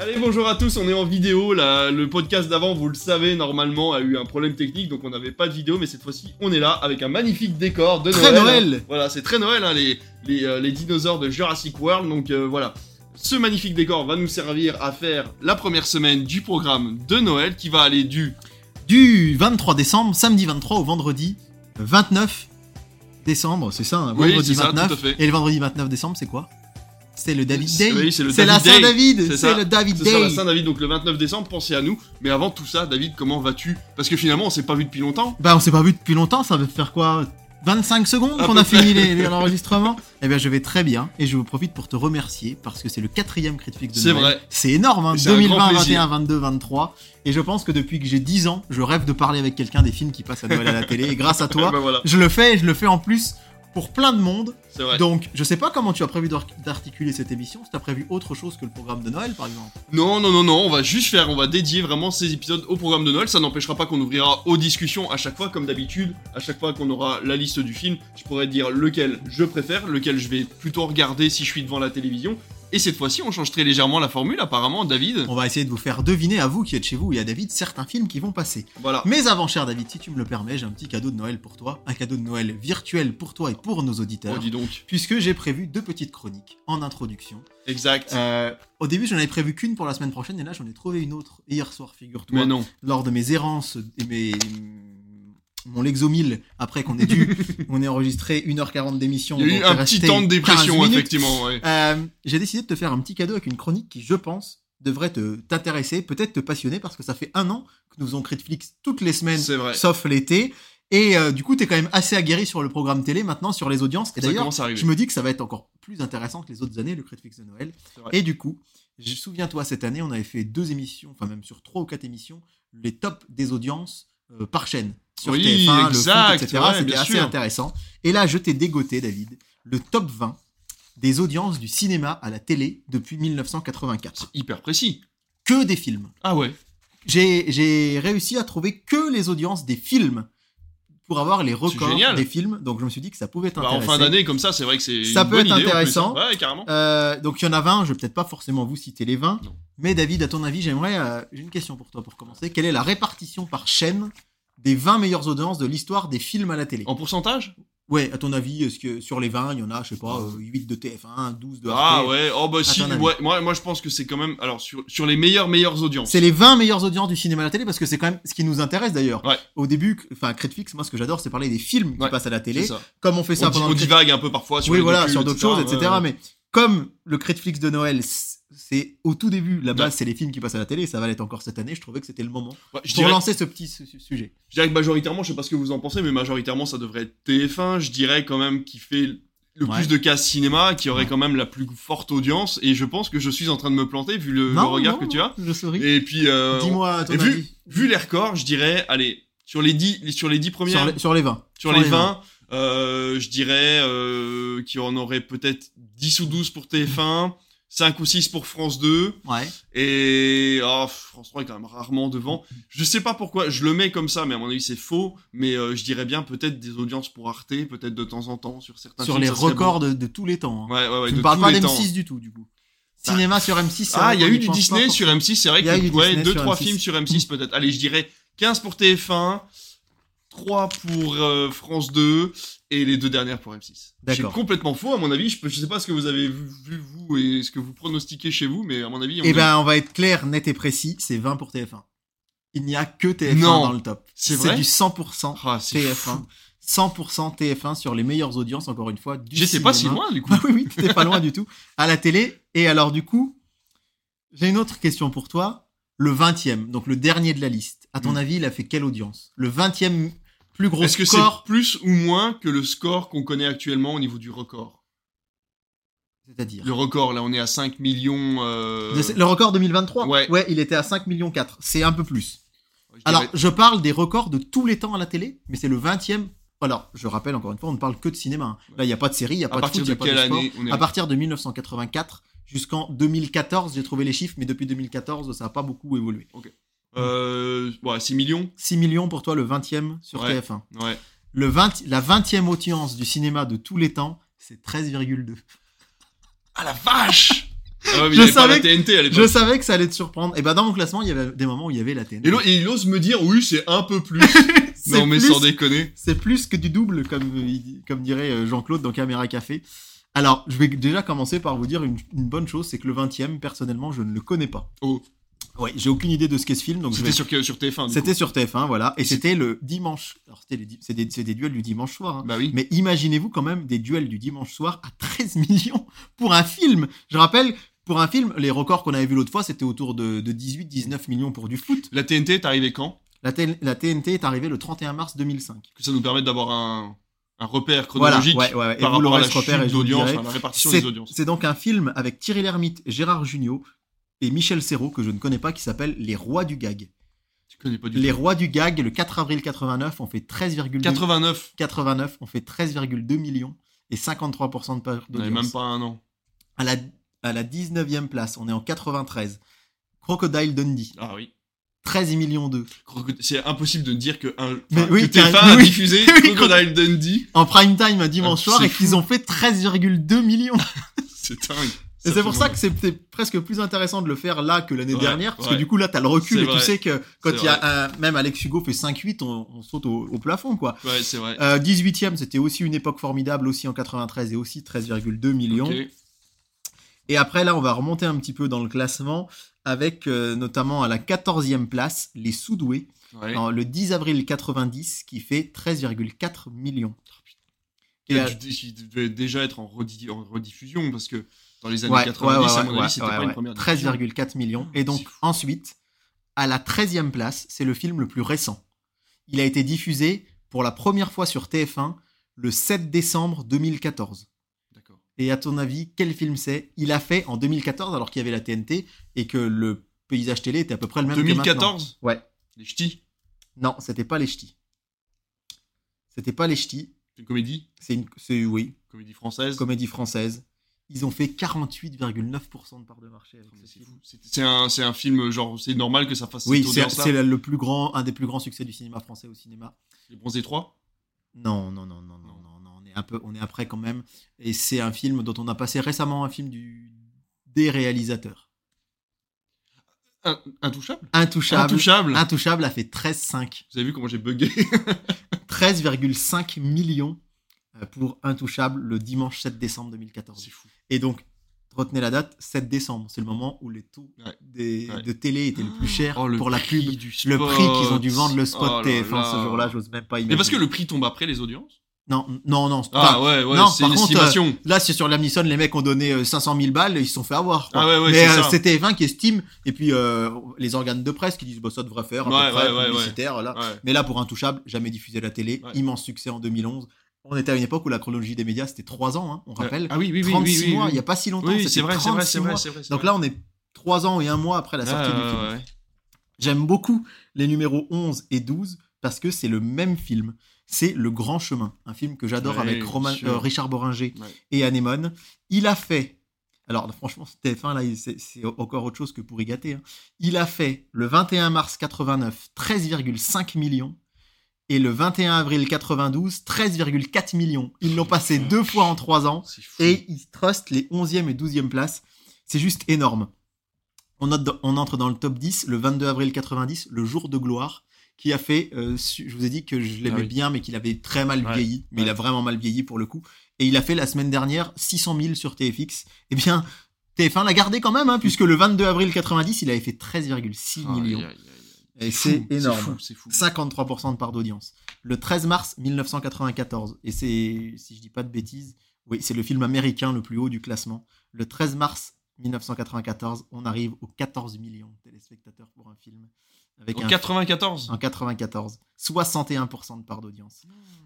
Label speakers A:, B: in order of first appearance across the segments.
A: Allez, bonjour à tous, on est en vidéo. là. le podcast d'avant, vous le savez, normalement, a eu un problème technique, donc on n'avait pas de vidéo, mais cette fois-ci, on est là avec un magnifique décor de
B: Très
A: Noël.
B: Noël.
A: Voilà, c'est très Noël, hein, les, les, euh, les dinosaures de Jurassic World. Donc euh, voilà, ce magnifique décor va nous servir à faire la première semaine du programme de Noël qui va aller du.
B: Du 23 décembre, samedi 23 au vendredi 29 décembre, c'est ça, hein,
A: Oui,
B: vendredi
A: c'est ça,
B: 29.
A: tout à fait.
B: Et le vendredi 29 décembre, c'est quoi C'est le David
A: C'est-
B: Day.
A: oui, c'est le
B: la
A: David Day. C'est ça.
B: Saint-David. C'est le David
A: Ce sera la
B: Day.
A: Saint-David, donc le 29 décembre, pensez à nous. Mais avant tout ça, David, comment vas-tu Parce que finalement, on s'est pas vu depuis longtemps.
B: Bah, on s'est pas vu depuis longtemps, ça va faire quoi 25 secondes
A: À
B: qu'on
A: peu
B: a
A: près.
B: fini les- les- l'enregistrement Eh bien, je vais très bien et je vous profite pour te remercier parce que c'est le quatrième Critflix de
A: C'est
B: Noël.
A: vrai.
B: C'est énorme, hein,
A: C'est un grand
B: 2020,
A: plaisir.
B: 21, 22, 23. Et je pense que depuis que j'ai 10 ans, je rêve de parler avec quelqu'un des films qui passent à Noël à la télé. Et grâce à toi,
A: Eh ben voilà,
B: Je le fais et je le fais en plus pour plein de monde.
A: c'est vrai.
B: Donc, je sais pas comment tu as prévu d'ar- d'articuler cette émission. Si t'as prévu autre chose que le programme de Noël, par exemple.
A: Non, non, non, non, on va juste faire, on va dédier vraiment ces épisodes au programme de Noël. Ça n'empêchera pas qu'on ouvrira aux discussions à chaque fois, comme d'habitude. À chaque fois qu'on aura la liste du film, je pourrais dire lequel je préfère, lequel je vais plutôt regarder si je suis devant la télévision. Et cette fois-ci, on change très légèrement la formule, apparemment, David.
B: On va essayer de vous faire deviner à vous qui êtes chez vous et à David certains films qui vont passer.
A: Voilà.
B: Mais avant, cher David, si tu me le permets, j'ai un petit cadeau de Noël pour toi. Un cadeau de Noël virtuel pour toi et pour nos
A: Oh,
B: auditeurs.
A: dis donc.
B: Puisque j'ai prévu deux petites chroniques en introduction.
A: Exact.
B: Euh, au début, j'en avais prévu qu'une pour la semaine prochaine et là, j'en ai trouvé une autre hier soir, figure-toi.
A: Mais non.
B: lors de mes errances et mes mon Lexomil après qu'on ait dû on ait enregistré 1h40 d'émission
A: Il y a
B: donc
A: eu
B: il
A: un
B: restait
A: petit temps de
B: 15
A: dépression,
B: minutes.
A: effectivement, ouais.
B: Euh, j'ai décidé de te faire un petit cadeau avec une chronique qui je pense devrait te t'intéresser peut-être te passionner parce que ça fait un an que nous faisons Critflix toutes les semaines
A: C'est vrai.
B: sauf l'été et euh, du coup t'es quand même assez aguerri sur le programme télé maintenant sur les audiences et
A: Ça
B: d'ailleurs
A: commence à arriver.
B: je me dis que ça va être encore plus intéressant que les autres années, le Critflix de Noël.
A: C'est vrai.
B: Et du coup, je souviens-toi, cette année, on avait fait deux émissions, enfin même sur trois ou quatre émissions, les tops des audiences euh, par chaîne. Sur
A: Oui,
B: TF1, le
A: exact,
B: foot, etc.
A: ouais,
B: C'était
A: bien
B: assez
A: sûr.
B: intéressant. Et là, je t'ai dégoté, David, le top 20 des audiences du cinéma à la télé depuis 1984.
A: Hyper précis.
B: Que des films.
A: Ah ouais.
B: J'ai j'ai réussi à trouver que les audiences des films pour avoir les records
A: génial.
B: des films. Donc, je me suis dit que ça pouvait
A: Bah,
B: t'intéresser.
A: en fin d'année, comme ça, c'est vrai que c'est.
B: Ça
A: une
B: peut
A: bonne
B: être
A: idée, en plus.
B: intéressant.
A: Ouais, carrément.
B: Euh, donc il y en a 20, je vais peut-être pas forcément vous citer les 20.
A: Non.
B: Mais David, à ton avis, j'aimerais euh, j'ai une question pour toi pour commencer. Quelle est la répartition par chaîne des 20 meilleures audiences de l'histoire des films à la télé
A: En pourcentage
B: Ouais, à ton avis, est-ce que sur les 20, il y en a, je sais pas, euh, 8 de TF1, 12 de
A: Ah
B: Arte
A: ouais, oh bah si,
B: ton avis.
A: ouais, moi, moi je pense que c'est quand même, alors sur, sur les meilleures, meilleures audiences.
B: C'est les 20 meilleures audiences du cinéma à la télé parce que c'est quand même ce qui nous intéresse d'ailleurs.
A: Ouais.
B: Au début, enfin Critflix, moi ce que j'adore c'est parler des films qui
A: Ouais,
B: passent à la
A: C'est
B: télé.
A: ça.
B: Comme on fait ça
A: on, di-
B: pendant
A: on
B: le Crit-
A: divague un peu parfois sur
B: oui,
A: les
B: voilà,
A: docus,
B: sur d'autres choses,
A: ouais,
B: etc.
A: ouais.
B: Mais comme le Critflix de Noël, c- c'est au tout début, la base, c'est les films qui passent à la télé, et ça va l'être encore cette année, je trouvais que c'était le moment
A: Ouais, je,
B: pour
A: dirais,
B: lancer ce petit su- su- sujet.
A: je dirais que majoritairement, je sais pas ce que vous en pensez, mais majoritairement ça devrait être TF1, je dirais quand même qui fait le
B: Ouais.
A: plus de cas cinéma, qui aurait
B: Ouais.
A: quand même la plus forte audience, et je pense que je suis en train de me planter vu Euh, le, le
B: Non,
A: regard
B: non,
A: que tu as.
B: Je souris.
A: Et puis, euh,
B: Dis-moi ton
A: et vu-
B: avis.
A: vu les records, je dirais, allez, sur les 10, sur les 10
B: sur,
A: premières,
B: les, sur les 20.
A: Sur les 20, euh, je dirais euh, qu'il y en aurait peut-être 10 ou 12 pour TF1, 5 ou 6 pour France 2,
B: Ouais.
A: et oh, France 3 est quand même rarement devant. Je sais pas pourquoi, je le mets comme ça, mais à mon avis c'est faux, mais euh, je dirais bien peut-être des audiences pour Arte, peut-être de temps en temps, sur certains
B: Sur
A: films,
B: les
A: ça serait
B: records de, de tous les temps.
A: bon. Ouais,
B: hein.
A: ouais, ouais,
B: tu
A: de
B: ne parles
A: tous
B: pas
A: les temps. Bah.
B: d'M6 du tout, du coup. Cinéma sur M6. c'est
A: Ah,
B: vrai
A: il y a
B: qu'on
A: eu
B: y
A: du
B: pense
A: Disney
B: pas
A: sur M6, c'est vrai
B: Il y a eu
A: que
B: du
A: ouais,
B: Disney
A: 2
B: sur
A: 3
B: M6.
A: films sur M6 peut-être. Allez, je dirais 15 pour TF1, 3 pour euh, France 2 et les deux dernières pour M6. J'ai
B: D'accord.
A: complètement faux à mon avis, je peux, je sais pas ce que vous avez vu, vu, vous et ce que vous pronostiquez chez vous mais à mon avis on
B: Eh
A: est-
B: ben, on va être clair, net et précis, c'est 20 pour TF1. Il n'y a que TF1
A: Non.
B: dans le top.
A: C'est vrai
B: du 100%.
A: Ah, c'est fou.
B: TF1. 100% TF1 sur les meilleures audiences, encore une fois. Du
A: J'étais pas si
B: cinéma.
A: loin du coup.
B: Bah oui, oui, t'étais pas loin du tout. À la télé. Et alors, du coup, j'ai une autre question pour toi. Le 20e, donc le dernier de la liste, à ton
A: Mm.
B: avis, il a fait quelle audience Le 20e plus gros
A: Est-ce que c'est
B: score,
A: plus ou moins que le score qu'on connaît actuellement au niveau du record
B: c'est-à-dire
A: Le record là, on est à 5 millions euh,
B: Le- Le record 2023
A: ouais.
B: il était à 5 millions 4. C'est un peu plus.
A: je dirais-
B: Alors, je parle des records de tous les temps à la télé, mais c'est le 20e. Alors, je rappelle encore une fois, on ne parle que de cinéma. hein. Là, il n'y a pas de série, il n'y a
A: à
B: pas de foot,
A: partir
B: il n'y
A: de
B: a pas de
A: quelle
B: sport.
A: année on est
B: à partir de 1984 jusqu'en 2014. J'ai trouvé les chiffres, mais depuis 2014, ça n'a pas beaucoup évolué.
A: euh, ouais, 6 millions
B: 6 millions pour toi, le 20e sur
A: Ouais.
B: TF1.
A: Ouais.
B: Le 20, la 20e audience du cinéma de tous les temps, c'est 13,2.
A: Ah la vache Ah ouais, mais
B: Je
A: il y avait pas
B: savais
A: la
B: que-
A: TNT à
B: Je
A: l'époque.
B: savais que ça allait te surprendre. Et ben dans mon classement, il y avait des moments où il y avait la TNT.
A: Et l'autre- et il ose me dire, oui, c'est un peu plus.
B: C'est
A: non, mais
B: plus-
A: sans déconner.
B: C'est plus que du double, comme, il dit- comme dirait euh, Jean-Claude dans Caméra Café. Alors, je vais déjà commencer par vous dire une, une bonne chose, c'est que le 20e, personnellement, je ne le connais pas.
A: Oh.
B: Ouais, j'ai aucune idée de ce qu'est ce film, donc je
A: C'était
B: vais-
A: sur, que- sur TF1. du coup.
B: C'était sur TF1, voilà, et c'était le dimanche. Alors, c'était les di- c'est des, c'est des duels du dimanche soir. hein.
A: Bah oui.
B: Mais imaginez-vous quand même des duels du dimanche soir à 13 millions pour un film. Je rappelle, pour un film, les records qu'on avait vus l'autre fois, c'était autour de, de 18-19 millions pour du foot.
A: La TNT est arrivée quand
B: La, TN la TNT est arrivée le 31 mars 2005.
A: Que ça nous permette d'avoir un, un repère
B: Voilà,
A: chronologique
B: ouais, ouais, ouais. Et
A: par rapport
B: vous
A: à
B: l'aurez
A: la
B: ce repère et
A: chute
B: je vous le
A: d'audience,
B: dirai.
A: enfin, la répartition
B: C'est
A: des audiences.
B: c'est donc un film avec Thierry Lhermitte, Gérard Jugnot et Michel Serrault, que je ne connais pas, qui s'appelle Les Rois du Gag.
A: Tu connais pas du
B: Les Rois du Gag, le 4 avril 89, on fait 13,2
A: tout. 89.
B: 89, on fait 13,2 millions et 53% de
A: On
B: part
A: avait
B: d'audience.
A: même pas un an.
B: À la, à la 19e place, on est en 93. Crocodile Dundee,
A: Ah oui.
B: 13 millions 2.
A: Crocodile- C'est impossible de dire que un.
B: Mais
A: enfin,
B: oui,
A: que TF1 a
B: carrément, oui.
A: diffusé
B: Oui,
A: Crocodile Dundee.
B: En prime time un dimanche
A: Ah,
B: soir
A: c'est
B: et qu'ils ont fait 13,2 millions.
A: C'est dingue.
B: Et c'est pour ça
A: fait
B: que c'était presque plus intéressant de le faire là que l'année
A: Ouais,
B: dernière, parce que
A: ouais.
B: du coup là t'as le recul
A: C'est
B: et
A: vrai.
B: tu sais que quand
A: C'est
B: il y a un, même Alex Hugo fait 5-8, on, on saute au, au plafond quoi.
A: mon- Ouais, c'est vrai.
B: Euh, 18e, c'était aussi une époque formidable, aussi en 93 et aussi 13,2 millions.
A: Ok.
B: Et après, là, on va remonter un petit peu dans le classement avec euh, notamment à la 14e place, les Soudoués,
A: Ouais.
B: en- le 10 avril 90, qui fait 13,4 millions.
A: Oh, Il
B: Et
A: a
B: à-
A: dû- il devait déjà être en, redi- en rediffusion parce que dans les années
B: Ouais,
A: 90,
B: ouais, ouais,
A: à mon
B: ouais,
A: avis, c'était
B: ouais,
A: pas
B: ouais.
A: une première diffusion.
B: 13,4 millions. Et donc,
A: C'est fou.
B: ensuite, à la 13e place, c'est le film le plus récent. Il a été diffusé pour la première fois sur TF1 le 7 décembre 2014.
A: D'accord.
B: Et à ton avis, quel film c'est Il a fait en 2014, alors qu'il y avait la TNT et que le paysage télé était à peu près le même que maintenant.
A: 2014
B: Ouais.
A: Les Ch'tis
B: Non, c'était pas les ch'tis. C'était pas les ch'tis.
A: C'est une comédie
B: C'est une, c'est oui,
A: Comédie française
B: comédie française. Ils ont fait 48,9% de part de marché avec
A: Putain, mais
B: ce
A: C'est
B: film.
A: fou. C'est- C'est un, c'est un film, genre, c'est normal que ça fasse
B: Oui,
A: cette
B: c'est
A: audience-là
B: c'est le plus grand, un des plus grands succès du cinéma français au cinéma.
A: Les Bronzés 3
B: Non, non, non, non, non, non, non, on est un peu, on est après quand même. Et c'est un film dont on a passé récemment un film du des réalisateurs.
A: Un- Intouchable
B: Intouchable.
A: Intouchable
B: Intouchable a fait 13,5.
A: Vous avez vu comment j'ai bugué
B: 13,5 millions euh, pour Intouchable le dimanche 7 décembre 2014.
A: C'est fou.
B: Et donc, retenez la date, 7 décembre. C'est le moment où les taux
A: Ouais.
B: des-
A: Ouais.
B: de télé étaient le plus cher
A: Oh, le
B: pour la
A: prix
B: pub.
A: du
B: Le
A: spot.
B: prix qu'ils ont dû vendre le spot
A: Oh là
B: TF1 ce
A: là.
B: jour-là, j'ose même pas imaginer.
A: Mais parce que le prix tombe après les audiences
B: Non, non, non. c'est-
A: Ah
B: enfin,
A: ouais, ouais,
B: non,
A: c'est
B: par
A: une
B: contre,
A: estimation.
B: Là, c'est sur l'Amnison, les mecs ont donné euh, 500 000 balles et ils se sont fait avoir. quoi.
A: Ah ouais, ouais,
B: Mais euh,
A: c'est ça.
B: c'était 20 qui estime, et puis euh, les organes de presse qui disent bah, ça devrait faire, à peu
A: Ouais,
B: près,
A: ouais, ouais, ouais.
B: publicitaire, là.
A: Ouais.
B: Mais là, pour Intouchable, jamais diffusé à la télé,
A: Ouais.
B: immense succès en 2011. On était à une époque où la chronologie des médias, c'était 3 ans, hein, on rappelle.
A: Ah oui, oui, oui.
B: 36
A: oui, oui,
B: mois,
A: oui.
B: il n'y a pas si longtemps.
A: Oui,
B: c'était
A: c'est vrai, c'est vrai,
B: 36
A: c'est vrai,
B: mois.
A: c'est vrai. c'est
B: Donc
A: vrai.
B: là, on est 3 ans et un mois après la sortie
A: Ah,
B: du film.
A: ouais, ouais.
B: J'aime beaucoup les numéros 11 et 12 parce que c'est le même film. C'est Le Grand Chemin, un film que j'adore
A: Ouais,
B: avec
A: bien
B: Romain-
A: sûr.
B: euh, Richard Boringer
A: Ouais.
B: et Anémone. Il a fait, alors franchement, TF1, là, il- c'est c'est encore autre chose que pour y gâter. hein. Il a fait le 21 mars 89, 13,5 millions. Et le 21 avril 92, 13,4 millions. Ils l'ont passé deux fois en trois ans
A: C'est fou.
B: et ils trustent les 11e et 12e places. C'est juste énorme. On, note dans- on entre dans le top 10 le 22 avril 90, le jour de gloire, qui a fait, euh, su- je vous ai dit que je l'aimais
A: Ah oui.
B: bien, mais qu'il avait très mal
A: Ouais,
B: vieilli, mais il
A: ouais.
B: a vraiment mal vieilli pour le coup. Et il a fait la semaine dernière 600 000 sur TFX. Eh bien, TF1 l'a gardé quand même, hein, puisque le 22 avril 90, il avait fait 13,6
A: Ah,
B: millions.
A: aïe, aïe, aïe, aïe.
B: Et
A: fou,
B: c'est énorme.
A: fou, C'est fou.
B: 53% de part d'audience. Le 13 mars 1994, et c'est, si je dis pas de bêtises, oui, c'est le film américain le plus haut du classement. Le 13 mars 1994, on arrive aux 14 millions de téléspectateurs pour un film. Avec
A: En
B: un-
A: 94
B: en 94, 61% de part d'audience.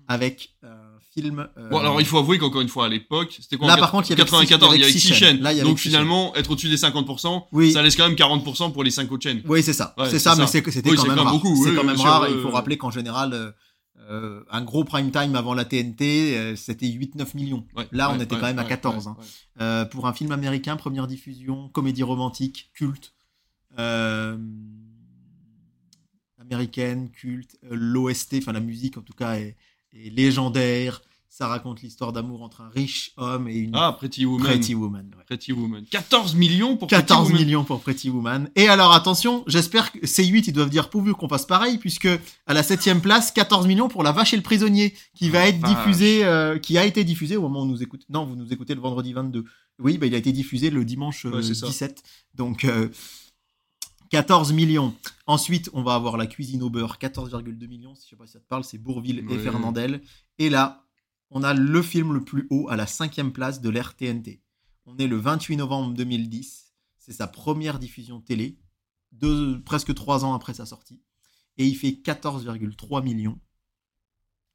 B: Avec un film. euh,
A: Hmm. Bon, alors il faut avouer qu'encore une fois, à l'époque, c'était quoi
B: Là,
A: en
B: par contre, il y avait six-
A: 94,
B: il y avait
A: six
B: six chaînes. Là, il y avait
A: Donc
B: six
A: finalement, être au-dessus des 50%,
B: Oui.
A: ça laisse quand même 40% pour les 5 autres chaînes.
B: Oui, c'est ça.
A: Ouais,
B: c'est
A: c'est
B: ça,
A: ça.
B: mais c'est que c'était
A: Oui,
B: quand
A: c'est
B: même
A: quand même
B: rare.
A: beaucoup,
B: c'est
A: oui,
B: quand
A: oui,
B: même
A: bien
B: rare.
A: sûr,
B: et il
A: euh,
B: faut rappeler qu'en général, euh, euh, un gros prime time avant la TNT, euh, c'était 8-9 millions.
A: Ouais,
B: Là, on
A: ouais,
B: était
A: ouais,
B: quand même à
A: ouais,
B: 14,
A: ouais,
B: hein.
A: ouais.
B: Euh, pour un film américain, première diffusion, comédie romantique, culte. Euh, américaine, culte. euh, L'OST, enfin la musique en tout cas, est, est légendaire. Ça raconte l'histoire d'amour entre un riche homme et une
A: Ah, Pretty Woman.
B: Pretty Woman. ouais.
A: Pretty Woman. 14 millions pour
B: 14
A: Pretty Woman.
B: millions pour Pretty Woman. Et alors attention, j'espère que C8 ils doivent dire pourvu qu'on fasse pareil puisque à la septième place 14 millions pour La Vache et le Prisonnier qui va
A: Ah,
B: être
A: vache.
B: diffusé, euh, qui a été diffusé au moment où nous écoutez. Non, vous nous écoutez le vendredi 22. Oui, bah, il a été diffusé le dimanche euh,
A: Ouais, c'est ça.
B: 17. Donc euh, 14 millions. Ensuite, on va avoir La Cuisine au beurre 14,2 millions. Si je sais pas si ça te parle, c'est Bourville et
A: Ouais.
B: Fernandel. Et là, on a le film le plus haut à la cinquième place de l'ère TNT. On est le 28 novembre 2010. C'est sa première diffusion télé, deux, presque trois ans après sa sortie. Et il fait 14,3 millions.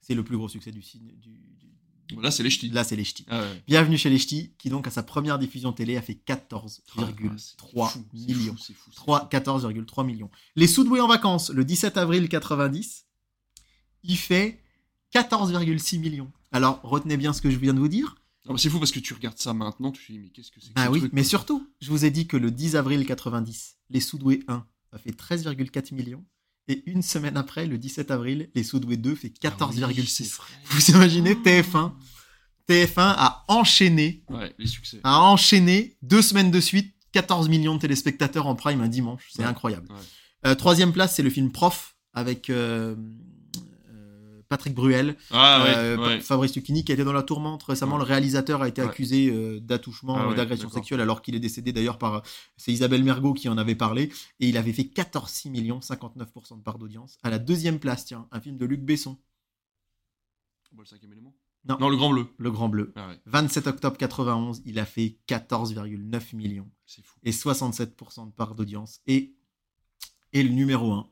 B: C'est le plus gros succès du ciné. Du, du-
A: Là, c'est les ch'tis.
B: Là, c'est les ch'tis.
A: Ah ouais.
B: Bienvenue chez les ch'tis, qui donc à sa première diffusion télé a fait
A: Ah, c'est fou,
B: 14,3
A: c'est fou,
B: millions.
A: c'est fou, c'est fou.
B: 3 14,3 millions. Les Soudoués en vacances, le 17 avril 90, il fait 14,6 millions. Alors, retenez bien ce que je viens de vous dire.
A: Non, mais c'est fou parce que tu regardes ça maintenant, tu te dis, mais qu'est-ce que c'est que
B: Ah
A: ce
B: oui,
A: truc,
B: mais
A: quoi.
B: surtout, je vous ai dit que le 10 avril 90, les Soudoués 1 a fait 13,4 millions. Et une semaine après, le 17 avril, les Soudoués 2 fait
A: Ah oui,
B: 14,6.
A: c'est vrai.
B: vous imaginez TF1 TF1 a enchaîné,
A: Ouais, les succès.
B: a enchaîné deux semaines de suite 14 millions de téléspectateurs en prime un dimanche. C'est
A: Ouais,
B: incroyable.
A: ouais.
B: Euh, troisième place, c'est le film Prof avec euh, euh, Patrick Bruel,
A: Ah ouais,
B: euh,
A: ouais.
B: Fabrice Lucchini qui a été dans la tourmente récemment.
A: Ouais.
B: Le réalisateur a été
A: Ouais.
B: accusé euh, d'attouchement
A: Ah
B: et
A: ouais,
B: d'agression
A: d'accord.
B: sexuelle alors qu'il est décédé d'ailleurs par c'est Isabelle Mergot qui en avait parlé et il avait fait 14,6 millions, 59% de part d'audience. À la deuxième place, tiens, un film de Luc Besson,
A: Bon, le cinquième élément
B: Non.
A: non, le grand bleu.
B: Le Grand Bleu.
A: Ah ouais,
B: 27 octobre 91, il a fait 14,9 millions
A: c'est fou.
B: et 67% de part d'audience et et le numéro 1.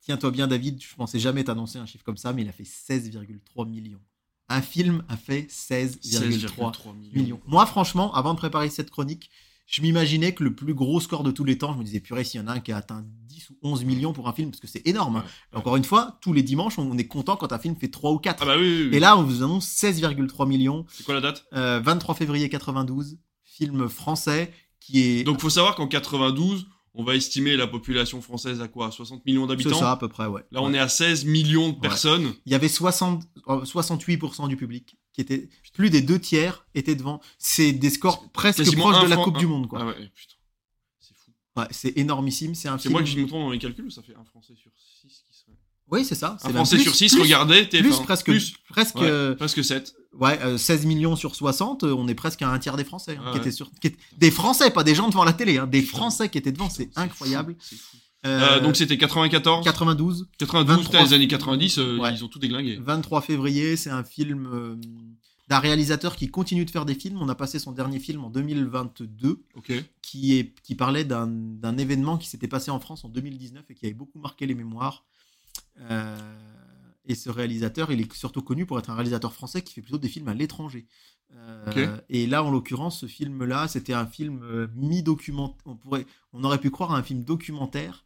B: Tiens-toi bien David, je pensais jamais t'annoncer un chiffre comme ça mais il a fait 16,3 millions. Un film a fait 16,3
A: 16,3 millions.
B: millions. Moi franchement, avant de préparer cette chronique, je m'imaginais que le plus gros score de tous les temps, je me disais purée s'il y en a un qui a atteint 10 ou 11 millions pour un film parce que c'est énorme. hein.
A: Ouais.
B: Encore une fois, tous les dimanches, on est content quand un film fait 3 ou 4.
A: Ah bah oui, oui, oui.
B: Et là, on vous annonce 16,3 millions
A: c'est quoi la date
B: euh, 23 février 92, film français qui est
A: Donc faut savoir qu'en 92, on va estimer la population française à quoi 60 millions
B: C'est
A: d'habitants.
B: ça à peu près, ouais.
A: Là, on est à 16 millions de personnes.
B: Il y avait 60, euh, 68% du public qui était plus des deux tiers étaient devant. C'est des scores presque
A: quasiment
B: proches
A: un
B: de la
A: Fran-
B: Coupe
A: un-
B: du Monde, quoi.
A: Ah ouais, putain. C'est fou.
B: Ouais, c'est énormissime, c'est un
A: C'est
B: film-
A: moi qui me trompe dans les calculs ou ça fait un Français sur 6 qui serait.
B: Oui, c'est ça. c'est
A: Un
B: même
A: Français
B: plus-
A: sur 6,
B: plus-
A: regardez, TF1.
B: Plus presque,
A: Plus,
B: presque,
A: Ouais.
B: euh,
A: presque 7.
B: ouais, euh, 16 millions sur 60, euh, on est presque à un tiers des Français hein,
A: Ah
B: qui
A: ouais.
B: étaient sur, qui étaient- des Français, pas des gens devant la télé, hein, des Français qui étaient devant, c'est
A: Putain,
B: incroyable.
A: fou, c'est fou.
B: Euh,
A: Euh, donc c'était 94,
B: 92,
A: 92, putain,
B: 23.
A: les années 90, euh,
B: Ouais.
A: ils ont tout déglingué.
B: 23 février, c'est un film euh, d'un réalisateur qui continue de faire des films. On a passé son dernier film en 2022,
A: Ok.
B: qui, est, qui parlait d'un- d'un événement qui s'était passé en France en 2019 et qui avait beaucoup marqué les mémoires. Euh, et ce réalisateur, il est surtout connu pour être un réalisateur français qui fait plutôt des films à l'étranger. Euh,
A: Ok.
B: Et là, en l'occurrence, ce film-là, c'était un film euh, mi-documentaire. On, pourrait- on aurait pu croire à un film documentaire.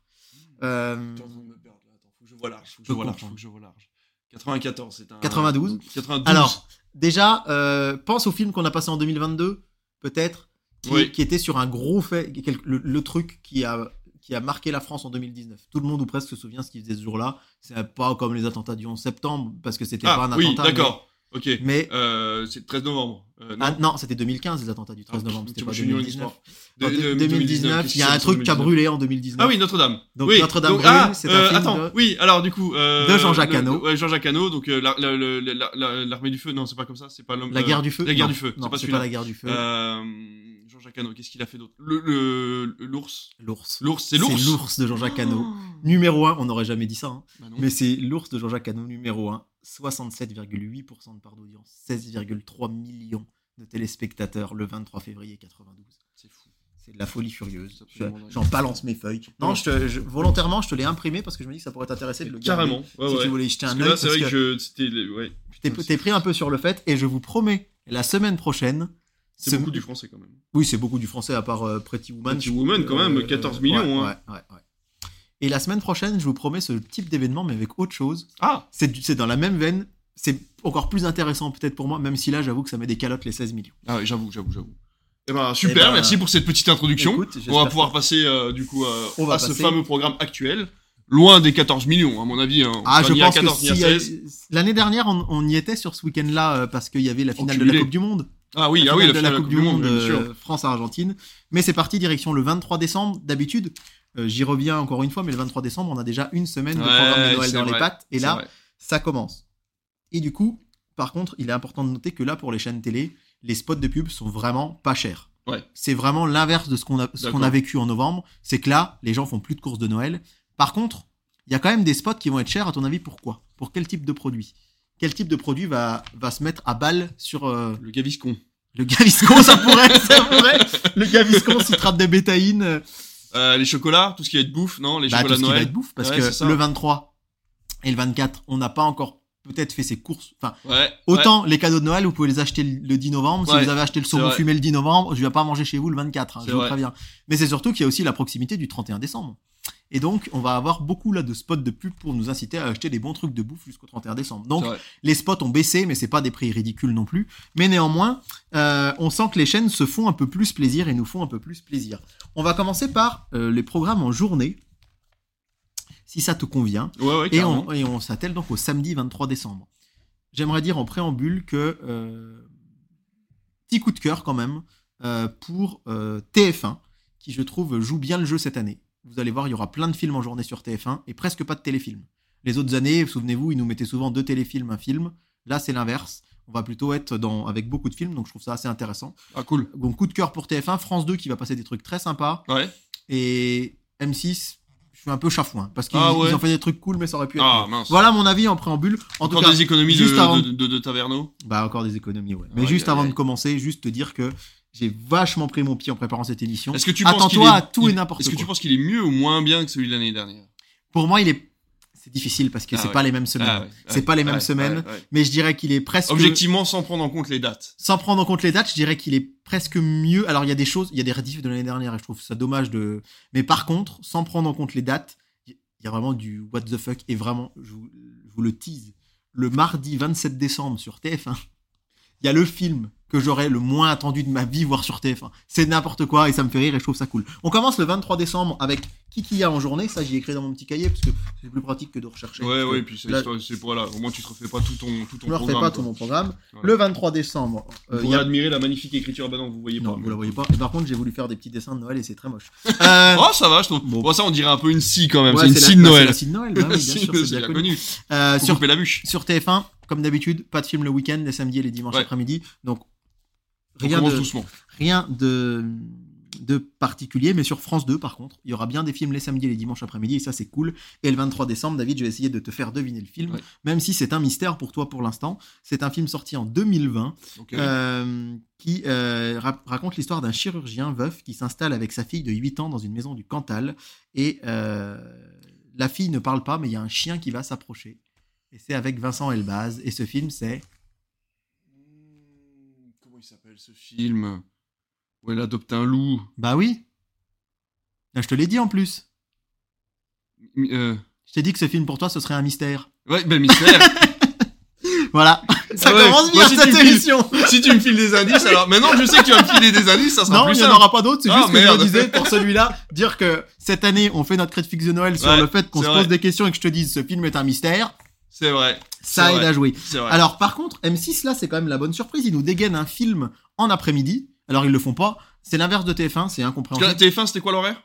B: Euh,
A: Putain, je me perdre, là. Attends, faut que je vois large, faut que je
B: Je
A: vois large,
B: comprends.
A: faut que je vois large. 94, c'est un.
B: 92.
A: 92.
B: Alors, déjà, euh, pense au film qu'on a passé en 2022, peut-être, qui,
A: Oui.
B: qui était sur un gros fait, quel- le, le truc qui a, qui a marqué la France en 2019. Tout le monde ou presque se souvient ce qu'il faisait ce jour-là. C'est pas comme les attentats du 11 septembre, parce que c'était pas
A: ah,
B: un attentat.
A: oui,
B: mais-
A: d'accord. Ok.
B: Mais,
A: Euh, c'est le 13 novembre. Euh, Ah,
B: ah, non, c'était 2015, les attentats du 13 novembre. C'était
A: Tu
B: pas
A: vois, je suis nul en
B: 2019.
A: histoire.
B: En
A: De- de-
B: 2019, il y a un truc qui a
A: 2019.
B: brûlé en 2019.
A: Ah oui, Notre-Dame.
B: Donc,
A: Oui,
B: Notre-Dame
A: donc,
B: brûle,
A: ah,
B: c'est un
A: euh,
B: film
A: Attends,
B: de-
A: oui, alors du coup. euh,
B: de Jean-Jacques
A: le-
B: Hano.
A: le- Ouais, Jean-Jacques Hano, donc euh, la- la- le- la- la- la- l'armée du feu. Non, c'est pas comme ça, c'est pas l'homme.
B: La
A: euh,
B: guerre du feu
A: la guerre
B: Non,
A: du feu, c'est
B: non,
A: pas
B: c'est
A: celui-là.
B: pas la guerre du feu.
A: euh, Jean-Jacques Hano, qu'est-ce qu'il a fait d'autre Le- le- L'ours.
B: L'ours.
A: L'ours, c'est
B: C'est
A: l'ours.
B: l'ours de Jean-Jacques Hano.
A: Oh.
B: Numéro 1, on n'aurait jamais dit ça. hein.
A: Bah non.
B: Mais c'est l'ours de Jean-Jacques Hano numéro 1, 67,8% de part d'audience, 16,3 millions de téléspectateurs le 23 février 92.
A: C'est fou.
B: C'est de la folie furieuse.
A: C'est absolument
B: Je-
A: dingue.
B: J'en balance mes feuilles. Non, je te- je- volontairement, je te l'ai imprimé parce que je me dis que ça pourrait t'intéresser de le garder.
A: Carrément. Ouais,
B: Si
A: ouais.
B: tu voulais y jeter
A: Parce
B: un
A: que
B: œil,
A: là, c'est
B: parce
A: vrai que je-
B: que
A: c'était. les- Ouais.
B: t'es
A: Putain,
B: t'es
A: c'est-
B: pris un peu sur le fait et je vous promets, la semaine prochaine. ce-
A: C'est beaucoup du français quand même.
B: Oui, c'est beaucoup du français à part euh, Pretty Woman.
A: Pretty Woman, quand même, 14 millions,
B: Euh, ouais,
A: hein.
B: ouais, ouais, ouais. Et la semaine prochaine, je vous promets ce type d'événement, mais avec autre chose.
A: Ah
B: c'est du- c'est dans la même veine. C'est encore plus intéressant peut-être pour moi, même si là j'avoue que ça met des calottes les 16 millions.
A: Ah oui, j'avoue, j'avoue, j'avoue. Eh ben, super,
B: ben,
A: merci pour cette petite introduction.
B: Écoute,
A: On va
B: j'espère-
A: pouvoir passer euh, du coup euh,
B: On va
A: à ce
B: passer-
A: fameux programme actuel. loin des 14 millions, à mon avis. hein.
B: Ah,
A: Enfin,
B: je
A: ni à
B: pense
A: 14,
B: que
A: ni à
B: si, euh,
A: 16.
B: l'année dernière, on, on y était sur ce week-end-là euh, parce qu'il y avait la finale de
A: Enculé.
B: la Coupe du Monde.
A: Ah oui,
B: la
A: ah oui, la
B: finale de
A: finale de la Coupe du Monde, bien sûr.
B: euh, France-Argentine. Mais c'est parti, direction le 23 décembre. D'habitude, euh, j'y reviens encore une fois, mais le 23 décembre, on a déjà une semaine de
A: Ouais,
B: programme de Noël
A: c'est
B: dans
A: vrai,
B: les pattes. Et
A: C'est
B: là,
A: vrai.
B: ça commence. Et du coup, par contre, il est important de noter que là, pour les chaînes télé, les spots de pub sont vraiment pas chers.
A: Ouais.
B: C'est vraiment l'inverse de ce qu'on a, ce qu'on
A: D'accord.
B: a vécu en novembre. C'est que là, les gens font plus de courses de Noël. Par contre, il y a quand même des spots qui vont être chers, à ton avis, pourquoi Pour quel type de produit Quel type de produit va, va se mettre à balle sur euh,
A: le Gaviscon.
B: le Gaviscon Ça pourrait, ça pourrait. Le Gaviscon, citrate de bétaïne, euh,
A: Euh, les chocolats, tout ce qui va être bouffe, non Les
B: bah, tout
A: chocolats
B: ce qui va
A: Noël.
B: être bouffe, parce
A: Ouais, c'est
B: que
A: ça.
B: le 23 et le 24, on n'a pas encore peut-être fait ses courses. Enfin,
A: Ouais. ouais.
B: Autant les cadeaux de Noël, vous pouvez les acheter le le 10 novembre. Si
A: Ouais,
B: vous avez acheté le saumon
A: vrai.
B: fumé le 10 novembre, je ne vais pas manger chez vous le 24. hein,
A: C'est
B: je vous
A: vrai.
B: préviens. Mais c'est surtout qu'il y a aussi la proximité du 31 décembre. Et donc, on va avoir beaucoup là de spots de pub pour nous inciter à acheter des bons trucs de bouffe jusqu'au 31 décembre. Donc,
A: C'est vrai.
B: les spots ont baissé, mais c'est pas des prix ridicules non plus. Mais néanmoins, euh, on sent que les chaînes se font un peu plus plaisir et nous font un peu plus plaisir. On va commencer par euh, les programmes en journée, si ça te convient.
A: Ouais, ouais,
B: Et
A: carrément.
B: on, et on s'attelle donc au samedi 23 décembre. J'aimerais dire en préambule que euh, petit coup de cœur quand même euh, pour euh, TF1, qui je trouve joue bien le jeu cette année. Vous allez voir, il y aura plein de films en journée sur TF1 et presque pas de téléfilms. Les autres années, souvenez-vous, ils nous mettaient souvent deux téléfilms, un film. Là, c'est l'inverse. On va plutôt être dans, avec beaucoup de films, donc je trouve ça assez intéressant.
A: Ah, cool.
B: Donc coup de cœur pour TF1, France 2 qui va passer des trucs très sympas
A: Ouais.
B: et M6, je suis un peu chafouin parce qu'ils
A: Ah ouais.
B: ils ont fait des trucs cool, mais ça aurait pu être
A: Ah,
B: mieux.
A: mince.
B: Voilà mon avis en préambule. En
A: Encore
B: tout cas,
A: des économies
B: juste
A: de,
B: avant-
A: de, de- de Taverneau.
B: bah encore des économies, ouais. Mais
A: Aïe,
B: juste
A: aïe,
B: avant
A: aïe.
B: de commencer, juste te dire que j'ai vachement pris mon pied en préparant cette émission.
A: Est-ce que tu penses qu'il
B: Attends-toi
A: est...
B: Hein à tout et
A: il-
B: n'importe
A: Est-ce
B: quoi.
A: que tu penses qu'il est mieux ou moins bien que celui de l'année dernière
B: Pour moi, il est, c'est difficile parce que
A: Ah
B: c'est
A: ouais.
B: pas les mêmes semaines.
A: Ah, ouais,
B: C'est
A: ouais,
B: pas les mêmes
A: ouais, Ah
B: semaines.
A: ouais, ouais.
B: Mais je dirais qu'il est presque.
A: Objectivement, sans prendre en compte les dates.
B: Sans prendre en compte les dates, je dirais qu'il est presque mieux. Alors, il y a des choses, il y a des rediffs de l'année dernière et je trouve ça dommage de. Mais par contre, sans prendre en compte les dates, il y a vraiment du what the fuck. Et vraiment, je vous, je vous le tease. Le mardi 27 décembre sur TF1, il y a le film que j'aurais le moins attendu de ma vie voir sur TF1. C'est n'importe quoi et ça me fait rire et je trouve ça cool. On commence le 23 décembre avec qui qu'il y a en journée. Ça, j'ai écrit dans mon petit cahier parce que c'est plus pratique que de rechercher.
A: Ouais,
B: Parce que
A: ouais, et puis c'est
B: là-
A: histoire- c'est pour là. Au moins, tu te refais pas tout ton, tout ton
B: Je me refais
A: programme. quoi.
B: pas tout mon programme.
A: Voilà.
B: Le 23 décembre, euh,
A: Vous
B: il y a
A: admirer la magnifique écriture. Bah non, vous voyez
B: Non,
A: pas.
B: vous la voyez pas. Par contre, j'ai voulu faire des petits dessins de Noël et c'est très moche. Euh,
A: Oh, ça va, je trouve.
B: Bon.
A: Bon, ça, on dirait un peu une scie quand même.
B: ouais,
A: c'est une
B: la-
A: scie de
B: bah,
A: Noël.
B: C'est la scie de Noël, bah oui, bien sûr, c'est bien
A: la
B: connu.
A: connu.
B: Euh,
A: Sur...
B: sur,
A: couper la bûche.
B: sur TF1, comme d'habitude, pas de film le week-end, les samedis et les dimanches
A: Ouais.
B: après-midi. Donc,
A: On
B: rien,
A: commence
B: de,
A: doucement.
B: rien de, de particulier. Mais sur France 2, par contre, il y aura bien des films les samedis et les dimanches après-midi. Et ça, c'est cool. Et le 23 décembre, David, je vais essayer de te faire deviner le film.
A: Ouais.
B: Même si c'est un mystère pour toi pour l'instant. C'est un film sorti en 2020.
A: Ok.
B: Euh, qui euh, ra- raconte l'histoire d'un chirurgien veuf qui s'installe avec sa fille de 8 ans dans une maison du Cantal. Et euh, la fille ne parle pas, mais il y a un chien qui va s'approcher. Et c'est avec Vincent Elbaz. Et ce film, c'est.
A: Comment il s'appelle ce film Où elle adopte un loup.
B: Bah oui Là, Je te l'ai dit en plus.
A: Mi- euh,
B: Je t'ai dit que ce film pour toi, ce serait un mystère.
A: Ouais, ben mystère.
B: Voilà Ça
A: Ah ouais,
B: commence
A: moi
B: bien
A: aussi,
B: cette
A: tu me dis-
B: émission
A: si tu me files des indices, alors maintenant que je sais que tu vas me filer des indices, ça sera
B: Non, il
A: plus
B: n'y en
A: simple.
B: aura pas d'autres. C'est
A: Ah,
B: juste que je me
A: merde.
B: disais pour celui-là, dire que cette année, on fait notre critique de Noël sur
A: Ouais,
B: le fait qu'on
A: c'est
B: se
A: vrai.
B: pose des questions et que je te dise ce film est un mystère.
A: C'est vrai,
B: Ça
A: C'est
B: aide
A: vrai.
B: à jouer.
A: c'est vrai.
B: Alors par contre, M6 là, c'est quand même la bonne surprise. Ils nous dégainent un film en après-midi. Alors ils le font pas. C'est l'inverse de TF1, c'est
A: Parce que la
B: incompréhensible.
A: TF1, c'était quoi l'horaire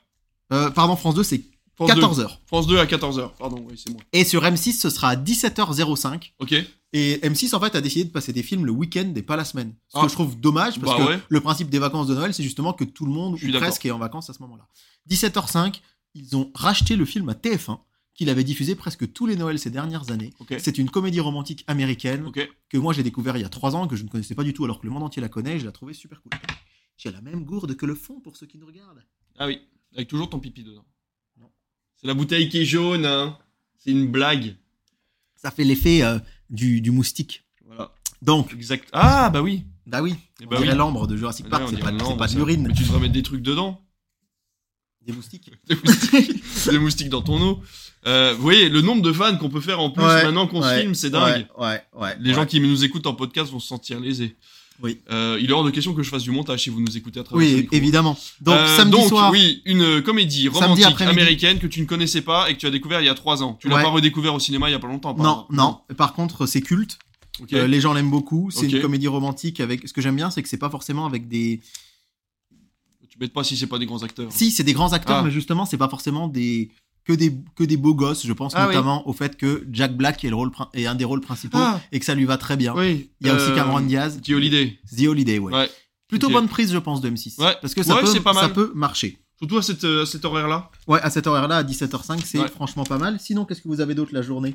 B: Euh, pardon, France 2, c'est
A: France 2.
B: 14h.
A: France 2 à 14h. Pardon, oui, c'est moi.
B: Et sur M6, ce sera à 17h05.
A: Ok.
B: Et M6 en fait a décidé de passer des films le week-end et pas la semaine. Ce
A: Ah.
B: que je trouve dommage parce
A: Bah
B: que
A: ouais.
B: le principe des vacances de Noël, c'est justement que tout le monde
A: Je suis
B: ou presque est en vacances à ce moment-là. 17h05, ils ont racheté le film à TF1 qu'il avait diffusé presque tous les Noëls ces dernières années.
A: Ok.
B: C'est une comédie romantique américaine.
A: Ok.
B: que moi j'ai découvert il y a trois ans, que je ne connaissais pas du tout, alors que le monde entier la connaît, et je la trouvais super cool. J'ai la même gourde que le fond pour ceux qui nous regardent.
A: Ah oui, avec toujours ton pipi dedans.
B: Non.
A: C'est la bouteille qui est jaune, hein. C'est une blague.
B: Ça fait l'effet euh, du, du moustique.
A: Voilà.
B: Donc,
A: Exact. Ah, bah oui.
B: bah oui,
A: Eh
B: on
A: bah
B: dirait
A: oui.
B: l'ambre de Jurassic
A: Ah,
B: Park,
A: on
B: c'est
A: dirait
B: pas,
A: un
B: c'est
A: arbre,
B: pas de
A: ça.
B: l'urine,
A: Mais tu devrais mettre des trucs dedans.
B: des moustiques.
A: Des moustiques, des moustiques dans ton eau. Euh, vous voyez, le nombre de fans qu'on peut faire en plus
B: Ouais,
A: maintenant qu'on se filme, c'est dingue.
B: Ouais, ouais, ouais.
A: Les gens qui nous écoutent en podcast vont se sentir lésés.
B: Oui.
A: Euh, il est hors de question que je fasse du montage si vous nous écoutez à travers ce
B: Oui,
A: micro.
B: évidemment. Donc,
A: Euh,
B: samedi
A: donc,
B: soir,
A: oui, une comédie
B: Samedi
A: romantique
B: après-midi.
A: américaine que tu ne connaissais pas et que tu as découvert il y a trois ans. Tu l'as
B: Ouais.
A: pas redécouvert au cinéma il y a pas longtemps. par
B: non,
A: exemple.
B: non. Par contre, c'est culte.
A: Ok.
B: Euh, les gens l'aiment beaucoup. C'est
A: Ok.
B: une comédie romantique avec. Ce que j'aime bien, c'est que c'est pas forcément avec des.
A: Tu m'aides pas si c'est pas des grands acteurs.
B: Si, c'est des grands acteurs,
A: Ah.
B: mais justement, c'est pas forcément des que des que des beaux gosses. Je pense
A: Ah oui.
B: notamment au fait que Jack Black est le rôle prin- est un des rôles principaux
A: Ah,
B: et que ça lui va très bien.
A: oui.
B: Il y a aussi
A: Euh,
B: Cameron Diaz.
A: Petit Holiday.
B: The Holiday, ouais.
A: Ouais.
B: Plutôt
A: Ok.
B: bonne prise, je pense, de M6.
A: Ouais.
B: Parce que ça,
A: Ouais,
B: peut,
A: c'est pas mal.
B: ça peut marcher.
A: Surtout à cette, euh, à cet horaire-là.
B: Ouais, à cette horaire-là, à 17h05, c'est
A: Ouais.
B: franchement pas mal. Sinon, qu'est-ce que vous avez d'autre la journée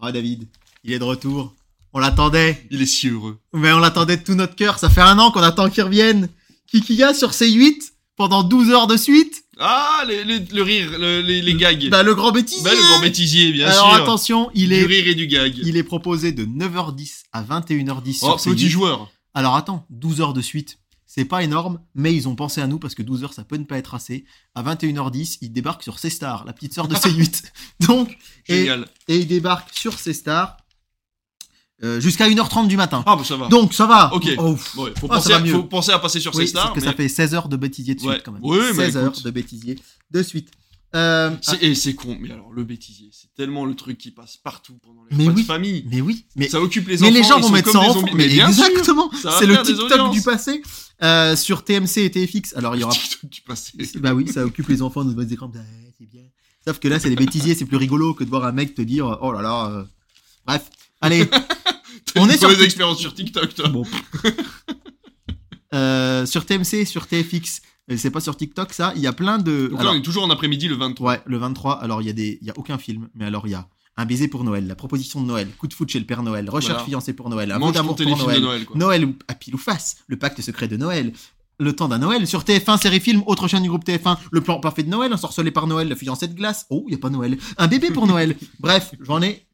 B: Ah, David, il est de retour. On l'attendait.
A: Il est si heureux.
B: Mais on l'attendait de tout notre cœur. Ça fait un an qu'on attend qu'il revienne. Kikiga sur C8 pendant 12 heures de suite.
A: Ah, les- les- le rire, le- les, les gags.
B: Bah, le grand bêtisier.
A: Bah, le grand bêtisier, bien
B: Alors
A: sûr.
B: attention, il
A: Du
B: est,
A: rire et du gag.
B: il est proposé de 9h10 à 21h10
A: Oh,
B: sur C8.
A: petit joueur.
B: Alors attends, 12 heures de suite, c'est pas énorme, mais ils ont pensé à nous parce que 12 heures ça peut ne pas être assez. À 21h10, ils débarquent sur C-Star, la petite sœur de C8. Donc, et,
A: Génial.
B: et ils débarquent sur C-Star euh, jusqu'à 1h30 du matin.
A: Ah, bah ça va.
B: Donc ça va.
A: Ok.
B: Oh, pff.
A: Bon, ouais, faut,
B: Ah,
A: penser
B: ça va
A: à,
B: mieux.
A: faut penser à passer sur
B: Oui,
A: ces stars.
B: c'est que ça
A: mais-
B: fait 16 heures de bêtisier de suite
A: Ouais.
B: quand même.
A: Oui, mais
B: 16 heures
A: écoute.
B: de bêtisier de suite. Euh, ah,
A: C'est- Et c'est con, mais alors le bêtisier, c'est tellement le truc qui passe partout pendant les
B: Mais
A: repas
B: oui.
A: de famille.
B: mais oui, mais
A: Ça occupe les
B: mais
A: enfants.
B: les gens
A: ils
B: vont
A: sont comme
B: mettre ça
A: des
B: en
A: zombies.
B: fond. Mais,
A: bien sûr,
B: exactement,
A: ça va
B: c'est le
A: faire des
B: TikTok du
A: audiences.
B: passé. Euh, sur TMC et TFX, alors il y aura
A: TikTok du passé.
B: bah oui, ça occupe les enfants de nos écrans. Bah, c'est bien. Sauf que là, c'est des bêtisiers, c'est plus rigolo que de voir un mec te dire oh là là. euh. Bref, allez, On
A: On
B: est
A: est
B: sur
A: les
B: Tik-
A: expériences sur TikTok, toi.
B: bon. Euh, sur TMC, sur TFX, euh, c'est pas sur TikTok ça. Il y a plein de.
A: Donc là,
B: alors,
A: on est toujours en après-midi le 23.
B: ouais, le 23. Alors il y a des, il y a aucun film, mais alors il y a un baiser pour Noël, la proposition de Noël, coup de foot chez le père Noël, recherche
A: Voilà.
B: fiancée pour Noël, un mot
A: Mange ton
B: d'amour pour
A: téléfilm de
B: Noël,
A: Noël, quoi.
B: Noël ou- à pile ou face, le pacte secret de Noël, le temps d'un Noël, sur TF1, série film, autre chaîne du groupe TF1, le plan parfait de Noël, ensorcelé par Noël, la fiancée de glace, oh, il a pas Noël, un bébé pour Noël. Bref, j'en ai.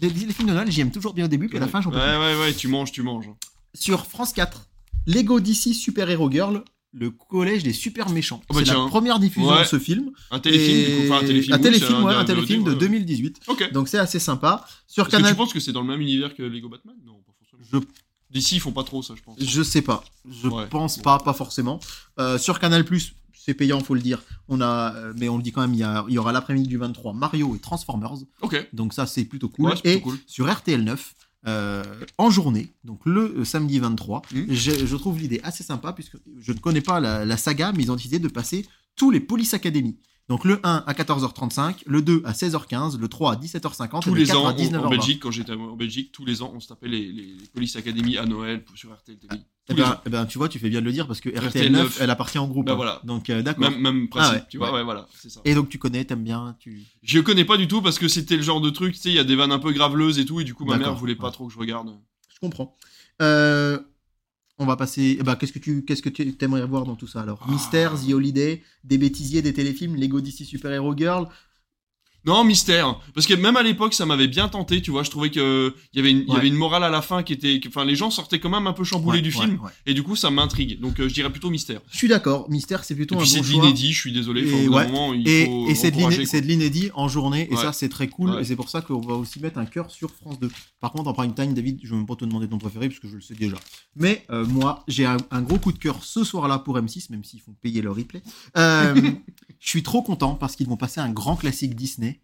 B: Les, les films de Noël, j'y aime toujours bien au début, puis à la fin, j'en peux
A: ouais,
B: plus.
A: ouais, ouais, tu manges, tu manges.
B: Sur France 4, Lego DC Super Hero Girl, le collège des super méchants.
A: Oh bah
B: C'est la
A: tiens.
B: première diffusion
A: Ouais.
B: de ce film.
A: Un téléfilm,
B: Et-
A: du coup. Enfin, un téléfilm.
B: un
A: oui,
B: téléfilm,
A: c'est
B: ouais, un
A: DOD,
B: téléfilm de
A: ouais.
B: 2018.
A: Ok.
B: Donc c'est assez sympa. Sur
A: Est-ce que
B: Canal
A: tu penses que c'est dans le même univers que Lego Batman Non, pas forcément.
B: Je-
A: D'ici, ils font pas trop ça, je pense.
B: Je sais pas. Je
A: Ouais.
B: pense pas, pas forcément. Euh, sur Canal c'est payant, faut le dire. On a, euh, mais on le dit quand même, il y, a- il y aura l'après-midi du 23 Mario et Transformers.
A: Ok.
B: Donc ça, c'est plutôt cool.
A: Ouais, c'est
B: et
A: plutôt cool.
B: sur RTL 9. euh, en journée, donc le euh, samedi 23,
A: Mhm.
B: je, je trouve l'idée assez sympa puisque je ne connais pas la, la saga, mais ils ont décidé de passer tous les Police Academy. Donc le 1 à 14h35, le 2 à 16h15, le 3 à 17h50,
A: Tous
B: et le
A: les
B: 4
A: ans,
B: à
A: en- en
B: 19h20.
A: Belgique, quand j'étais en Belgique, tous les ans, on se tapait les, les, les Police Academy à Noël sur RTL TV.
B: Eh
A: tous les
B: ben-
A: ans.
B: eh ben, tu vois, tu fais bien de le dire parce que RTL9,
A: RTL neuf,
B: elle appartient en groupe.
A: bah
B: hein.
A: voilà.
B: Donc euh, d'accord.
A: Même, même principe,
B: Ah ouais,
A: tu vois,
B: ouais.
A: ouais, voilà, c'est ça.
B: Et donc tu connais, t'aimes bien, tu.
A: Je connais pas du tout parce que c'était le genre de truc, tu sais, il y a des vannes un peu graveleuses et tout, et du coup, ma
B: D'accord,
A: mère voulait pas
B: ouais.
A: trop que je regarde.
B: Je comprends. Euh, on va passer. eh ben, qu'est-ce que tu, qu'est-ce que tu aimerais voir dans tout ça alors
A: Ah.
B: Mystère, The Holiday, des bêtisiers, des téléfilms, Lego DC Super Hero Girl.
A: Non, mystère. Parce que même à l'époque, ça m'avait bien tenté, tu vois. Je trouvais que il y avait une, il y
B: Ouais.
A: avait une morale à la fin qui était, que- enfin, les gens sortaient quand même un peu chamboulés
B: Ouais,
A: du
B: ouais,
A: film,
B: ouais.
A: et du coup, ça m'intrigue. Donc, euh, je dirais plutôt mystère.
B: Je suis d'accord. Mystère, c'est
A: Et
B: plutôt
A: puis
B: un
A: c'est
B: bon
A: de
B: choix.
A: l'inédit, je suis désolé.
B: Et
A: enfin, au bout d'un
B: ouais.
A: moment, il
B: Et,
A: faut
B: et c'est de
A: encourager,
B: l'iné-
A: quoi.
B: c'est de l'inédit en journée, et
A: Ouais.
B: ça c'est très cool,
A: Ouais.
B: et c'est pour ça qu'on va aussi mettre un cœur sur France 2. Par contre, en prime time, David, je ne vais même pas te demander ton préféré, parce que je le sais déjà. Mais euh, moi, j'ai un, un gros coup de cœur ce soir-là pour M6, même s'ils font payer le replay. Euh, je suis trop content parce qu'ils vont passer un grand classique Disney,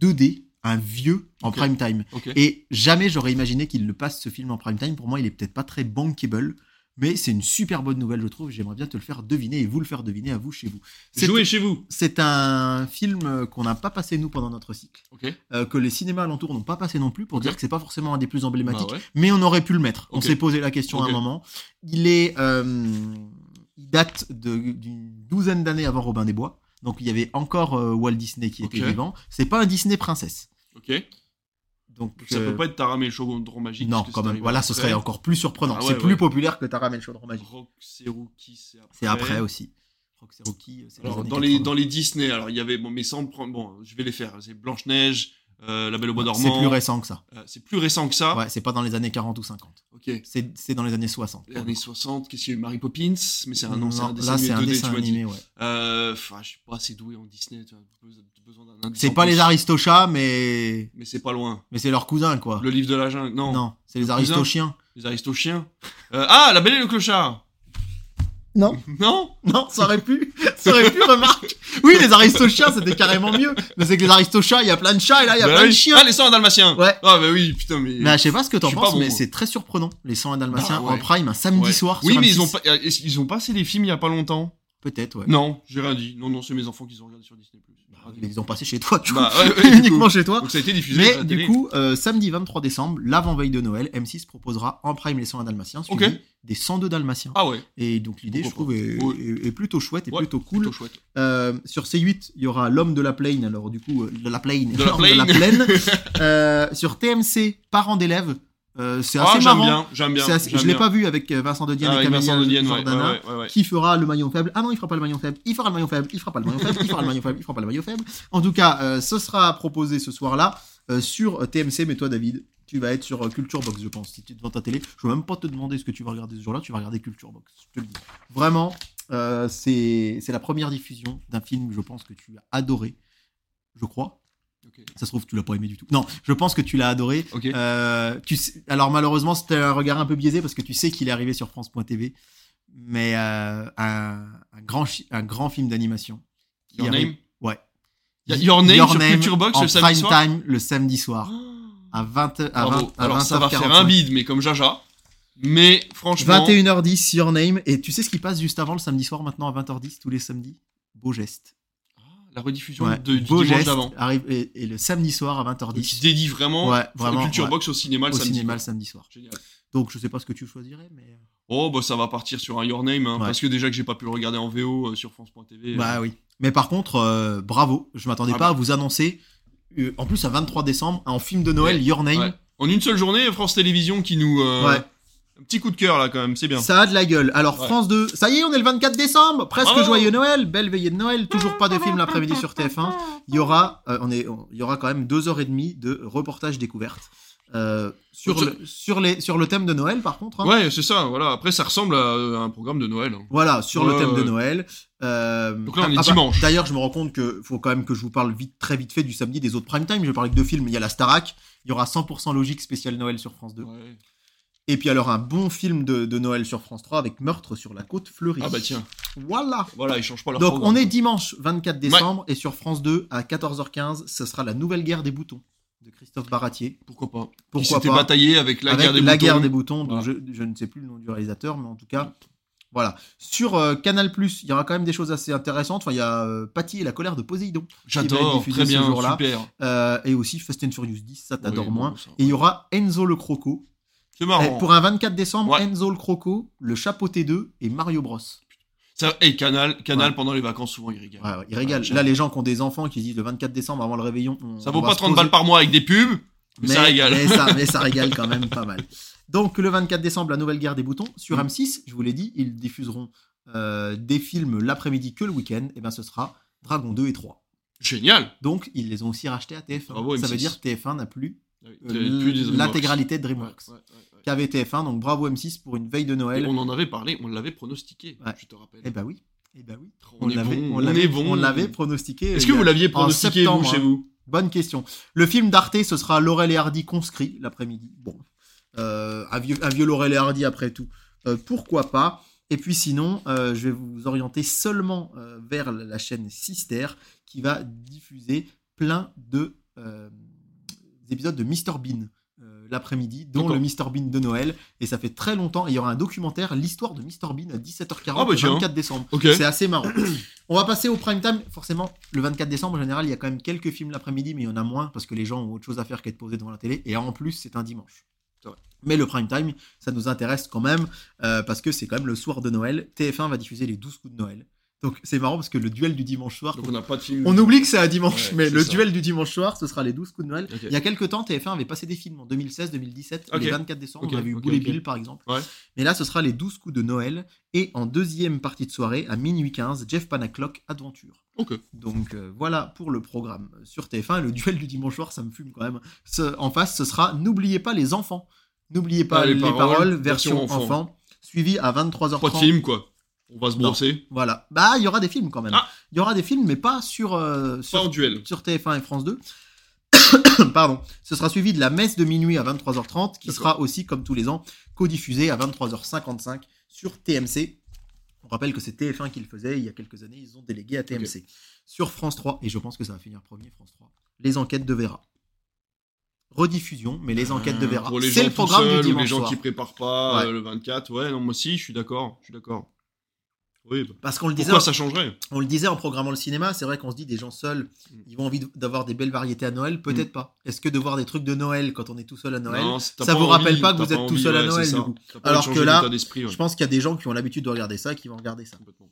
B: 2D, un vieux, en
A: Ok.
B: prime time.
A: Ok.
B: Et jamais j'aurais imaginé qu'il le passe ce film en prime time. Pour moi, il est peut-être pas très bankable, mais c'est une super bonne nouvelle, je trouve. J'aimerais bien te le faire deviner et vous le faire deviner à vous chez vous. C'est-
A: Jouez chez vous.
B: C'est un film qu'on n'a pas passé nous pendant notre cycle,
A: Ok.
B: euh, que les cinémas alentours n'ont pas passé non plus pour
A: Ok.
B: dire que c'est pas forcément un des plus
A: Bah
B: emblématiques,
A: ouais.
B: mais on aurait pu le mettre. On
A: Ok.
B: s'est posé la question à
A: Ok.
B: un moment. Il est, euh, il date de- d'une douzaine d'années avant Robin des Bois, donc il y avait encore euh, Walt Disney qui
A: Ok.
B: était vivant. C'est pas un Disney princesse.
A: Ok.
B: Donc,
A: Ça
B: euh,
A: peut pas être Taram et le Chaudron Magique.
B: non,
A: parce que
B: quand
A: c'est
B: même.
A: arrivé
B: Voilà, ce
A: après.
B: serait encore plus surprenant.
A: Ah ouais,
B: c'est plus
A: ouais.
B: populaire que Taram et le chaudron magique.
A: Rock, c'est Rookie, c'est après.
B: C'est après aussi. Rock, c'est Rocky, euh, c'est les
A: Alors,
B: années
A: dans les,
B: 80.
A: dans les Disney, alors il y avait, bon, mais sans prendre, bon, je vais les faire. C'est Blanche-Neige, euh, La Belle au Bois dormant.
B: C'est plus récent que ça.
A: Euh, c'est plus récent que ça.
B: Ouais, c'est pas dans les années 40 ou 50.
A: Ok. Les
B: C'est c'est dans les années 60.
A: années 60, qu'est-ce qu'il y a eu Mary Poppins, mais Ah c'est un, non, c'est un
B: Non,
A: dessin
B: là,
A: animé
B: c'est un
A: 2D,
B: dessin
A: tu m'as dit.
B: animé, ouais.
A: Euh, enfin, je suis pas assez doué en Disney, tu vois, j'ai besoin d'un indice
B: C'est
A: en
B: pas
A: plus.
B: les Aristochats, mais,
A: Mais c'est pas loin.
B: mais c'est leurs cousins, quoi.
A: Le livre de la jungle, non.
B: Non, c'est les
A: cousin.
B: Aristochiens.
A: Les Aristochiens. Euh, ah, La Belle et le Clochard
B: Non.
A: Non
B: Non, ça aurait pu. Ça aurait pu, remarque. Oui, les aristochats, c'était carrément mieux. Mais c'est que les aristochats, il y a plein de chats et là, il y a
A: Bah
B: plein de
A: oui.
B: chiens.
A: Ah, les 101 Dalmatiens
B: Ouais.
A: Ah, bah oui, putain, mais.
B: Mais je sais pas ce que t'en
A: Je suis
B: penses,
A: pas bon,
B: mais
A: moi.
B: c'est très surprenant. Les 101 Dalmatiens
A: Bah ouais.
B: en prime un samedi
A: Ouais.
B: soir.
A: oui,
B: sur
A: mais ils ont,
B: M6.
A: pas, euh, ils ont passé les films il y a pas longtemps.
B: Peut-être, ouais.
A: Non, j'ai rien dit. Non, non, c'est mes enfants qui ont regardé sur Disney.
B: Bah, Mais ils ont passé chez toi, tu vois.
A: Bah, ouais, ouais, du coup.
B: Uniquement chez toi.
A: Donc ça a été diffusé. à
B: Mais
A: la
B: du
A: télé.
B: coup, euh, samedi 23 décembre, l'avant-veille de Noël, M6 proposera en prime les 101 Dalmatiens, suivi
A: Ok.
B: des 102 Dalmatiens.
A: Ah ouais,
B: Et donc l'idée, je
A: Pourquoi
B: trouve, est,
A: pas. Ouais.
B: est- est plutôt chouette et
A: Ouais,
B: plutôt cool.
A: plutôt chouette.
B: Euh, sur C8, il y aura L'homme de la plaine, alors du coup, euh, de la plaine,
A: De la
B: l'homme de la
A: plaine.
B: plaine. Euh, sur TMC, parents d'élèves, euh, c'est
A: Ah,
B: assez
A: j'aime
B: marrant.
A: bien, j'aime bien.
B: C'est assez-
A: j'aime
B: Je l'ai
A: bien.
B: pas vu avec euh, Vincent Dodienne
A: Ah,
B: et
A: avec
B: Camilla
A: Vincent Dodienne, ouais,
B: Jordana.
A: ouais, ouais, ouais, ouais.
B: Qui fera le maillon faible Ah non, il fera pas le maillon faible. Il fera le maillon faible. Il fera pas le maillon faible. Il fera le maillon faible. Il fera pas le maillon faible. En tout cas, euh, ce sera proposé ce soir-là euh, sur euh, TMC. Mais toi, David, tu vas être sur euh, Culture Box, je pense. Si tu es devant ta télé, je vais même pas te demander ce que tu vas regarder ce jour-là. Tu vas regarder Culture Box. Je te le dis. Vraiment, euh, c'est c'est la première diffusion d'un film, je pense, que tu as adoré. Je crois.
A: Ok.
B: Ça se trouve, tu l'as pas aimé du tout. Non, je pense que tu l'as adoré.
A: Ok.
B: Euh, tu sais- alors malheureusement, c'était un regard un peu biaisé parce que tu sais qu'il est arrivé sur France.tv, mais euh, un, un grand chi- un grand film d'animation. qui
A: Your
B: arrive-
A: Name
B: Ouais.
A: Y- Your Name sur Culture Box
B: en
A: le samedi
B: prime
A: soir Oh,
B: time le samedi soir à 20 à
A: Bravo.
B: 20 à
A: Alors ça va
B: 20h45.
A: faire un bide, mais comme Jaja. Mais franchement,
B: 21h10 Your Name et tu sais ce qui passe juste avant le samedi soir maintenant à 20h10 tous les samedis. Beau geste.
A: la rediffusion
B: Ouais,
A: de, du
B: Beau
A: dimanche
B: geste
A: d'avant.
B: arrive et, et le samedi soir à
A: Donc ils
B: 20h10
A: dédient vraiment,
B: Ouais, vraiment,
A: Culture
B: ouais.
A: Box au cinéma le
B: au
A: samedi.
B: cinéma le samedi soir.
A: Génial.
B: Donc je sais pas ce que tu choisirais mais
A: Oh bah ça va partir sur un Your Name hein,
B: Ouais.
A: parce que déjà que j'ai pas pu le regarder en VO euh, sur France.tv. euh,
B: Bah oui. Mais par contre, euh, bravo. Je m'attendais
A: Ah
B: pas
A: bah.
B: à vous annoncer. euh, en plus, à 23 décembre, en film de Noël,
A: Ouais.
B: Your Name.
A: ouais. En une seule journée, France Télévisions qui nous euh,
B: Ouais.
A: un petit coup de cœur là quand même, c'est bien.
B: Ça a de la gueule. Alors,
A: Ouais.
B: France 2, ça y est, on est le 24 décembre. Presque
A: Bravo.
B: joyeux Noël. Belle veillée de Noël. Toujours pas de film l'après-midi sur TF1. Il y aura, euh, on est, on- il y aura quand même deux heures et demie de reportage découverte. euh, sur,
A: Donc,
B: le, sur, les, sur le thème de Noël, par contre. hein.
A: Ouais, c'est ça. Voilà. Après ça ressemble à, euh, à un programme de Noël. hein.
B: Voilà, sur le
A: Ouais,
B: thème de
A: ouais.
B: Noël. Euh,
A: Donc là, on est
B: bah,
A: dimanche.
B: D'ailleurs, je me rends compte que faut quand même que je vous parle vite, très vite fait du samedi des autres prime time. Je vais parler de deux films. Il y a la Starac. Il y aura 100% logique spécial Noël sur France 2.
A: Ouais.
B: Et puis alors un bon film de, de Noël sur France 3 avec Meurtre sur la côte fleurie.
A: Ah bah tiens,
B: Voilà.
A: voilà, ils changent pas leur
B: Donc
A: programme.
B: on est dimanche 24 décembre et sur France 2 à 14h15, ce sera la Nouvelle Guerre des boutons de Christophe Baratier.
A: Pourquoi pas Qui
B: Pourquoi
A: s'était
B: pas
A: bataillé avec la
B: avec
A: guerre des
B: La
A: boutons.
B: Guerre des Boutons, dont
A: Voilà.
B: je, je ne sais plus le nom du réalisateur, mais en tout cas, voilà. Sur euh, Canal+, il y aura quand même des choses assez intéressantes. Enfin, il y a euh, Patty et la colère de Poséidon. qui va être
A: J'adore,
B: diffusé
A: très
B: ce
A: bien,
B: jour-là.
A: super.
B: Euh, et aussi Fast and Furious 10, ça t'adore
A: Oui, bon,
B: moins.
A: ça, ouais.
B: Et il y aura Enzo le Croco.
A: C'est
B: Eh,
A: marrant.
B: Pour un 24 décembre,
A: Ouais.
B: Enzo le Croco, le Chapeau T2 et Mario Bros.
A: Ça- Et Canal, Canal
B: Ouais.
A: pendant les vacances, souvent, ils rigolent.
B: Ouais, ouais, il régale.
A: Ouais,
B: Là, les gens qui ont des enfants qui se disent le 24 décembre avant le réveillon. on-
A: Ah, Ça
B: on
A: vaut
B: va
A: pas
B: se
A: 30
B: poser.
A: balles par mois avec des pubs, mais, ça régale.
B: Mais ça, mais ça régale quand même pas mal. Donc, le 24 décembre, la nouvelle guerre des boutons.
A: Mm.
B: Sur M6, je vous l'ai dit, ils diffuseront euh, des films l'après-midi que le week-end. Et bien, ce sera Dragon 2 et 3.
A: Génial.
B: Donc, ils les ont aussi rachetés à TF1.
A: Bravo,
B: ça
A: M6.
B: veut dire TF1 n'a plus
A: Ouais,
B: euh,
A: t'as plus des
B: l'intégralité de
A: Dreamworks.
B: DreamWorks.
A: Ouais, ouais, ouais, ouais.
B: Qu'avait TF1, donc bravo M6 pour une veille de
A: Et
B: Noël.
A: on en avait parlé, on l'avait pronostiqué,
B: Ouais.
A: je te rappelle.
B: Eh ben oui. Eh ben oui.
A: on, est
B: l'avait-
A: bon,
B: on
A: on,
B: l'avait-
A: est bon.
B: on l'avait pronostiqué. euh,
A: Est-ce
B: il
A: que
B: y a-
A: vous l'aviez
B: en
A: pronostiqué, vous,
B: septembre,
A: chez
B: hein.
A: vous
B: Bonne question. Le film d'Arte, ce sera Laurel et Hardy conscrits l'après-midi. Bon, Euh, un, vieux, un vieux Laurel et Hardy après tout. Euh, pourquoi pas Et puis sinon, euh, je vais vous orienter seulement euh, vers la chaîne Sister qui va diffuser plein de euh, épisodes de Mr Bean euh, l'après-midi, dont
A: D'accord.
B: le Mr Bean de Noël. Et ça fait très longtemps. Et il y aura un documentaire, l'histoire de Mr Bean à 17h40
A: Ah bah
B: le
A: tiens.
B: 24 décembre.
A: Ok.
B: C'est assez marrant. On va passer au prime time. Forcément, le 24 décembre, en général, il y a quand même quelques films l'après-midi, mais il y en a moins parce que les gens ont autre chose à faire qu'être posés devant la télé. Et en plus, c'est un dimanche.
A: C'est vrai.
B: Mais le prime time, ça nous intéresse quand même euh, parce que c'est quand même le soir de Noël. TF1 va diffuser les 12 coups de Noël. Donc c'est marrant parce que le duel du dimanche soir,
A: Donc on n'a pas de film.
B: on oublie que c'est un dimanche,
A: Ouais,
B: mais
A: c'est
B: le
A: ça.
B: duel du dimanche soir, ce sera les 12 coups de Noël.
A: Ok.
B: Il y a quelques temps, TF1 avait passé des films en 2016, 2017,
A: Ok.
B: les 24 décembre,
A: Ok,
B: on a vu
A: ok,
B: Boule et
A: ok.
B: Bill par exemple.
A: Ouais.
B: Mais là, ce sera les 12 coups de Noël. Et en deuxième partie de soirée, à minuit 15, Jeff Panaclock Adventure.
A: Ok.
B: Donc euh, voilà pour le programme sur TF1. Le duel du dimanche soir, ça me fume quand même. Ce- en face, ce sera N'oubliez pas les enfants. N'oubliez pas
A: Ah,
B: les,
A: les
B: paroles,
A: paroles,
B: version,
A: version
B: enfant.
A: enfant.
B: Suivi à 23h30.
A: Pas de film, quoi. On va se
B: Non.
A: brosser.
B: Voilà. Bah, il y aura des films quand même. Il
A: Ah.
B: y aura des films, mais pas sur, euh, sur
A: Pas en duel.
B: sur TF1 et France 2. Pardon. Ce sera suivi de la messe de minuit à 23h30, qui
A: D'accord.
B: sera aussi, comme tous les ans, codiffusée à 23h55 sur TMC. On rappelle que c'est TF1 qui le faisait il y a quelques années, ils ont délégué à TMC. Sur France 3, et je pense que ça va finir premier, France 3, les enquêtes de Vera. Rediffusion, mais les enquêtes de Vera.
A: Ah, Pour les
B: C'est
A: gens
B: le
A: tout
B: programme
A: seuls
B: du
A: ou
B: dimanche
A: les gens
B: soir.
A: qui préparent pas
B: Ouais.
A: euh, le 24. Ouais, non, moi aussi, je suis d'accord. Je suis d'accord. Oui, bah,
B: Parce qu'on le disait,
A: pourquoi ça changerait
B: on le disait en programmant le cinéma, c'est vrai qu'on se dit des gens seuls, ils ont envie de- d'avoir des belles variétés à Noël, peut-être pas. Est-ce que de voir des trucs de Noël quand on est tout seul à Noël
A: Mm. Non, c'est- t'as
B: ça vous
A: envie,
B: rappelle pas que
A: t'as
B: vous êtes tout seul à
A: ouais, c'est
B: Noël,
A: ça.
B: du coup.
A: T'as pas envie de
B: Alors que
A: changer
B: là,
A: l'état d'esprit, ouais.
B: Je pense qu'il y a des gens qui ont l'habitude de regarder ça, qui vont regarder ça.
A: Complètement.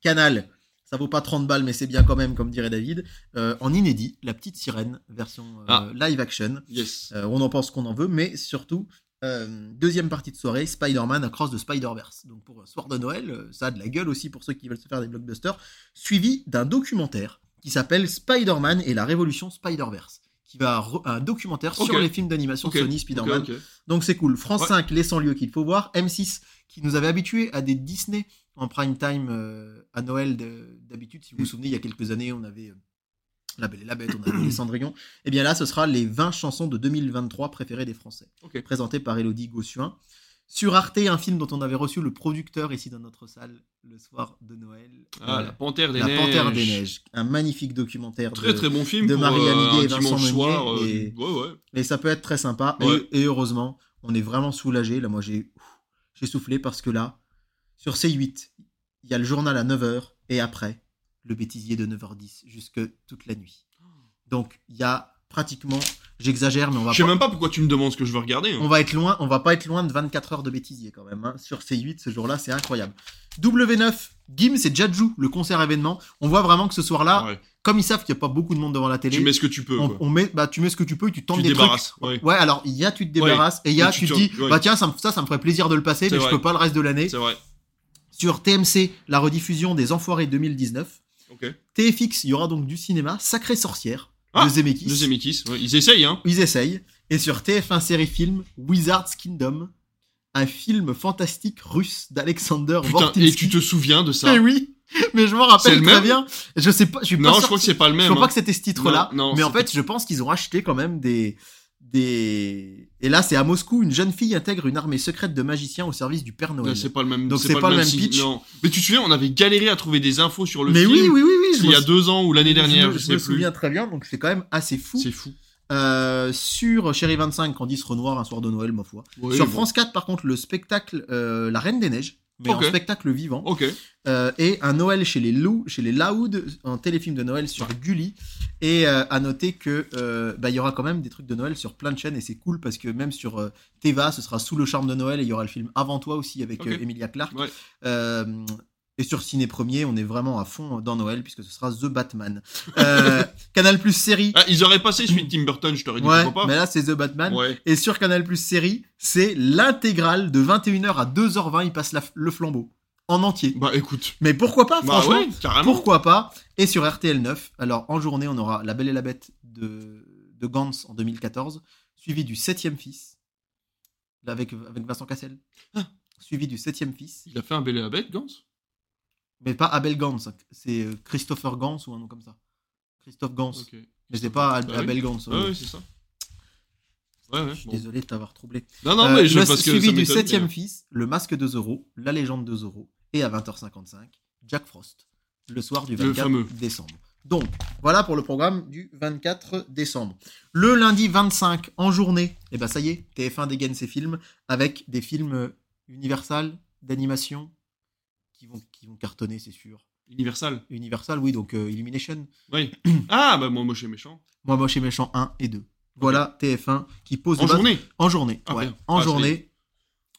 B: Canal, ça vaut pas 30 balles, mais c'est bien quand même, comme dirait David. Euh, en inédit, La Petite Sirène, version euh,
A: Ah.
B: live action.
A: Yes.
B: Euh, on en pense qu'on en veut, mais surtout, euh, deuxième partie de soirée, Spider-Man Across the Spider-Verse. Donc pour un soir de Noël, euh, ça a de la gueule aussi pour ceux qui veulent se faire des blockbusters, suivi d'un documentaire qui s'appelle Spider-Man et la révolution Spider-Verse, qui va re- un documentaire sur
A: Ok.
B: les films d'animation
A: Ok.
B: Sony Spider-Man.
A: Ok, Ah, ok.
B: Donc c'est cool. France
A: Ouais.
B: 5, les 100 lieux qu'il faut voir. M6, qui nous avait habitués à des Disney en prime time euh, à Noël de- d'habitude. Si vous vous souvenez, il y a quelques années, on avait euh, La Belle et la Bête, on avait les Cendrillon. Et bien là, ce sera les 20 chansons de 2023 préférées des Français,
A: Ok.
B: présentées par Elodie Gossuin. Sur Arte, un film dont on avait reçu le producteur ici dans notre salle le soir de Noël.
A: Ah,
B: Euh,
A: la Panthère des
B: la
A: Neiges.
B: Panthère des Neiges, un magnifique documentaire
A: Très
B: de,
A: très bon film
B: de
A: pour
B: Marie
A: euh,
B: Hallyday et
A: un
B: Vincent
A: dimanche
B: Meunier
A: soir. euh,
B: et-
A: Ouais, ouais.
B: mais ça peut être très sympa. Et-
A: Ouais.
B: Et, heureusement, on est vraiment soulagé. Là, moi, j'ai ouf, j'ai soufflé parce que là, sur C8, il y a le journal à 9h et après, le bêtisier de 9h10 jusque toute la nuit. Donc, il y a pratiquement, j'exagère, mais on va,
A: Je sais
B: Bah, pas-
A: même pas pourquoi tu me demandes ce que je veux regarder. hein.
B: on va être loin, on va pas être loin de 24 heures de bêtisier quand même. hein. Sur C8, ce jour-là, c'est incroyable. W9, Gim, c'est Jajou, le concert événement. On voit vraiment que ce soir-là,
A: Ouais.
B: comme ils savent qu'il n'y a pas beaucoup de monde devant la télé,
A: Tu mets ce que tu peux.
B: on,
A: quoi.
B: on met, bah, tu mets ce que tu peux et tu tentes
A: Tu te
B: des trucs.
A: débarrasses. ouais.
B: Ouais, alors il y a tu te débarrasses et il y a
A: Et tu
B: tu te
A: te-
B: dis
A: ouais.
B: bah tiens ça, me- ça ça me ferait plaisir de le passer
A: C'est
B: mais
A: vrai.
B: je peux pas le reste de l'année.
A: C'est vrai.
B: Sur TMC, la rediffusion des Enfoirés 2019.
A: Ok.
B: TFX, il y aura donc du cinéma Sacré sorcière
A: Ah,
B: de Zemeckis.
A: Deuxième X. ouais. Ils essayent, hein.
B: Ils essayent et sur TF1 série film Wizard's Kingdom, un film fantastique russe d'Alexander
A: Putain,
B: Vortinsky.
A: et tu te souviens de ça
B: Mais oui, mais je m'en
A: C'est
B: rappelle
A: le
B: très
A: même
B: bien. Je sais pas, je suis pas
A: Non, je
B: sûr
A: crois que c'est pas le
B: je
A: même.
B: crois pas
A: hein.
B: que c'était ce titre-là.
A: Non, non,
B: mais en
A: c'était-
B: fait, je pense qu'ils ont acheté quand même des. des... Et là, c'est à Moscou, une jeune fille intègre une armée secrète de magiciens au service du Père Noël.
A: Non, C'est pas le même.
B: Donc c'est pas le même
A: signe,
B: pitch.
A: non. Mais tu te souviens, on avait galéré à trouver des infos sur le
B: mais
A: film.
B: oui, oui, oui, oui.
A: Il y a deux ans ou l'année dernière,
B: je,
A: je,
B: me- je
A: sais
B: me
A: plus.
B: souviens très bien, donc c'est quand même assez fou.
A: C'est fou.
B: Euh, sur Chéri 25, Candice Renoir, un soir de Noël, ma foi.
A: Ouais,
B: sur
A: bon.
B: France 4, par contre, le spectacle euh, La Reine des Neiges, mais
A: Ok.
B: en spectacle vivant.
A: Ok.
B: Euh, et un Noël chez les loups, chez les Laoud, un téléfilm de Noël sur Gulli. Et euh, à noter que euh, bah, il y aura quand même des trucs de Noël sur plein de chaînes et c'est cool parce que même sur euh, Teva, ce sera sous le charme de Noël et il y aura le film Avant toi aussi avec
A: Ok.
B: euh, Emilia Clarke.
A: Ouais.
B: Euh, et sur Ciné Premier, on est vraiment à fond dans Noël puisque ce sera The Batman. Euh, Canal Plus série.
A: Ah, ils auraient passé celui de Tim Burton, je t'aurais dit
B: ouais,
A: pourquoi
B: mais là c'est The Batman.
A: pas. Ouais.
B: Et sur Canal Plus série, c'est l'intégrale de 21h à 2h20, il passe la f- le flambeau en entier.
A: Bah écoute.
B: Mais pourquoi pas,
A: Bah
B: franchement
A: ouais, carrément.
B: pourquoi pas Et sur RTL 9, alors en journée, on aura La Belle et la Bête de, de Gans en 2014, suivi du Septième Fils, là, avec, avec Vincent Cassel.
A: Ah.
B: Suivi du Septième Fils,
A: Il a fait un Belle et la Bête, Gans
B: mais pas Abel Gans, c'est euh, Christopher Gans ou un nom comme ça. Christophe Gans,
A: Ok.
B: mais c'est pas Ab-
A: Bah oui.
B: Abel Gans.
A: Ouais,
B: euh,
A: ouais, c'est ça. Ouais, ouais.
B: Je suis
A: bon.
B: désolé de t'avoir troublé.
A: Non, non,
B: Euh,
A: mais je
B: le-
A: parce que
B: suivi
A: ça
B: du
A: m'étonne, mais-
B: Septième Fils, Le Masque de Zorro, La Légende de Zorro, et à 20h55, Jack Frost, le soir du
A: Le
B: 24
A: fameux.
B: décembre. Donc, voilà pour le programme du 24 décembre. Le lundi 25, en journée, et ben ça y est, TF1 dégaine ses films avec des films euh, Universal, d'animation, qui vont, qui vont cartonner, c'est sûr.
A: Universal.
B: Universal, oui, donc euh, Illumination,
A: Oui. Ah, bah moi, moi, je suis méchant.
B: Moi Moche et Méchant 1 et 2. Voilà TF1 qui pose
A: En
B: le bas-
A: journée.
B: en journée,
A: Ah,
B: ouais,
A: bien.
B: en
A: Ah,
B: journée.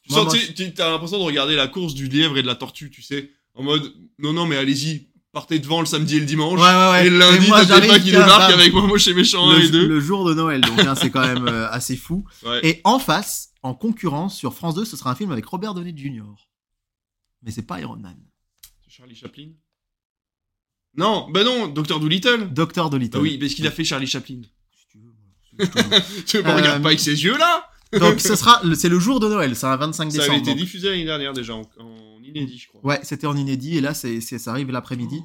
A: Tu
B: Bah, Moi,
A: sens, tu sais, tu- t'as l'impression de regarder la course du lièvre et de la tortue, tu sais. En mode, non, non, mais allez-y, partez devant le samedi et le dimanche.
B: Ouais, ouais, ouais.
A: Et le lundi,
B: moi,
A: t'as des
B: j'arrive
A: pas qui
B: qu'à
A: débarquent
B: ça.
A: avec moi, moi, chez méchant un
B: le,
A: et deux.
B: le jour de Noël, donc hein, c'est quand même euh, assez fou.
A: Ouais.
B: Et en face, en concurrence sur France 2, ce sera un film avec Robert Downey Jr. Mais c'est pas Iron Man.
A: Charlie Chaplin Non, bah non, Docteur Doolittle.
B: Docteur Dolittle.
A: Bah oui, parce qu'il a fait Charlie Chaplin.
B: Si tu veux, moi, si tu veux.
A: Tu me regardes
B: Euh,
A: pas avec ses yeux là
B: donc ce sera, le- c'est le jour de Noël, c'est un 25
A: Ça
B: décembre.
A: avait été
B: donc.
A: diffusé l'année dernière déjà, en, en inédit, je crois. Oh.
B: Ouais, c'était en inédit et là, c'est, c'est- ça arrive l'après-midi.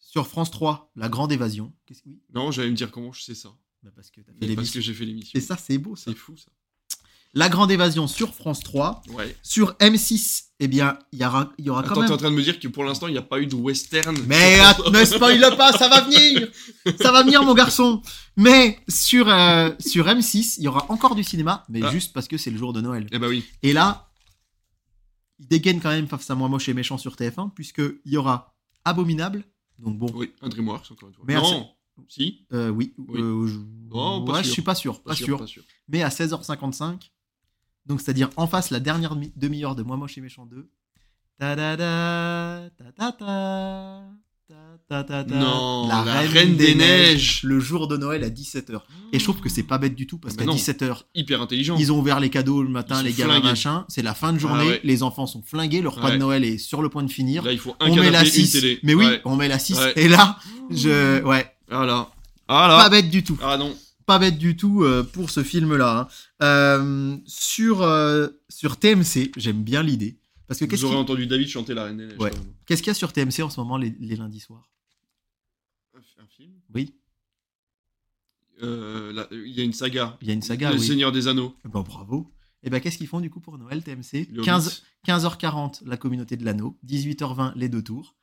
B: Sur France 3, La Grande Évasion. Qu'est-ce que- oui.
A: Non, j'allais me dire comment je sais ça.
B: Bah, parce que t'as fait
A: Mais Parce
B: l'émission.
A: que j'ai fait l'émission.
B: Et ça, c'est beau, ça.
A: C'est fou ça.
B: La Grande Évasion sur France 3.
A: Ouais.
B: Sur M6, eh bien, il y aura, il y aura quand
A: Attends, t'es en
B: même...
A: train de me dire que pour l'instant, il n'y a pas eu de western.
B: Mais
A: sur-
B: att- ne spoil pas, ça va venir Ça va venir, mon garçon Mais sur, euh, sur M6, il y aura encore du cinéma, mais
A: Ah.
B: juste parce que c'est le jour de Noël.
A: Eh bah oui.
B: Et là, il dégaine quand même face à moi moche et méchant sur TF1, puisqu'il y aura Abominable, donc bon,
A: Oui, un DreamWorks encore une fois.
B: Merde,
A: non Si
B: euh, oui,
A: Oui.
B: euh, je...
A: Oh, pas
B: ouais,
A: sûr.
B: je suis pas sûr, pas, sûr,
A: Pas sûr.
B: mais à 16h55, donc c'est-à-dire en face la dernière demi- demi-heure de Moi Moche et Méchant 2. Ta da da, ta ta ta, ta ta ta ta.
A: Non, la Reine des Neiges.
B: le jour de Noël à 17h. Et je trouve que c'est pas bête du tout parce
A: Ah bah
B: qu'à
A: non.
B: 17h,
A: hyper intelligent.
B: ils ont ouvert les cadeaux le matin,
A: sont
B: les gamins
A: flingués.
B: machin. C'est la fin de journée,
A: Ah ouais.
B: les enfants sont flingués, leur repas
A: Ouais.
B: de Noël est sur le point de finir.
A: Là, il faut un
B: on met la
A: canapé, une
B: 6.
A: télé.
B: Mais oui,
A: Ouais.
B: on met la 6.
A: Ouais.
B: Et là, je. Ouais,
A: Ah là. Ah là.
B: pas bête du tout
A: Ah non.
B: pas bête du tout euh, pour ce film-là. hein. Euh, sur, euh, sur TMC, j'aime bien l'idée. Parce que qu'est-ce
A: Vous aurez
B: qu'il
A: entendu David chanter la Reine des Neiges.
B: Ouais.
A: quand même.
B: qu'est-ce qu'il y a sur TMC en ce moment les, les lundis soirs
A: Un film
B: Oui,
A: Euh, là, Il y a une saga.
B: il y a une saga.
A: Le
B: oui.
A: Seigneur des Anneaux.
B: Eh ben, bravo. Et ben qu'est-ce qu'ils font du coup pour Noël TMC
A: Le
B: 15,
A: Hobbit.
B: 15h40, la communauté de l'anneau. 18h20, les deux tours.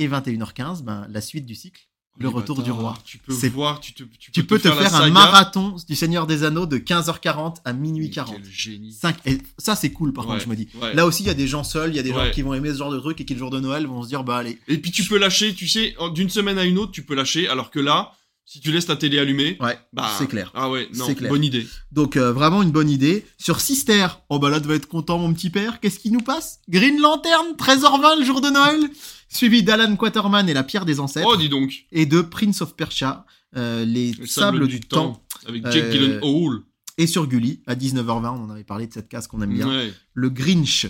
B: Et 21h15, ben, la suite du cycle. Le
A: Les
B: retour
A: bâtards,
B: du roi.
A: Tu peux
B: C'est-
A: voir, tu, te, tu,
B: Tu peux te
A: la
B: faire un
A: saga.
B: marathon du Seigneur des Anneaux de 15h40 à minuit
A: Mais
B: 40.
A: Quel génie.
B: Cinq- Et ça, c'est cool par contre,
A: Ouais.
B: je me dis.
A: Ouais.
B: Là aussi, il y a des gens seuls, il y a des gens
A: Ouais.
B: qui vont aimer ce genre de truc et qui, le jour de Noël, vont se dire Bah, allez,
A: Et puis tu peux lâcher, tu sais, en- d'une semaine à une autre, tu peux lâcher, alors que là, si tu laisses ta télé allumée,
B: ouais,
A: bah.
B: c'est clair.
A: Ah ouais, non,
B: C'est clair.
A: bonne idée.
B: Donc, euh, vraiment une bonne idée. Sur Sister, oh bah là, tu vas être content, mon petit père. Qu'est-ce qui nous passe Green Lantern, 13h20 le jour de Noël, suivi d'Alan Quaterman et la pierre des ancêtres,
A: Oh, dis donc,
B: et de Prince of Persia, euh, les
A: le
B: sables
A: sable
B: du, temps.
A: avec
B: Euh,
A: Jake Gyllenhaal.
B: et sur Gulli, à 19h20, on en avait parlé de cette case qu'on aime bien,
A: Ouais.
B: le Grinch.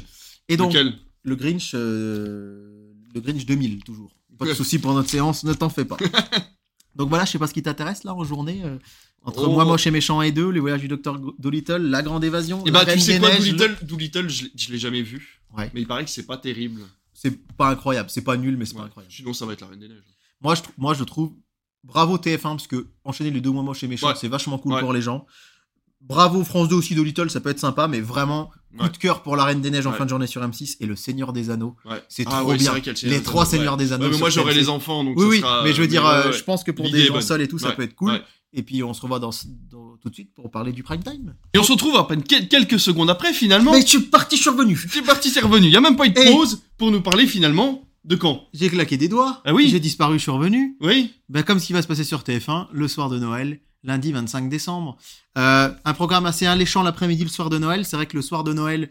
B: Et donc,
A: Lequel
B: le Grinch, euh, le Grinch 2000 toujours. Pas de souci pour notre séance, ne t'en fais pas. Donc voilà, je sais pas ce qui t'intéresse là en journée. euh, entre
A: Oh.
B: moi, moche et méchant et deux, les voyages du docteur Dolittle, la grande évasion.
A: Et
B: la
A: bah, tu
B: Reine
A: sais
B: des
A: quoi,
B: Neiges, le-
A: Doolittle, Doolittle, je l'ai- je l'ai jamais vu.
B: Ouais.
A: Mais il paraît que c'est pas terrible.
B: C'est pas incroyable, c'est pas nul, mais c'est pas
A: Ouais.
B: incroyable.
A: Sinon, ça va être la Reine des Neiges.
B: Moi, je, trou- moi, je trouve bravo TF1 parce que enchaîner les deux mois moches et méchants,
A: Ouais.
B: c'est vachement cool
A: Ouais.
B: pour les gens. Bravo France 2 aussi, Dolittle, ça peut être sympa, mais vraiment coup
A: Ouais.
B: de cœur pour la Reine des Neiges en
A: Ouais.
B: fin de journée sur M6 et le Seigneur des Anneaux.
A: Ouais.
B: C'est
A: Ah
B: trop
A: ouais, c'est
B: bien.
A: vrai qu'il y a le Seigneur
B: les
A: des
B: trois
A: Anneaux, ouais.
B: Seigneurs des Anneaux.
A: Ouais, mais moi,
B: sur
A: j'aurais
B: TMC.
A: les enfants, donc
B: Oui,
A: ça
B: oui,
A: sera-
B: mais je veux dire,
A: ouais,
B: euh,
A: ouais,
B: je pense que pour
A: L'idée
B: des
A: est
B: gens
A: bonne.
B: seuls et tout, ça
A: Ouais,
B: peut être cool.
A: ouais.
B: Et puis on se revoit dans, dans- tout de suite pour parler du prime time.
A: Et on se retrouve à peine quel- quelques secondes après, finalement.
B: Mais Eh. je suis parti, je suis revenu.
A: C'est parti, c'est revenu. Il n'y a même pas eu de
B: Et-
A: pause pour nous parler finalement de quand.
B: J'ai claqué des doigts.
A: Ah oui.
B: J'ai disparu, je suis revenu.
A: Oui
B: Ben, comme ce qui va se passer sur TF1 le soir de Noël, lundi 25 décembre. Euh, un programme assez alléchant l'après-midi le soir de Noël. C'est vrai que le soir de Noël,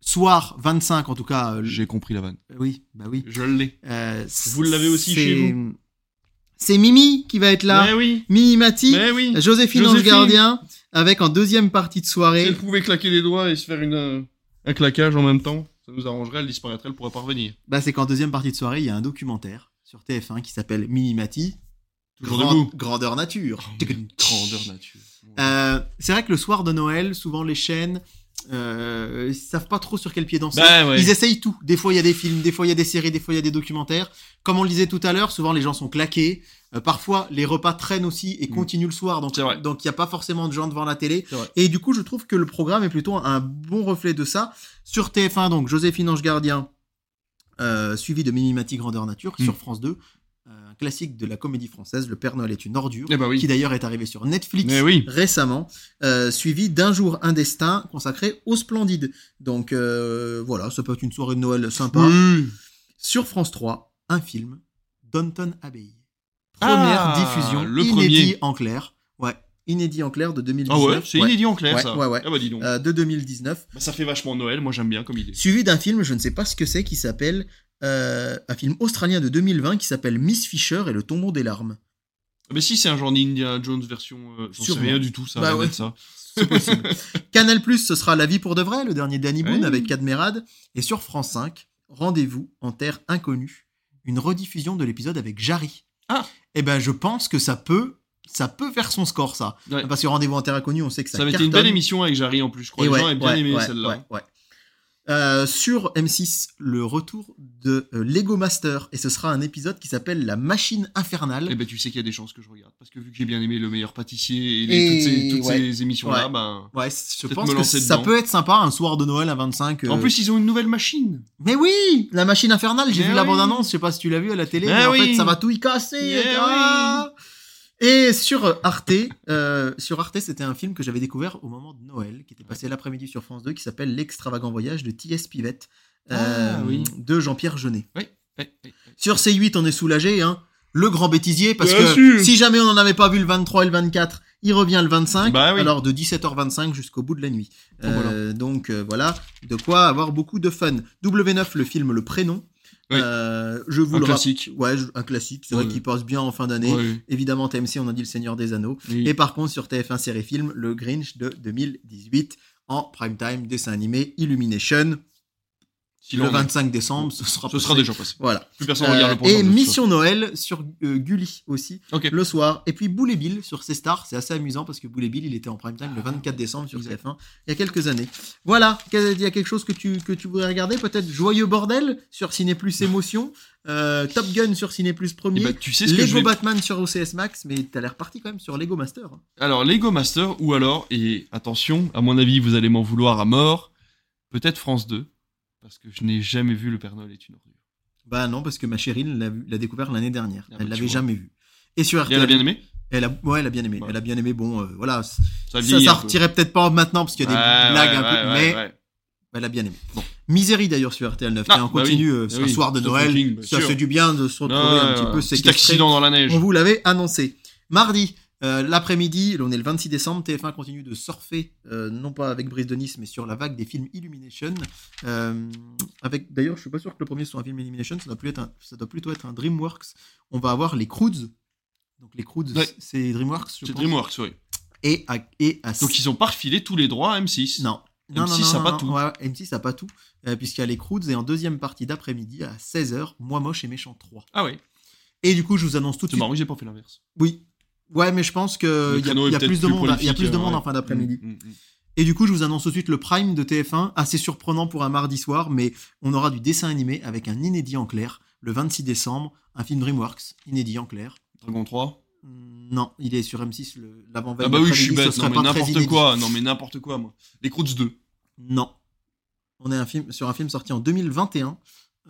B: soir 25 en tout cas. euh,
A: compris la vanne.
B: Oui, bah oui.
A: Je l'ai.
B: Euh,
A: Vous l'avez aussi chez
B: c'est- C'est Mimi qui va être là.
A: Mais oui.
B: Mimi Mati.
A: Mais oui.
B: Joséphine, Ange
A: Joséphine.
B: Gardien, avec en deuxième partie de
A: Si
B: soirée,
A: elle pouvait claquer les doigts et se faire une, euh, un claquage en même temps, ça nous arrangerait, elle disparaîtrait, elle pourrait pas revenir.
B: bah, c'est qu'en deuxième partie de soirée, il y a un documentaire sur TF1 qui s'appelle Minimati,
A: Toujours
B: Grand-
A: debout.
B: grandeur nature.
A: Grandeur nature.
B: Euh, c'est vrai que le soir de Noël, souvent les chaînes, euh, ils savent pas trop sur quel pied danser.
A: Bah ouais.
B: Ils essayent tout. Des fois, il y a des films, des fois, il y a des séries, des fois, il y a des documentaires. Comme on le disait tout à l'heure, souvent les gens sont claqués. Euh, parfois, les repas traînent aussi et
A: Mm.
B: continuent le soir. Donc,
A: C'est vrai.
B: donc il n'y a pas forcément de gens devant la télé.
A: C'est vrai.
B: Et du coup, je trouve que le programme est plutôt un bon reflet de ça. Sur TF1, donc, Joséphine Ange Gardien, euh, suivi de Mimi Mati Grandeur Nature.
A: Mm.
B: Sur France 2, euh, un classique de la comédie française, Le Père Noël est une ordure,
A: Eh bah oui.
B: qui d'ailleurs est arrivé sur Netflix
A: Mais oui.
B: récemment, euh, suivi d'un jour un destin consacré au Splendide. Donc euh, voilà, ça peut être une soirée de Noël sympa.
A: Oui.
B: Sur France 3, un film, Downton Abbey. Première
A: Ah,
B: diffusion,
A: le
B: inédit
A: premier.
B: en clair. Ouais, inédit en clair de 2019.
A: Ah ouais, c'est
B: ouais,
A: inédit en clair
B: Ouais,
A: ça.
B: ouais, ouais.
A: Ah bah dis donc.
B: euh, de 2019,
A: Bah, ça fait vachement Noël, moi j'aime bien comme idée.
B: suivi d'un film, je ne sais pas ce que c'est, qui s'appelle euh, un film australien de 2020 qui s'appelle Miss Fisher et le tombeau des larmes.
A: Mais Ah bah, si c'est un genre d'Indiana Jones version, euh, j'en sais
B: Sûrement.
A: rien du tout, ça
B: Bah
A: va
B: ouais.
A: être ça.
B: C'est possible. Canal Plus, ce sera La vie pour de vrai, le dernier Danny Boone
A: Oui.
B: avec Cadmerade. Et sur France 5, Rendez-vous en terre inconnue, une rediffusion de l'épisode avec Jarry.
A: Ah.
B: Eh ben, je pense que ça peut, ça peut faire son score, ça.
A: Ouais.
B: Parce que Rendez-vous en terre inconnue, on sait que ça
A: Ça avait été une
B: cartonne.
A: belle émission avec Jarry en plus, je crois.
B: Et
A: Les
B: ouais,
A: gens avaient bien
B: ouais,
A: aimé
B: ouais,
A: celle-là.
B: ouais, ouais. Euh, sur M6, le retour de euh, Lego Master, et ce sera un épisode qui s'appelle La Machine Infernale.
A: Eh ben, tu sais qu'il y a des chances que je regarde. Parce que vu que j'ai bien aimé Le Meilleur Pâtissier et, les- toutes ces,
B: Et
A: toutes
B: ouais.
A: ces émissions-là,
B: Ouais.
A: ben.
B: Ouais, je
A: Peut-être
B: pense
A: me
B: que
A: lancer
B: ça
A: dedans.
B: peut être sympa un soir de Noël à 25. euh,
A: En plus, ils ont une nouvelle machine.
B: mais oui, la machine infernale, j'ai
A: Mais
B: vu la
A: oui.
B: bande-annonce, je sais pas si tu l'as vu à la télé,
A: Mais
B: mais, en
A: oui.
B: fait ça va tout y casser.
A: Mais
B: les gars. Et sur Arte, euh, sur Arte, c'était un film que j'avais découvert au moment de Noël, qui était passé l'après-midi sur France 2, qui s'appelle L'extravagant voyage de T.S. Pivette, euh,
A: Ah, oui.
B: de Jean-Pierre Jeunet.
A: Eh, eh, eh.
B: Sur C8, on est soulagé, hein. Le grand bêtisier, parce
A: Bien
B: que
A: sûr.
B: si jamais on n'en avait pas vu le 23 et le 24, il revient le 25.
A: Bah oui.
B: Alors de 17h25 jusqu'au bout de la nuit.
A: Oh,
B: Euh, donc euh, voilà, de quoi avoir beaucoup de fun. W9, le film Le Prénom.
A: Oui.
B: Euh, je vous
A: Un
B: le rappelle.
A: classique.
B: Ouais, je- un classique. C'est vrai
A: Ouais.
B: qu'il passe bien en fin d'année.
A: Ouais.
B: Évidemment, TMC, on a dit Le Seigneur des Anneaux.
A: Oui.
B: Et par contre, sur TF1 Série Film, le Grinch de 2018 en prime time, dessin animé, Illumination.
A: S'il
B: le
A: en est.
B: 25 décembre, ce sera
A: Ce sera déjà passé.
B: Voilà.
A: Plus personne regarde
B: Euh,
A: le programme.
B: et
A: de toute
B: Mission Noël sur euh, Gulli aussi,
A: Ok.
B: le soir. Et puis Boulet Bill sur C Star, c'est assez amusant parce que Boulet Bill, il était en prime time le 24 décembre sur
A: Exact.
B: TF1 il y a quelques années. Voilà, Quel- il y a quelque chose que tu, que tu voudrais regarder Peut-être Joyeux Bordel sur Ciné Plus Émotion, euh, Top Gun sur Ciné Plus
A: façon.
B: Premier,
A: Eh ben, tu sais ce que je
B: Lego
A: vais...
B: Batman sur OCS Max, mais t'as l'air parti quand même sur Lego Master. hein.
A: Alors, Lego Master, ou alors, et attention, à mon avis, vous allez m'en vouloir à mort, peut-être France 2, parce que je n'ai jamais vu Le Père Noël est une ordure.
B: Bah non, parce que ma chérie l'a vu- l'a découvert l'année dernière.
A: Ah bah,
B: Elle
A: tu
B: l'avait
A: vois.
B: jamais vu. Et sur
A: Et elle a
B: RTL,
A: bien aimé
B: elle a- ouais, elle a bien aimé.
A: Ouais.
B: Elle a bien aimé. Bon, euh, voilà,
A: Ça
B: ça,
A: vieillit
B: ça
A: un peu.
B: retirait peut-être pas maintenant parce qu'il y a des
A: Ouais,
B: blagues
A: ouais,
B: un peu,
A: ouais,
B: mais bah,
A: ouais, ouais.
B: elle a bien aimé.
A: Bon.
B: Misérie d'ailleurs sur RTL 9.
A: Ah,
B: on
A: bah
B: continue
A: oui,
B: euh,
A: bah
B: ce
A: oui,
B: soir de
A: Stephen
B: Noël.
A: King, bien
B: ça
A: sûr.
B: fait du bien de se
A: Ouais,
B: retrouver un petit
A: ouais,
B: peu
A: Petit
B: séquestré.
A: accident dans la neige.
B: On vous l'avait annoncé. Mardi, euh, l'après-midi, on est le 26 décembre, TF1 continue de surfer, euh, non pas avec Brice de Nice, mais sur la vague des films Illumination. Euh, avec, d'ailleurs, je suis pas sûr que le premier soit un film Illumination, ça doit, plus être un- ça doit plutôt être un DreamWorks. On va avoir les Croods. Donc les Croods,
A: Ouais.
B: c'est DreamWorks, je
A: C'est
B: pense.
A: DreamWorks, oui.
B: Et à, et à
A: Donc, ils ont pas refilé tous les droits à M6.
B: non.
A: M6
B: non, non, non,
A: a
B: non,
A: pas
B: non.
A: tout.
B: Ouais, ouais, M6 a pas tout, euh, puisqu'il y a les Croods et en deuxième partie d'après-midi à 16h, Moi Moche et Méchant 3.
A: Ah oui,
B: Et du coup, je vous annonce tout de
A: c'est
B: suite.
A: marrant, j'ai pas fait l'inverse.
B: Oui. Ouais, mais je pense que
A: Le
B: il y a,
A: créneau est
B: il y a
A: peut-être
B: plus de
A: plus
B: monde, il y a plus de
A: prolifique,
B: monde
A: ouais.
B: en fin d'après-midi.
A: Mm, mm, mm.
B: Et du coup, je vous annonce tout de suite le Prime de TF1, assez surprenant pour un mardi soir, mais on aura du dessin animé avec un inédit en clair le 26 décembre, un film DreamWorks, inédit en clair.
A: Dragon 3.
B: Non, il est sur M6 le- l'avant-veille.
A: Ah bah oui, je suis
B: d'après-midi, ce
A: bête. Non,
B: serait
A: mais
B: pas très
A: n'importe
B: inédit.
A: quoi. Non, mais n'importe quoi, moi. Les Croods 2.
B: Non. On est un film, sur un film sorti en 2021.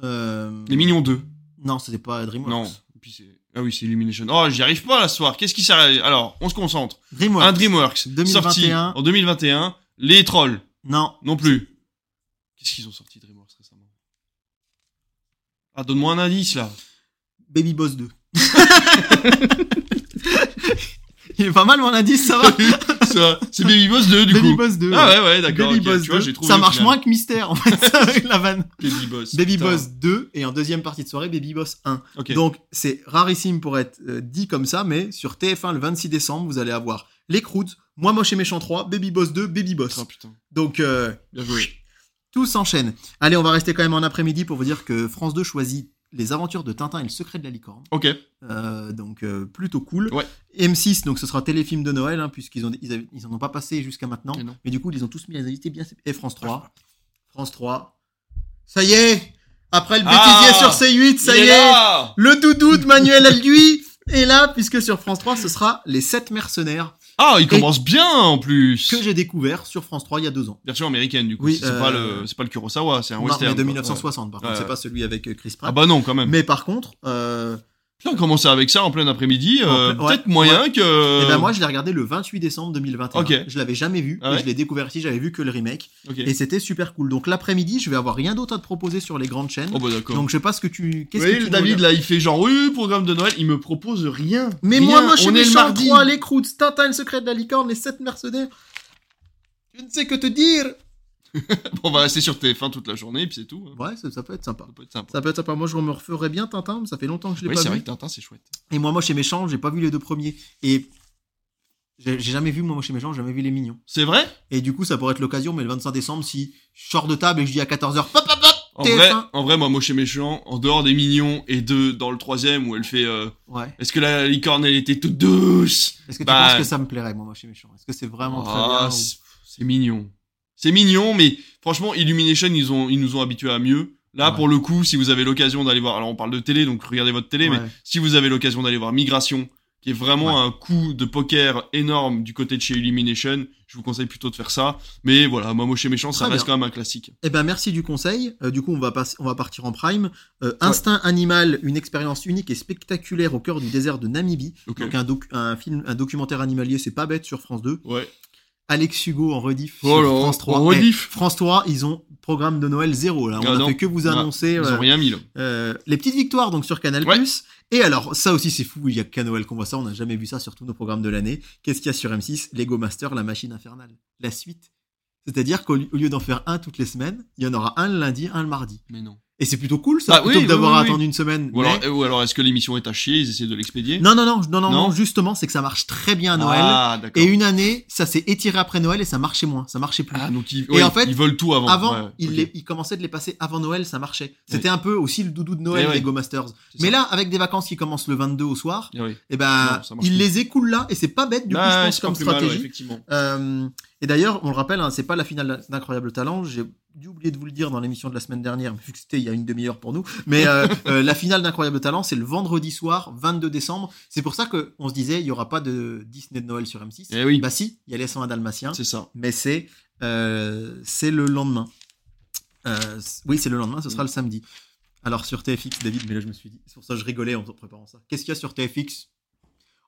B: Euh,
A: Les Mignons 2.
B: Non, c'était pas DreamWorks.
A: Non. Et puis c'est- ah oui, c'est Illumination. Oh, j'y arrive pas là ce soir. Qu'est-ce qui s'arrête Alors, on se concentre.
B: DreamWorks.
A: Un DreamWorks.
B: 2021.
A: Sorti en 2021. Les Trolls.
B: Non.
A: Non plus. Qu'est-ce qu'ils ont sorti DreamWorks récemment Ah, donne-moi un indice là.
B: Baby Boss 2. Il est pas mal mon indice, ça va.
A: Ça, c'est Baby Boss 2 du
B: Baby
A: coup.
B: Boss 2.
A: Ah
B: ouais.
A: ouais, ouais, d'accord.
B: Baby
A: ok,
B: Boss
A: tu vois,
B: 2.
A: j'ai trouvé
B: ça
A: au
B: marche
A: final.
B: moins que Mystère en fait, ça, avec la vanne.
A: Baby Boss.
B: Baby
A: putain.
B: Boss 2 et en deuxième partie de soirée Baby Boss 1.
A: Ok. Oh,
B: Donc c'est rarissime pour être euh, dit comme ça, mais sur TF1 le 26 décembre, vous allez avoir Les Croods, Moi Moche et Méchant 3, Baby Boss 2, Baby Boss.
A: Ah, putain.
B: Donc euh,
A: Bien joué.
B: tout s'enchaîne. Allez, on va rester quand même en après-midi pour vous dire que France 2 choisit Les aventures de Tintin et le secret de la licorne.
A: Ok.
B: Euh, donc euh, plutôt cool.
A: Ouais.
B: M6, donc ce sera téléfilm de Noël, hein, puisqu'ils ont, ils avaient- ils en ont pas passé jusqu'à maintenant.
A: Et non.
B: Mais du coup, ils les ont tous mis les invités bien. Et France 3. France 3. Ça y est Après le
A: Ah
B: bêtisier sur C8, ça
A: Il
B: y est,
A: là
B: Le doudou de Manuel Alduy est là, puisque sur France 3, ce sera Les 7 mercenaires
A: Ah, il commence bien en plus.
B: que j'ai découvert sur France 3 il y a deux ans.
A: Version américaine du coup.
B: Oui,
A: c'est
B: euh,
A: pas le c'est pas le Kurosawa, c'est un
B: Non,
A: western.
B: mais de
A: quoi.
B: 1960, par contre,
A: Ouais,
B: c'est
A: ouais.
B: pas celui avec euh, Chris
A: Ouais. Ah
B: Pratt.
A: bah non quand même.
B: Mais par contre, euh,
A: Putain, commencer avec ça en plein après-midi, euh,
B: En plein- ouais,
A: peut-être moyen que.
B: eh ben moi je l'ai regardé le 28 décembre
A: Euh.
B: 2021.
A: Ok.
B: Je l'avais jamais vu,
A: Ah
B: mais
A: ouais
B: je l'ai découvert ici, j'avais vu que le remake.
A: Ok.
B: Et c'était super cool. Donc l'après-midi, je vais avoir rien d'autre à te proposer sur les grandes chaînes.
A: Oh bah d'accord.
B: Donc je sais pas ce que tu...
A: Vous
B: Qu'est-ce
A: voyez,
B: que
A: le
B: tu nous
A: David là, il fait genre oui, programme de Noël, il me propose rien.
B: Mais
A: Rien.
B: moi, moi, je suis
A: On est le
B: méchant.
A: mardi.
B: 3, les croûtes, Tintin, le secret de la licorne, les 7 mercenaires. Je ne sais que te dire.
A: On va rester sur TF1 toute la journée, puis c'est tout. hein.
B: Ouais, ça, ça peut être sympa.
A: Ça peut être sympa.
B: Ça peut être sympa. Moi, je me referais bien Tintin, mais ça fait longtemps que je l'ai
A: Oui,
B: pas
A: c'est vrai
B: vu.
A: que Tintin, c'est chouette.
B: Et moi, moi, chez méchant, j'ai pas vu les deux premiers. Et j'ai j'ai jamais vu, moi, moi, chez méchant, j'ai jamais vu les mignons.
A: C'est vrai
B: Et du coup, ça pourrait être l'occasion, mais le 25 décembre, si je sors de table et que je dis à 14h, pop, pop, pop,
A: en
B: TF1.
A: vrai, en vrai, moi, Moche et Méchant, en dehors des mignons et deux dans le troisième où elle fait euh,
B: Ouais.
A: Est-ce que la licorne, elle était toute douce
B: Est-ce que tu
A: Bah-
B: Ah, penses que ça me plairait, moi, moi, chez méchant Est-ce que c'est vraiment très
A: Ah,
B: bien ou-
A: c'est- C'est mignon. C'est mignon, mais Franchement, Illumination, ils, ont, ils nous ont habitués à mieux. Là,
B: Ouais.
A: pour le coup, si vous avez l'occasion d'aller voir, alors on parle de télé, donc regardez votre télé, mais
B: Ouais.
A: si vous avez l'occasion d'aller voir Migration, qui est vraiment un coup de poker énorme du côté de chez Illumination, je vous conseille plutôt de faire ça. Mais voilà, Mamoche et Méchant, ça
B: Très
A: reste
B: bien.
A: quand même un classique.
B: Eh ben merci du conseil. Euh, du coup, on va, passer- on va partir en prime. Euh, Instinct animal, une expérience unique et spectaculaire au cœur du désert de Namibie.
A: Ok.
B: Donc un, doc- un film, un documentaire animalier, c'est pas bête sur France 2.
A: Ouais.
B: Alex Hugo en rediff
A: Oh là,
B: sur France 3.
A: en
B: Eh,
A: rediff.
B: France 3, ils ont programme de Noël zéro. Là. On
A: Ah
B: a
A: non.
B: fait que vous annoncer
A: Ils
B: euh,
A: ont rien mis là.
B: euh, les petites victoires donc sur Canal+.
A: Ouais.
B: Et alors, ça aussi c'est fou, il y a qu'à Noël qu'on voit ça, on n'a jamais vu ça sur tous nos programmes de l'année. Qu'est-ce qu'il y a sur M6 Lego Master, la machine infernale. La suite. C'est-à-dire qu'au li- au lieu d'en faire un toutes les semaines, il y en aura un le lundi, un le mardi.
A: Mais non.
B: Et c'est plutôt cool ça,
A: Ah,
B: plutôt
A: oui,
B: que d'avoir
A: oui,
B: à
A: oui,
B: attendre une semaine.
A: Ou alors,
B: mais-
A: eh, ou alors est-ce que l'émission est à chier Ils essaient de l'expédier
B: Non, non, non, non, non,
A: Non.
B: non, justement, c'est que ça marche très bien à Noël.
A: Ah, d'accord.
B: et une année, ça s'est étiré après Noël et ça marchait moins, ça marchait plus.
A: Ah, donc ils, ouais,
B: en fait,
A: ils veulent tout avant.
B: Avant,
A: Ouais,
B: il,
A: ok.
B: les- il commençait de les passer avant Noël, ça marchait. C'était un peu aussi le doudou de
A: Eh
B: Noël
A: ouais.
B: des Go Masters.
A: C'est
B: Mais
A: ça.
B: là, avec des vacances qui commencent le 22 au soir,
A: Ah oui.
B: et ben,
A: Non, ça marche
B: il
A: plus.
B: les écoule là, et c'est pas bête du coup,
A: Ah,
B: je pense,
A: c'est pas
B: comme
A: plus mal, ouais,
B: stratégie.
A: effectivement.
B: Euh, et d'ailleurs, on le rappelle, hein, c'est pas la finale d'Incroyable Talent. J'ai dû oublier de vous le dire dans l'émission de la semaine dernière, mais vu que c'était il y a une demi-heure pour nous. Mais euh, euh, la finale d'Incroyable Talent, c'est le vendredi soir, 22 décembre. C'est pour ça que on se disait, il y aura pas de Disney de Noël sur M6.
A: Eh oui,
B: Bah si, il y a les 101 Dalmatiens,
A: c'est ça.
B: mais c'est euh, c'est le lendemain. Euh, c- oui, c'est le lendemain, ce
A: Mm.
B: sera le samedi. Alors sur TFX, David, mais là je me suis dit, c'est pour ça que je rigolais en préparant ça. Qu'est-ce qu'il y a sur TFX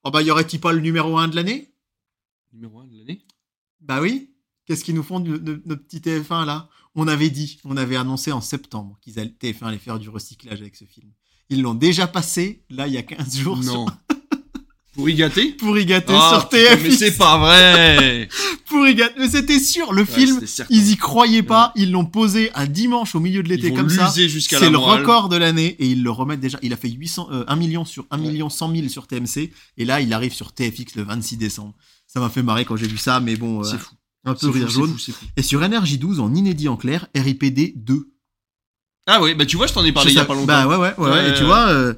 B: Oh bah, y aurait-il pas le numéro 1 de l'année
A: Numéro 1 de l'année
B: bah oui. Qu'est-ce qu'ils nous font de, de- de nos petits TF1 là On avait dit, on avait annoncé en septembre qu'ils allaient TF1 allait faire du recyclage avec ce film. Ils l'ont déjà passé là il y a 15 jours
A: Non.
B: sur,
A: Pour y gâter
B: pour y gâter
A: Ah,
B: sur
A: putain,
B: TF1.
A: Mais c'est pas vrai
B: pour y gâter. Mais c'était sûr, le
A: Ouais,
B: film,
A: c'était certain.
B: ils y croyaient pas, ils l'ont posé un dimanche au milieu de
A: Ils
B: l'été
A: vont
B: comme ça.
A: l'user jusqu'à la
B: C'est le
A: morale.
B: record de l'année et ils le remettent déjà. Il a fait 800, euh, 1 million sur 1
A: Ouais.
B: million 100 000 sur TMC et là il arrive sur TFX le 26 décembre. Ça m'a fait marrer quand j'ai vu ça, mais bon, euh,
A: C'est fou.
B: un
A: C'est
B: peu rire
A: fou, c'est
B: jaune.
A: fou, c'est fou.
B: Et sur NRJ12 en inédit en clair, RIPD 2.
A: Ah oui, bah tu vois, je t'en ai parlé il y a pas longtemps.
B: Bah ouais, ouais, ouais.
A: Ouais,
B: et tu
A: ouais.
B: vois, euh,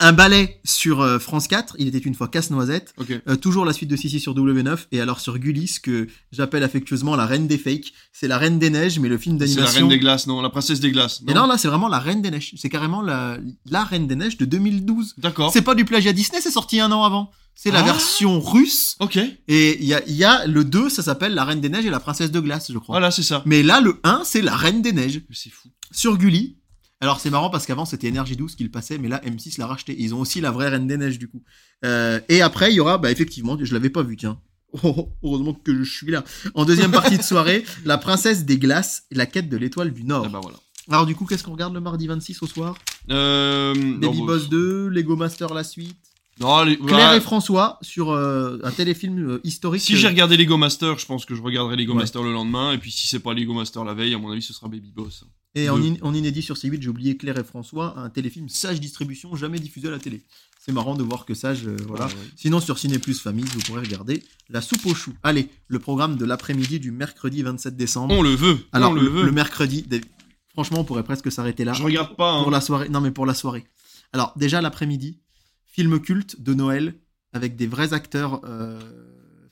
B: un ballet sur euh, France 4, il était une fois casse-noisette.
A: Ok.
B: Euh, toujours la suite de Sissi sur W9. Et alors sur Gulli, ce que j'appelle affectueusement la reine des fakes. C'est la reine des neiges, mais le film
A: C'est la reine
B: d'animation.
A: des glaces, non La princesse des glaces.
B: Et non, là, c'est vraiment la reine des neiges. C'est carrément la, la reine des neiges de 2012.
A: D'accord.
B: C'est pas du plagiat Disney, c'est sorti un an avant. C'est la
A: Ah.
B: version russe.
A: Ok.
B: Et il y a, il y a le 2, ça s'appelle La Reine des Neiges et la Princesse de Glace, je crois.
A: Voilà, c'est ça.
B: Mais là, le 1, c'est La Reine des Neiges.
A: Mais C'est fou.
B: sur Gulli. Alors c'est marrant parce qu'avant c'était NRJ12 qui le passait, mais là M6 l'a racheté. Ils ont aussi la vraie Reine des Neiges du coup. Euh, et après il y aura, bah effectivement, je l'avais pas vu, tiens. Oh, oh, heureusement que je suis là. En deuxième partie de soirée, la princesse des glaces, la quête de l'étoile du Nord.
A: Ah bah voilà.
B: Alors du coup, qu'est-ce qu'on regarde le mardi 26 au soir
A: Euh,
B: Baby
A: non, bah,
B: Boss 2, Lego Master la suite.
A: Non, les-
B: Claire
A: bah,
B: et François sur euh, un téléfilm euh, historique.
A: si j'ai regardé Lego Master, je pense que je regarderai Lego
B: Ouais.
A: Master le lendemain. Et puis si c'est pas Lego Master la veille, à mon avis, ce sera Baby Boss.
B: Et en,
A: Deux.
B: in- en inédit sur C8, j'ai oublié Claire et François, un téléfilm Sage Distribution jamais diffusé à la télé. C'est marrant de voir que Sage, euh, voilà.
A: Ah ouais.
B: Sinon, sur Ciné Plus Famille, vous pourrez regarder La soupe aux choux. Allez, le programme de l'après-midi du mercredi 27 décembre.
A: On le veut.
B: Alors,
A: on le,
B: le,
A: veut.
B: le mercredi, des- franchement, on pourrait presque s'arrêter là.
A: Je regarde pas. hein.
B: Pour la soirée. Non, mais pour la soirée. Alors, déjà, l'après-midi, film culte de Noël avec des vrais acteurs. euh,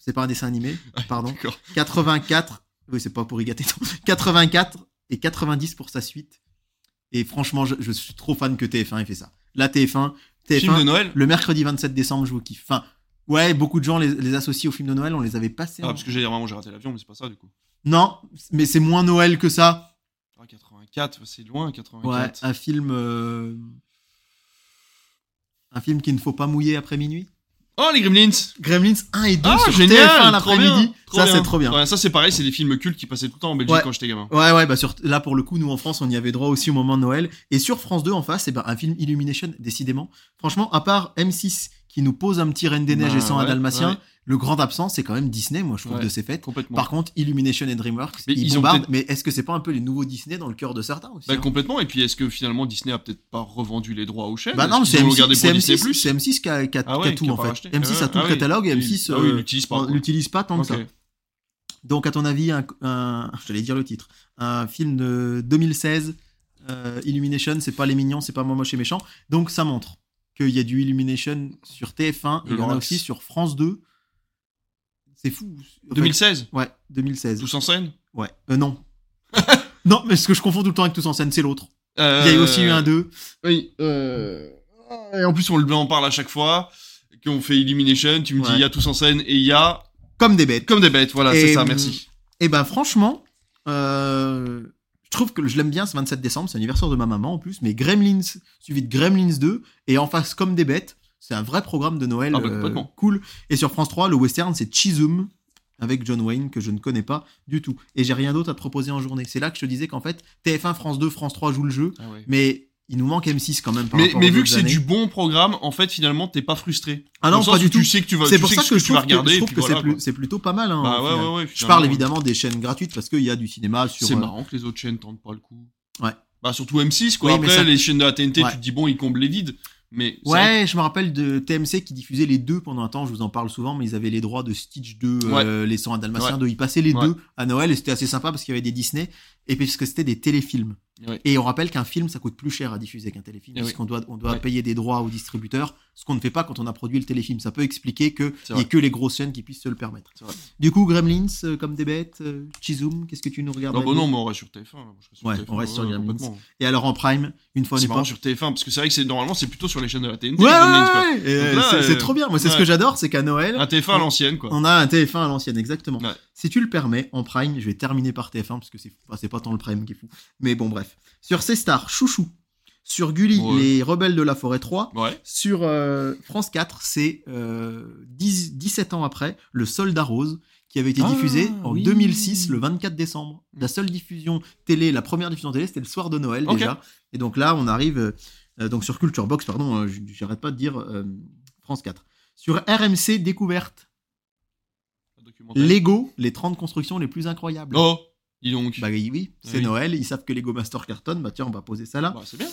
B: C'est pas un dessin animé, pardon.
A: D'accord.
B: 84. Oui, c'est pas pour y gâter. non. 84 et 90 pour sa suite. Et franchement, je, je suis trop fan que TF1 ait fait ça. La TF1, TF1
A: Film de Noël
B: le mercredi 27 décembre, je vous kiffe. Enfin, ouais, beaucoup de gens les, les associent au film de Noël, on les avait passés.
A: Ah,
B: en-
A: parce que j'allais dire, maman, j'ai raté l'avion, mais c'est pas ça du coup.
B: Non, mais c'est moins Noël que ça.
A: Ah, 84, c'est loin,
B: Ouais,
A: 84.
B: un film. euh, Un film qu'il ne faut pas mouiller après minuit.
A: Oh, les Gremlins
B: Gremlins 1 et 2
A: Ah,
B: sur
A: génial
B: TF1
A: trop
B: l'après-midi.
A: bien, trop
B: Ça,
A: bien.
B: c'est trop bien.
A: Ouais, ça, c'est pareil, c'est des films cultes qui passaient tout le temps en Belgique
B: Ouais.
A: quand j'étais gamin.
B: Ouais, ouais, bah sur, là pour le coup, nous en France, on y avait droit aussi au moment de Noël. Et sur France 2 en face, eh ben, un film Illumination, décidément. Franchement, à part M6 qui nous pose un petit Reine des Neiges et
A: Bah,
B: 101
A: ouais,
B: Dalmatien,
A: ouais.
B: le grand absent, c'est quand même Disney, moi je trouve,
A: Ouais.
B: de ses fêtes.
A: Complètement.
B: Par contre, Illumination et DreamWorks,
A: Mais
B: ils,
A: ils ont
B: bombardent,
A: peut-être-
B: mais est-ce que c'est pas un peu les nouveaux Disney dans le cœur de certains aussi
A: Bah,
B: hein
A: complètement. Et puis, est-ce que finalement Disney a peut-être pas revendu les droits aux chaînes
B: Bah non,
A: Est-ce
B: c'est
A: qu'ils l'ont gardé
B: M6,
A: pour
B: c'est
A: Disney
B: M6, c'est M6 qui a, qui a-
A: Ah ouais,
B: qui a tout
A: qui a
B: en
A: pas
B: fait.
A: racheté.
B: M6 a
A: Ah
B: tout le
A: oui.
B: catalogue et
A: Il-
B: M6
A: ah oui, il
B: euh,
A: l'utilise pas.
B: on
A: quoi.
B: l'utilise pas tant
A: Ok.
B: que ça. Donc à ton avis, un, un- je te l'ai dire le titre, un film de 2016, euh, Illumination, c'est pas les mignons, c'est pas moi moche et méchant. Donc ça montre qu'il y a du Illumination sur TF1 et
A: Le
B: il y en a
A: Lorax.
B: aussi sur France 2. C'est fou. En fait,
A: 2016
B: Ouais, 2016.
A: Tous en scène
B: Ouais. Euh, non, Non, mais ce que je confonds tout le temps avec Tous en scène, c'est l'autre. Il y a eu aussi eu un 2.
A: Euh, Oui. euh, Et en plus, on le en parle à chaque fois. Qu'on fait Elimination, tu me dis
B: Ouais.
A: il y a tous en scène et il y a
B: Comme des bêtes.
A: comme des bêtes. Voilà,
B: Et,
A: c'est ça.
B: hum,
A: Merci.
B: Et ben franchement, euh, je trouve que je l'aime bien ce 27 décembre, c'est l'anniversaire de ma maman en plus, mais Gremlins, suivi de Gremlins 2, et en face comme des bêtes, c'est un vrai programme de Noël
A: Ah bah,
B: euh,
A: complètement.
B: cool. Et sur France 3, le western, c'est Chisholm, avec John Wayne, que je ne connais pas du tout. Et j'ai rien d'autre à te proposer en journée. C'est là que je te disais qu'en fait, TF1, France 2, France 3 joue le jeu, mais il nous manque M6 quand même. Ah Par
A: Mais,
B: rapport
A: mais
B: aux
A: vu que
B: autres
A: c'est
B: années.
A: du bon programme, en fait, finalement, t'es pas frustré.
B: Ah
A: Dans
B: non,
A: le
B: pas
A: sens
B: du
A: où
B: tout.
A: Tu sais que tu vas,
B: C'est
A: tu
B: pour
A: sais
B: ça
A: ce
B: que je
A: tu vas
B: trouve que,
A: regarder.
B: je
A: et
B: trouve
A: puis
B: que c'est
A: voilà,
B: plus-
A: quoi.
B: c'est plutôt pas mal. hein,
A: Bah
B: au
A: ouais,
B: final.
A: ouais, ouais,
B: Je parle
A: finalement.
B: évidemment des chaînes gratuites parce qu'il y a du cinéma sur.
A: C'est
B: euh,
A: marrant que les autres chaînes tentent pas le coup.
B: Ouais.
A: Bah surtout M6 quoi.
B: Oui, mais
A: Après
B: ça-
A: les chaînes de la TNT,
B: Ouais.
A: tu te dis bon ils comblent les vides. Mais c'est vrai
B: Ouais, je me rappelle de TMC qui diffusait les deux pendant un temps, je vous en parle souvent, mais ils avaient les droits de Stitch 2, euh, les 101 Dalmatiens 2, ils passaient les
A: Ouais.
B: deux à Noël et c'était assez sympa parce qu'il y avait des Disney et puis parce que c'était des téléfilms.
A: Ouais.
B: Et on rappelle qu'un film ça coûte plus cher à diffuser qu'un téléfilm
A: Eh
B: parce
A: oui.
B: qu'on doit, on doit
A: Ouais.
B: payer des droits aux distributeurs, ce qu'on ne fait pas quand on a produit le téléfilm. Ça peut expliquer qu'il
A: C'est
B: n'y ait
A: vrai.
B: que les grosses chaînes qui puissent se le permettre.
A: C'est vrai.
B: Du coup, Gremlins, euh, comme des bêtes, euh, Chisum, qu'est-ce que tu nous regardes
A: Non,
B: à
A: bah
B: nous
A: non, mais on reste sur TF1. là. Moi, je reste sur
B: Ouais,
A: TF1,
B: on reste sur
A: ouais,
B: Gremlins.
A: complètement.
B: Et alors en prime, une fois on
A: C'est
B: est
A: marrant
B: pas
A: sur TF1 parce que c'est vrai que c'est normalement c'est plutôt sur les chaînes de la TNT.
B: Ouais,
A: les Gremlins, quoi.
B: ouais, ouais, et,
A: Donc là,
B: c'est- c'est
A: euh,
B: trop bien. Moi, c'est ce
A: ouais.
B: que j'adore, c'est qu'à Noël,
A: Un TF1 à l'ancienne quoi.
B: On a un TF1 à l'ancienne, exactement.
A: Ouais.
B: Si tu le permets, en prime, je vais terminer par TF1 parce que c'est enfin, c'est pas tant le prime qui est fou. Mais bon, bref. Sur C Star, Chouchou. Sur Gulli,
A: Ouais.
B: Les Rebelles de la Forêt 3.
A: Ouais.
B: Sur euh, France 4, c'est euh, 10 17 ans après, Le Soldat Rose, qui avait été
A: Ah,
B: diffusé en
A: oui.
B: 2006, le 24 décembre. La seule diffusion télé, la première diffusion télé, c'était le soir de Noël
A: Ok.
B: déjà. Et donc là, on arrive euh, euh, donc sur Culture Box, pardon, euh, j- j'arrête pas de dire euh, France 4. Sur RMC Découverte,
A: Un documentaire.
B: Lego, les 30 constructions les plus incroyables.
A: Oh, dis donc.
B: Bah oui, c'est
A: Oui.
B: Noël, ils savent que Lego Master Carton, bah tiens, on va poser ça là.
A: Bah, c'est bien.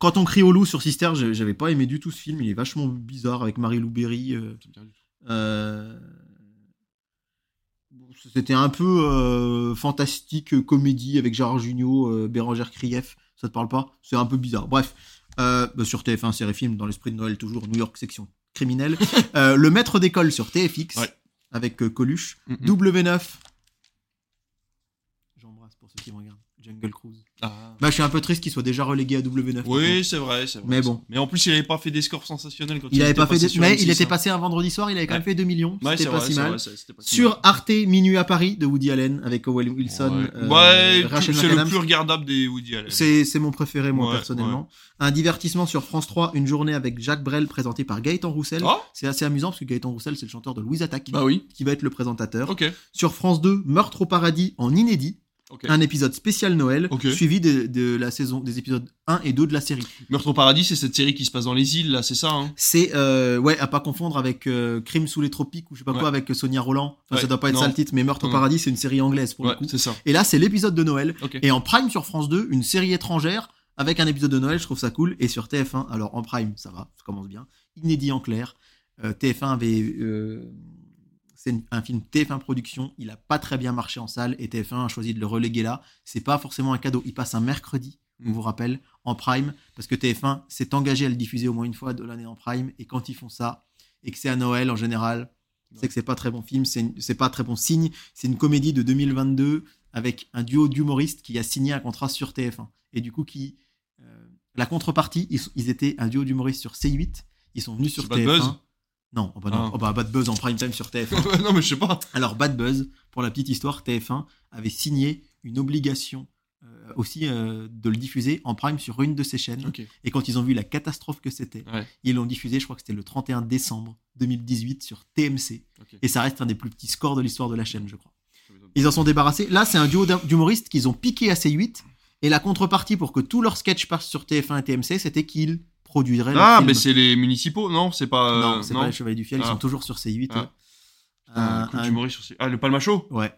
B: Quand on crie au loup sur Sister, j'ai- j'avais pas aimé du tout ce film, il est vachement bizarre avec Marie-Lou Berry. euh,
A: C'est bien du tout.
B: euh, C'était un peu euh, fantastique euh, comédie avec Gérard Jugnot, euh, Bérangère Krief, ça te parle pas C'est un peu bizarre. Bref, euh, bah, sur TF1, série film, dans l'esprit de Noël toujours, New York section criminelle. Euh, le maître d'école sur TFX,
A: Ouais.
B: avec euh, Coluche.
A: Mhm.
B: W9. J'embrasse pour ceux qui me regardent. Jungle Cruise.
A: Ah.
B: Bah, je suis un peu triste qu'il soit déjà relégué à W9. maintenant.
A: Oui, c'est vrai, c'est vrai.
B: Mais bon.
A: Mais en plus, il avait pas fait des scores sensationnels quand il,
B: Il avait
A: était
B: pas fait
A: passé
B: de-
A: sur
B: Mais
A: M6,
B: il était
A: hein.
B: passé un vendredi soir, il avait quand même
A: Ouais.
B: fait 2 millions.
A: Ouais,
B: C'était
A: c'est
B: pas
A: vrai,
B: si
A: c'est
B: mal.
A: vrai, c'est- c'était pas si mal.
B: Sur Arte, Minuit à Paris de Woody Allen avec Owen Wilson,
A: Ouais,
B: euh,
A: Ouais, tout-
B: Rachel
A: c'est le
B: McAdams.
A: plus regardable des Woody Allen.
B: C'est c'est mon préféré, moi,
A: Ouais,
B: personnellement. Un divertissement sur France 3, Une journée avec Jacques Brel, présenté par Gaëtan Roussel.
A: Ah,
B: C'est assez amusant parce que Gaëtan Roussel, c'est le chanteur de Louise Attaque,
A: bah oui.
B: qui va être le présentateur.
A: Ok.
B: Sur France 2, Meurtre au paradis en inédit,
A: Ok.
B: un épisode spécial Noël,
A: Ok.
B: suivi de, de la saison, des épisodes 1 et 2 de la série.
A: Meurtre au paradis, c'est cette série qui se passe dans les îles, là, c'est ça. Hein
B: C'est, euh, ouais, à pas confondre avec euh, Crime sous les tropiques ou je sais pas
A: Ouais.
B: quoi, avec euh, Sonia Roland. Enfin,
A: Ouais,
B: ça doit pas être
A: non.
B: ça le titre, mais Meurtre au
A: Non.
B: paradis, c'est une série anglaise pour
A: ouais,
B: le coup.
A: c'est ça.
B: Et là, c'est l'épisode de Noël.
A: Ok.
B: Et en prime sur France 2, une série étrangère avec un épisode de Noël, je trouve ça cool. Et sur TF1, alors en prime, ça va, ça commence bien. Inédit en clair. Euh, TF1 avait. euh, c'est une- un film TF1 Production, il a pas très bien marché en salle et TF1 a choisi de le reléguer là. C'est pas forcément un cadeau. Il passe un mercredi, on
A: Mm.
B: vous rappelle, en prime, parce que TF1 s'est engagé à le diffuser au moins une fois de l'année en prime. Et quand ils font ça, et que c'est à Noël en général, c'est que c'est pas très bon film, c'est une- c'est pas très bon signe. C'est une comédie de 2022 avec un duo d'humoristes qui a signé un contrat sur TF1. Et du coup, qui, euh, la contrepartie, ils, sont- ils étaient un duo d'humoristes sur C8, ils sont venus sur
A: Bad
B: TF1.
A: Buzz
B: non, oh bah non.
A: Ah.
B: Oh bah Bad Buzz en prime time sur TF1.
A: Ouais, non, mais je sais pas.
B: Alors Bad Buzz, pour la petite histoire, TF1 avait signé une obligation euh, aussi euh, de le diffuser en prime sur une de ses chaînes.
A: Ok.
B: Et quand ils ont vu la catastrophe que c'était,
A: Ouais.
B: ils l'ont diffusé, je crois que c'était le 31 décembre 2018 sur TMC.
A: Ok.
B: Et ça reste un des plus petits scores de l'histoire de la chaîne, je crois. Ils en sont débarrassés. Là, c'est un duo d'hum- d'humoristes qu'ils ont piqué à C8. Et la contrepartie pour que tous leurs sketchs passent sur TF1 et TMC, c'était qu'ils produiraient leur
A: Ah,
B: film.
A: mais c'est les municipaux, non C'est pas. euh,
B: Non, c'est pas les Chevaliers du Fiel, ils
A: Ah.
B: sont toujours sur C8.
A: Ah.
B: ouais.
A: Ah,
B: Un-
A: cool,
B: un-
A: tu m'aurais sur ces- Ah, le palmacho
B: ouais,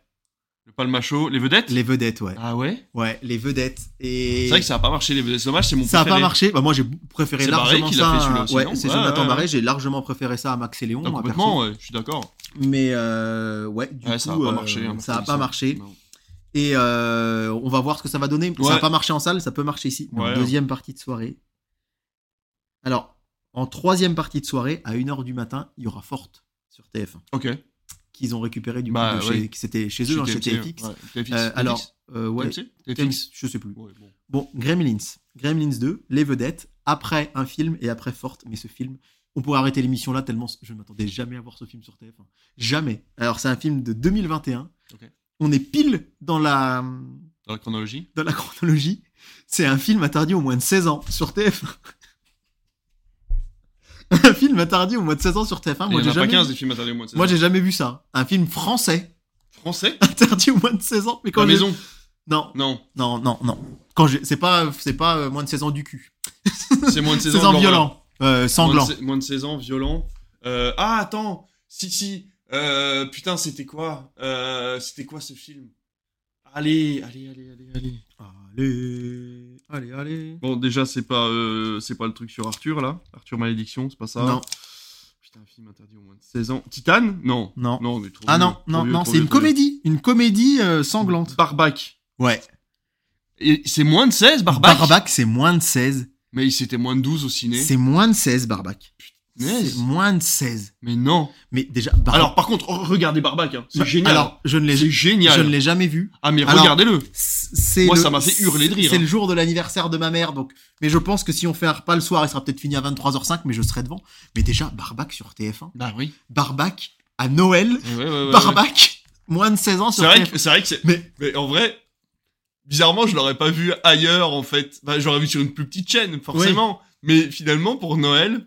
A: Le palmacho, les vedettes
B: les vedettes, ouais.
A: Ah ouais
B: Ouais, les vedettes. Et
A: C'est vrai que ça a pas marché, les vedettes. C'est dommage, c'est mon
B: ça a pas
A: préféré.
B: marché. Bah, moi, j'ai préféré
A: C'est Barré
B: largement
A: qui l'a
B: ça.
A: fait, celui-là
B: à-
A: aussi,
B: ouais,
A: non
B: c'est
A: Ouais,
B: Jonathan
A: ouais,
B: Barré. J'ai largement préféré ça à Max et Léon.
A: Non,
B: moi,
A: Ah, complètement,
B: perso.
A: ouais, je suis d'accord.
B: Mais euh, ouais, du
A: Ouais,
B: coup,
A: ça a pas
B: euh,
A: marché. hein,
B: ça
A: Marcel
B: a pas
A: Lissot.
B: marché.
A: Non.
B: Et euh, on va voir ce que ça va donner. Ça n'a
A: Ouais.
B: pas marché en salle, ça peut marcher ici. Mais en
A: Ouais.
B: deuxième partie de soirée. Alors, en troisième partie de soirée, à 1h du matin, il y aura Forte sur TF1,
A: Ok.
B: qui qu'ils ont récupéré du coup,
A: Bah,
B: de chez-
A: ouais.
B: qui c'était chez eux, hein, chez TFX.
A: ouais. TFX,
B: Euh, alors, euh, ouais,
A: TFX,
B: TFX, je sais plus.
A: Ouais, bon.
B: Bon, Gremlins. Gremlins 2, Les Vedettes, après un film et après Forte, mais ce film, on pourrait arrêter l'émission là tellement je ne m'attendais jamais à voir ce film sur TF1. Jamais. Alors, c'est un film de 2021.
A: Ok.
B: On est pile dans la,
A: Dans la chronologie
B: dans la chronologie. C'est un film interdit au moins de 16 ans sur TF1. un film interdit au moins de 16 ans sur TF1.
A: Il y en
B: Moi, j'ai
A: a pas
B: Ah, jamais,
A: 15
B: vu-
A: des films interdits au moins de 16
B: moi,
A: ans.
B: j'ai jamais vu ça. Un film français
A: Français
B: interdit au moins de 16 ans. Mais quand
A: La
B: j'ai-
A: maison
B: Non,
A: Non,
B: non, non, non. Quand j'ai- c'est pas, c'est pas euh, moins de 16 ans du cul.
A: c'est moins de 16 ans.
B: 16 ans
A: blanc,
B: violent, euh,
A: voilà.
B: sanglant.
A: Moins de se- Moins de 16 ans, violent. Euh, ah, attends Si, si euh, Putain, c'était quoi Euh, C'était quoi ce film Allez, allez, allez, allez, allez.
B: Allez, allez, allez.
A: Bon, déjà, c'est pas, euh, c'est pas le truc sur Arthur, là. Arthur Malédiction, c'est pas ça.
B: Non.
A: Putain, un film interdit au moins de 16 ans. Titane Non.
B: Non.
A: Non, on est trop
B: Ah
A: vieux,
B: non,
A: trop
B: non,
A: vieux,
B: non,
A: trop
B: c'est
A: vieux,
B: une
A: trop vieux.
B: comédie, une comédie euh, sanglante.
A: Barbac.
B: Ouais.
A: Et c'est moins de 16, Barbac
B: Barbac, c'est moins de 16.
A: Mais il s'était moins de 12 au ciné.
B: C'est moins de 16, Barbac.
A: Naze.
B: C'est moins de 16.
A: Mais non.
B: Mais déjà, Barbac. Bah,
A: Alors, par contre, oh, regardez Barbac, hein. c'est génial.
B: Alors, je ne l'ai,
A: c'est
B: je
A: génial.
B: ne l'ai jamais vu.
A: Ah, mais
B: Alors-
A: regardez-le.
B: C'est
A: Moi,
B: le-
A: ça m'a fait hurler de rire,
B: C'est
A: hein.
B: le jour de l'anniversaire de ma mère, donc. Mais je pense que si on fait un repas le soir, il sera peut-être fini à 23h05, mais je serai devant. Mais déjà, Barbac sur TF1.
A: Bah oui.
B: Barbac à Noël.
A: Ouais, ouais, ouais, ouais.
B: Barbac, moins de 16 ans
A: C'est
B: sur
A: vrai
B: TF1.
A: que c'est. Vrai que c'est...
B: Mais-
A: mais en vrai, bizarrement, je l'aurais pas vu ailleurs, en fait. Bah, j'aurais vu sur une plus petite chaîne, forcément. Mais finalement, pour Noël,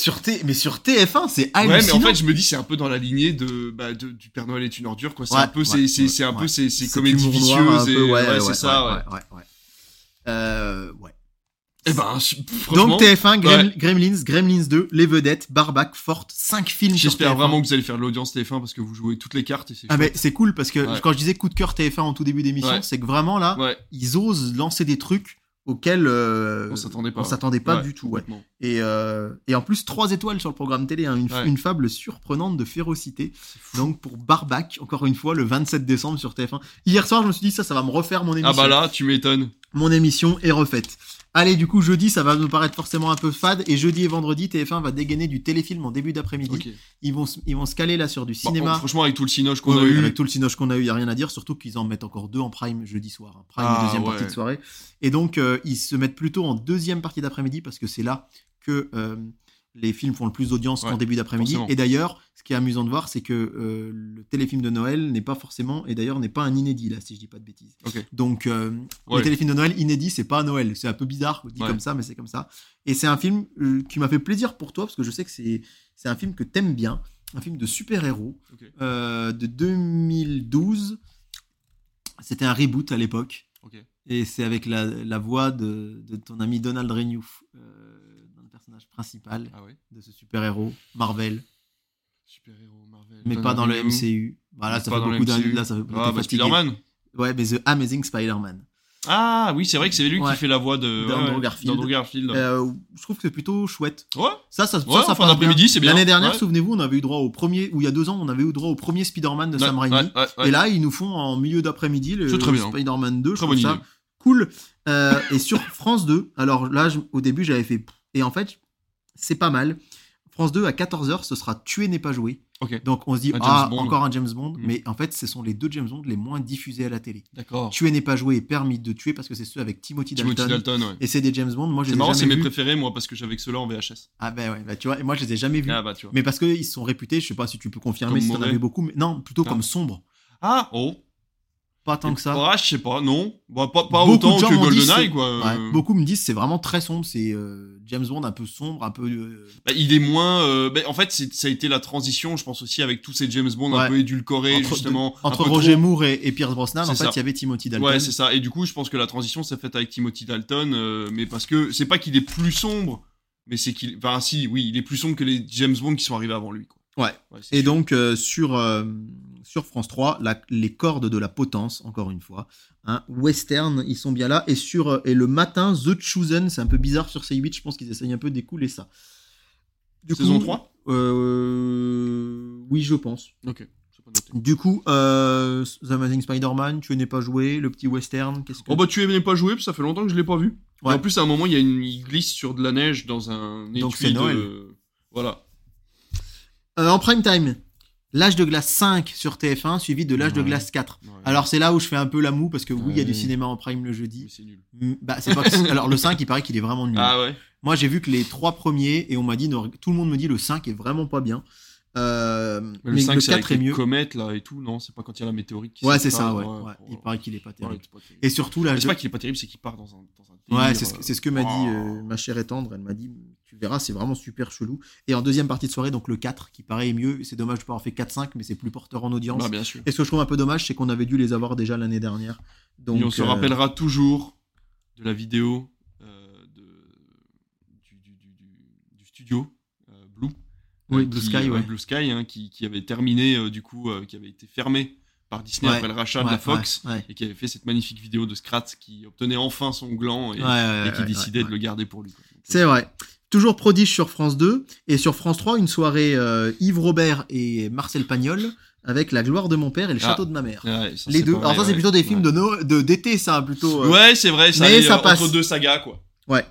B: Sur T... Mais sur TF1, c'est
A: ouais, mais
B: hallucinant.
A: en fait, je me dis, c'est un peu dans la lignée de, bah, de- du Père Noël est une ordure, quoi. C'est
B: Ouais,
A: un peu,
B: ouais,
A: c'est, c'est, c'est un
B: ouais.
A: peu, c'est, c'est
B: Cet
A: comédie
B: humour noir un
A: vicieuse. et-
B: peu,
A: ouais, c'est ça, ouais.
B: ouais, ouais, ouais. Euh, ouais.
A: Eh ben, su- franchement,
B: Donc TF1, Grem- Gremlins, Gremlins 2, Les Vedettes, Barbac, Forte, 5 films sur
A: j'espère
B: TF1.
A: vraiment que vous allez faire de l'audience TF1 parce que vous jouez toutes les cartes et c'est
B: Ah
A: chouette.
B: mais c'est cool parce que
A: Ouais.
B: quand je disais coup de cœur TF1 en tout début d'émission,
A: Ouais.
B: c'est que vraiment là,
A: Ouais,
B: ils osent lancer des trucs auxquels euh,
A: on s'attendait pas.
B: on s'attendait pas
A: Ouais,
B: du tout. Ouais.
A: complètement.
B: Et, euh, et en plus, 3 étoiles sur le programme télé, hein, une,
A: Ouais.
B: une fable surprenante de férocité. Donc pour Barbac, encore une fois, le 27 décembre sur TF1. Hier soir, je me suis dit ça, ça va me refaire mon émission.
A: Ah bah là, tu m'étonnes.
B: mon émission est refaite. Allez, du coup, jeudi, ça va nous paraître forcément un peu fade. Et jeudi et vendredi, TF1 va dégainer du téléfilm en début d'après-midi.
A: Ok.
B: Ils, vont, se- ils vont se caler là sur du
A: Bah,
B: cinéma.
A: bon, franchement, avec tout le cinoche qu'on a
B: Ouais,
A: eu,
B: Avec tout le cinoche qu'on a eu, il n'y a rien à dire. Surtout qu'ils en mettent encore deux en prime jeudi soir. hein. Prime,
A: Ah,
B: deuxième
A: ouais.
B: partie de soirée. Et donc, euh, ils se mettent plutôt en deuxième partie d'après-midi parce que c'est là que euh, les films font le plus d'audience
A: Ouais,
B: qu'en début d'après-midi.
A: forcément.
B: Et d'ailleurs, ce qui est amusant de voir, c'est que euh, le téléfilm de Noël n'est pas forcément, et d'ailleurs n'est pas un inédit, là, si je dis pas de bêtises.
A: Ok.
B: Donc, euh,
A: Ouais.
B: le téléfilm de Noël inédit, c'est pas à Noël. C'est un peu bizarre, dit
A: Ouais.
B: comme ça, mais c'est comme ça. Et c'est un film euh, qui m'a fait plaisir pour toi parce que je sais que c'est c'est un film que t'aimes bien, un film de super-héros
A: Ok.
B: euh, de 2012. C'était un reboot à l'époque.
A: Ok.
B: Et c'est avec la, la voix de, de ton ami Donald Reignouf, euh, dans le personnage principal
A: Ah ouais.
B: de ce super-héros, Marvel,
A: Super héros Marvel.
B: mais
A: Donald
B: pas dans le
A: Renew.
B: MCU. Voilà, ça
A: Pas
B: fait
A: dans le
B: beaucoup d'un.
A: MCU.
B: Là, ça fait
A: Ah
B: t'es
A: bah
B: fatigué.
A: Spider-Man.
B: Ouais, mais The Amazing Spider-Man.
A: Ah oui, c'est vrai que c'est lui
B: Ouais.
A: qui fait la voix de
B: D'Andrew
A: ouais, ouais,
B: Garfield.
A: d'Andrew Garfield.
B: Euh, je trouve que c'est plutôt chouette.
A: Ouais.
B: Ça, ça,
A: Ouais,
B: ça, ça
A: en fin
B: passe
A: d'après-midi, c'est bien.
B: L'année dernière,
A: Ouais.
B: souvenez-vous, on avait eu droit au premier, ou il y a deux ans, on avait eu droit au premier Spider-Man de
A: Ouais,
B: Sam Raimi.
A: ouais, ouais, ouais.
B: Et là, ils nous font en milieu d'après-midi le,
A: C'est très bien.
B: Spider-Man 2. je
A: Très
B: trouve
A: bonne
B: ça
A: idée.
B: cool. Euh, et sur France 2, alors là, je- au début, j'avais fait. Et en fait, c'est pas mal. France 2 à 14h, ce sera Tuer n'est pas joué.
A: Ok.
B: Donc on se dit,
A: Un James
B: ah,
A: Bond.
B: encore un James Bond.
A: Mm.
B: Mais en fait, ce sont les deux James Bond les moins diffusés à la télé.
A: D'accord.
B: Tuer n'est pas joué et Permis de tuer parce que c'est ceux avec Timothy Dalton.
A: Oh. Timothy Dalton. ouais.
B: Et c'est des James Bond. Moi, je les
A: C'est
B: ai
A: marrant,
B: jamais
A: c'est mes
B: vus.
A: préférés moi parce que j'avais que ceux-là en VHS.
B: Ah ben ouais, bah, tu vois, et moi je les ai jamais vus.
A: Ah bah tu vois.
B: Mais parce qu'ils sont réputés, je sais pas si tu peux confirmer
A: Comme
B: si t'en
A: mauvais.
B: avais beaucoup, mais non, plutôt
A: Ah.
B: comme sombre.
A: Ah oh.
B: Pas tant que ça.
A: Ah je sais pas, non. Bah, pas pas
B: Beaucoup
A: autant
B: de gens
A: que
B: m'ont dit
A: GoldenEye
B: c'est-
A: quoi.
B: Ouais,
A: Euh,
B: beaucoup me disent c'est vraiment très sombre, c'est euh, James Bond un peu sombre, un peu. euh,
A: bah, il est moins. euh, bah, en fait, c'est- ça a été la transition, je pense aussi avec tous ces James Bond
B: Ouais.
A: un peu édulcorés
B: entre
A: justement. un
B: entre
A: peu
B: Roger
A: trop.
B: Moore et, et Pierce Brosnan, en
A: C'est
B: fait,
A: ça.
B: il y avait Timothy Dalton.
A: Ouais, c'est ça. Et du coup, je pense que la transition s'est faite avec Timothy Dalton, euh, mais parce que c'est pas qu'il est plus sombre, mais c'est qu'il. Enfin, si, oui, il est plus sombre que les James Bond qui sont arrivés avant lui. Quoi.
B: Ouais.
A: c'est
B: et
A: sûr.
B: donc euh, sur euh, sur France 3, la- les cordes de la potence, encore une fois, hein, western, ils sont bien là. Et sur euh, et le matin, The Chosen, c'est un peu bizarre sur C8, je pense qu'ils essayent un peu d'écouler ça. Du
A: saison
B: coup,
A: 3
B: euh, Oui, je pense.
A: Ok. c'est pas noté.
B: Du coup, euh, The Amazing Spider-Man, tu n'es pas joué, le petit western, qu'est-ce que
A: Oh bah tu n'es pas joué, parce que ça fait longtemps que je l'ai pas vu.
B: Ouais.
A: Et En plus, à un moment, il y a une il glisse sur de la neige dans un étui
B: Donc, c'est
A: de-
B: Noël.
A: Voilà.
B: Euh, En prime time, L'âge de glace 5 sur TF1, suivi de l'âge de
A: Ouais.
B: glace 4.
A: Ouais.
B: Alors c'est là où je fais un peu la moue parce que oui, il y a du
A: Ouais.
B: cinéma en prime le
A: Mais
B: jeudi.
A: c'est nul.
B: Mm, Bah, c'est pas que c'est- Alors le 5, il paraît qu'il est vraiment nul.
A: Ah ouais.
B: Moi, j'ai vu que les trois premiers et on m'a dit, non, tout le monde me dit le 5 est vraiment pas bien. Euh,
A: Mais
B: mais,
A: le 5,
B: le
A: c'est
B: 4
A: avec
B: est
A: les
B: mieux.
A: comètes là et tout, non C'est pas quand il y a la météorite qui
B: Ouais,
A: s'écrase,
B: c'est ça, ouais. ouais.
A: pour-
B: Il paraît qu'il est pas
A: Ouais,
B: terrible.
A: c'est pas terrible.
B: Et surtout, là,
A: Mais
B: je...
A: C'est pas qu'il est pas terrible, c'est qu'il part dans un. Dans un
B: Ouais,
A: délire,
B: c'est ce, que-
A: euh,
B: c'est ce que m'a dit euh,
A: oh.
B: ma chère et tendre. Elle m'a dit, tu verras, c'est vraiment super chelou. Et en deuxième partie de soirée, donc le 4, qui paraît est mieux. C'est dommage de pas avoir fait 4-5, mais c'est plus porteur en audience.
A: Bah, bien sûr.
B: et ce que je trouve un peu dommage, c'est qu'on avait dû les avoir déjà l'année dernière. Donc,
A: et on se
B: euh,
A: rappellera toujours de la vidéo euh, de, du, du- du- du- du studio euh, Blue.
B: Oui,
A: Euh,
B: Blue
A: qui-
B: Sky, ouais.
A: Blue Sky, hein, qui, qui avait terminé, euh, du coup, euh, qui avait été fermé par Disney
B: Ouais.
A: après le rachat de
B: ouais,
A: la Fox.
B: ouais, ouais.
A: Et qui avait fait cette magnifique vidéo de Scratch qui obtenait enfin son gland et,
B: Ouais, ouais,
A: et qui
B: ouais,
A: décidait
B: ouais,
A: de le garder pour lui. quoi. Donc,
B: C'est
A: euh,
B: vrai. Toujours prodige sur France 2 et sur France 3, une soirée euh, Yves Robert et Marcel Pagnol avec La gloire de mon père et Le
A: Ah.
B: château de ma mère.
A: ouais, ça,
B: Les
A: c'est
B: deux.
A: pas
B: Alors
A: mal,
B: ça c'est
A: ouais.
B: plutôt des
A: Ouais.
B: films de Noël- de d'été ça plutôt. euh,
A: Ouais, c'est vrai, ça,
B: Mais
A: allait,
B: ça
A: euh,
B: passe.
A: entre deux sagas quoi.
B: ouais.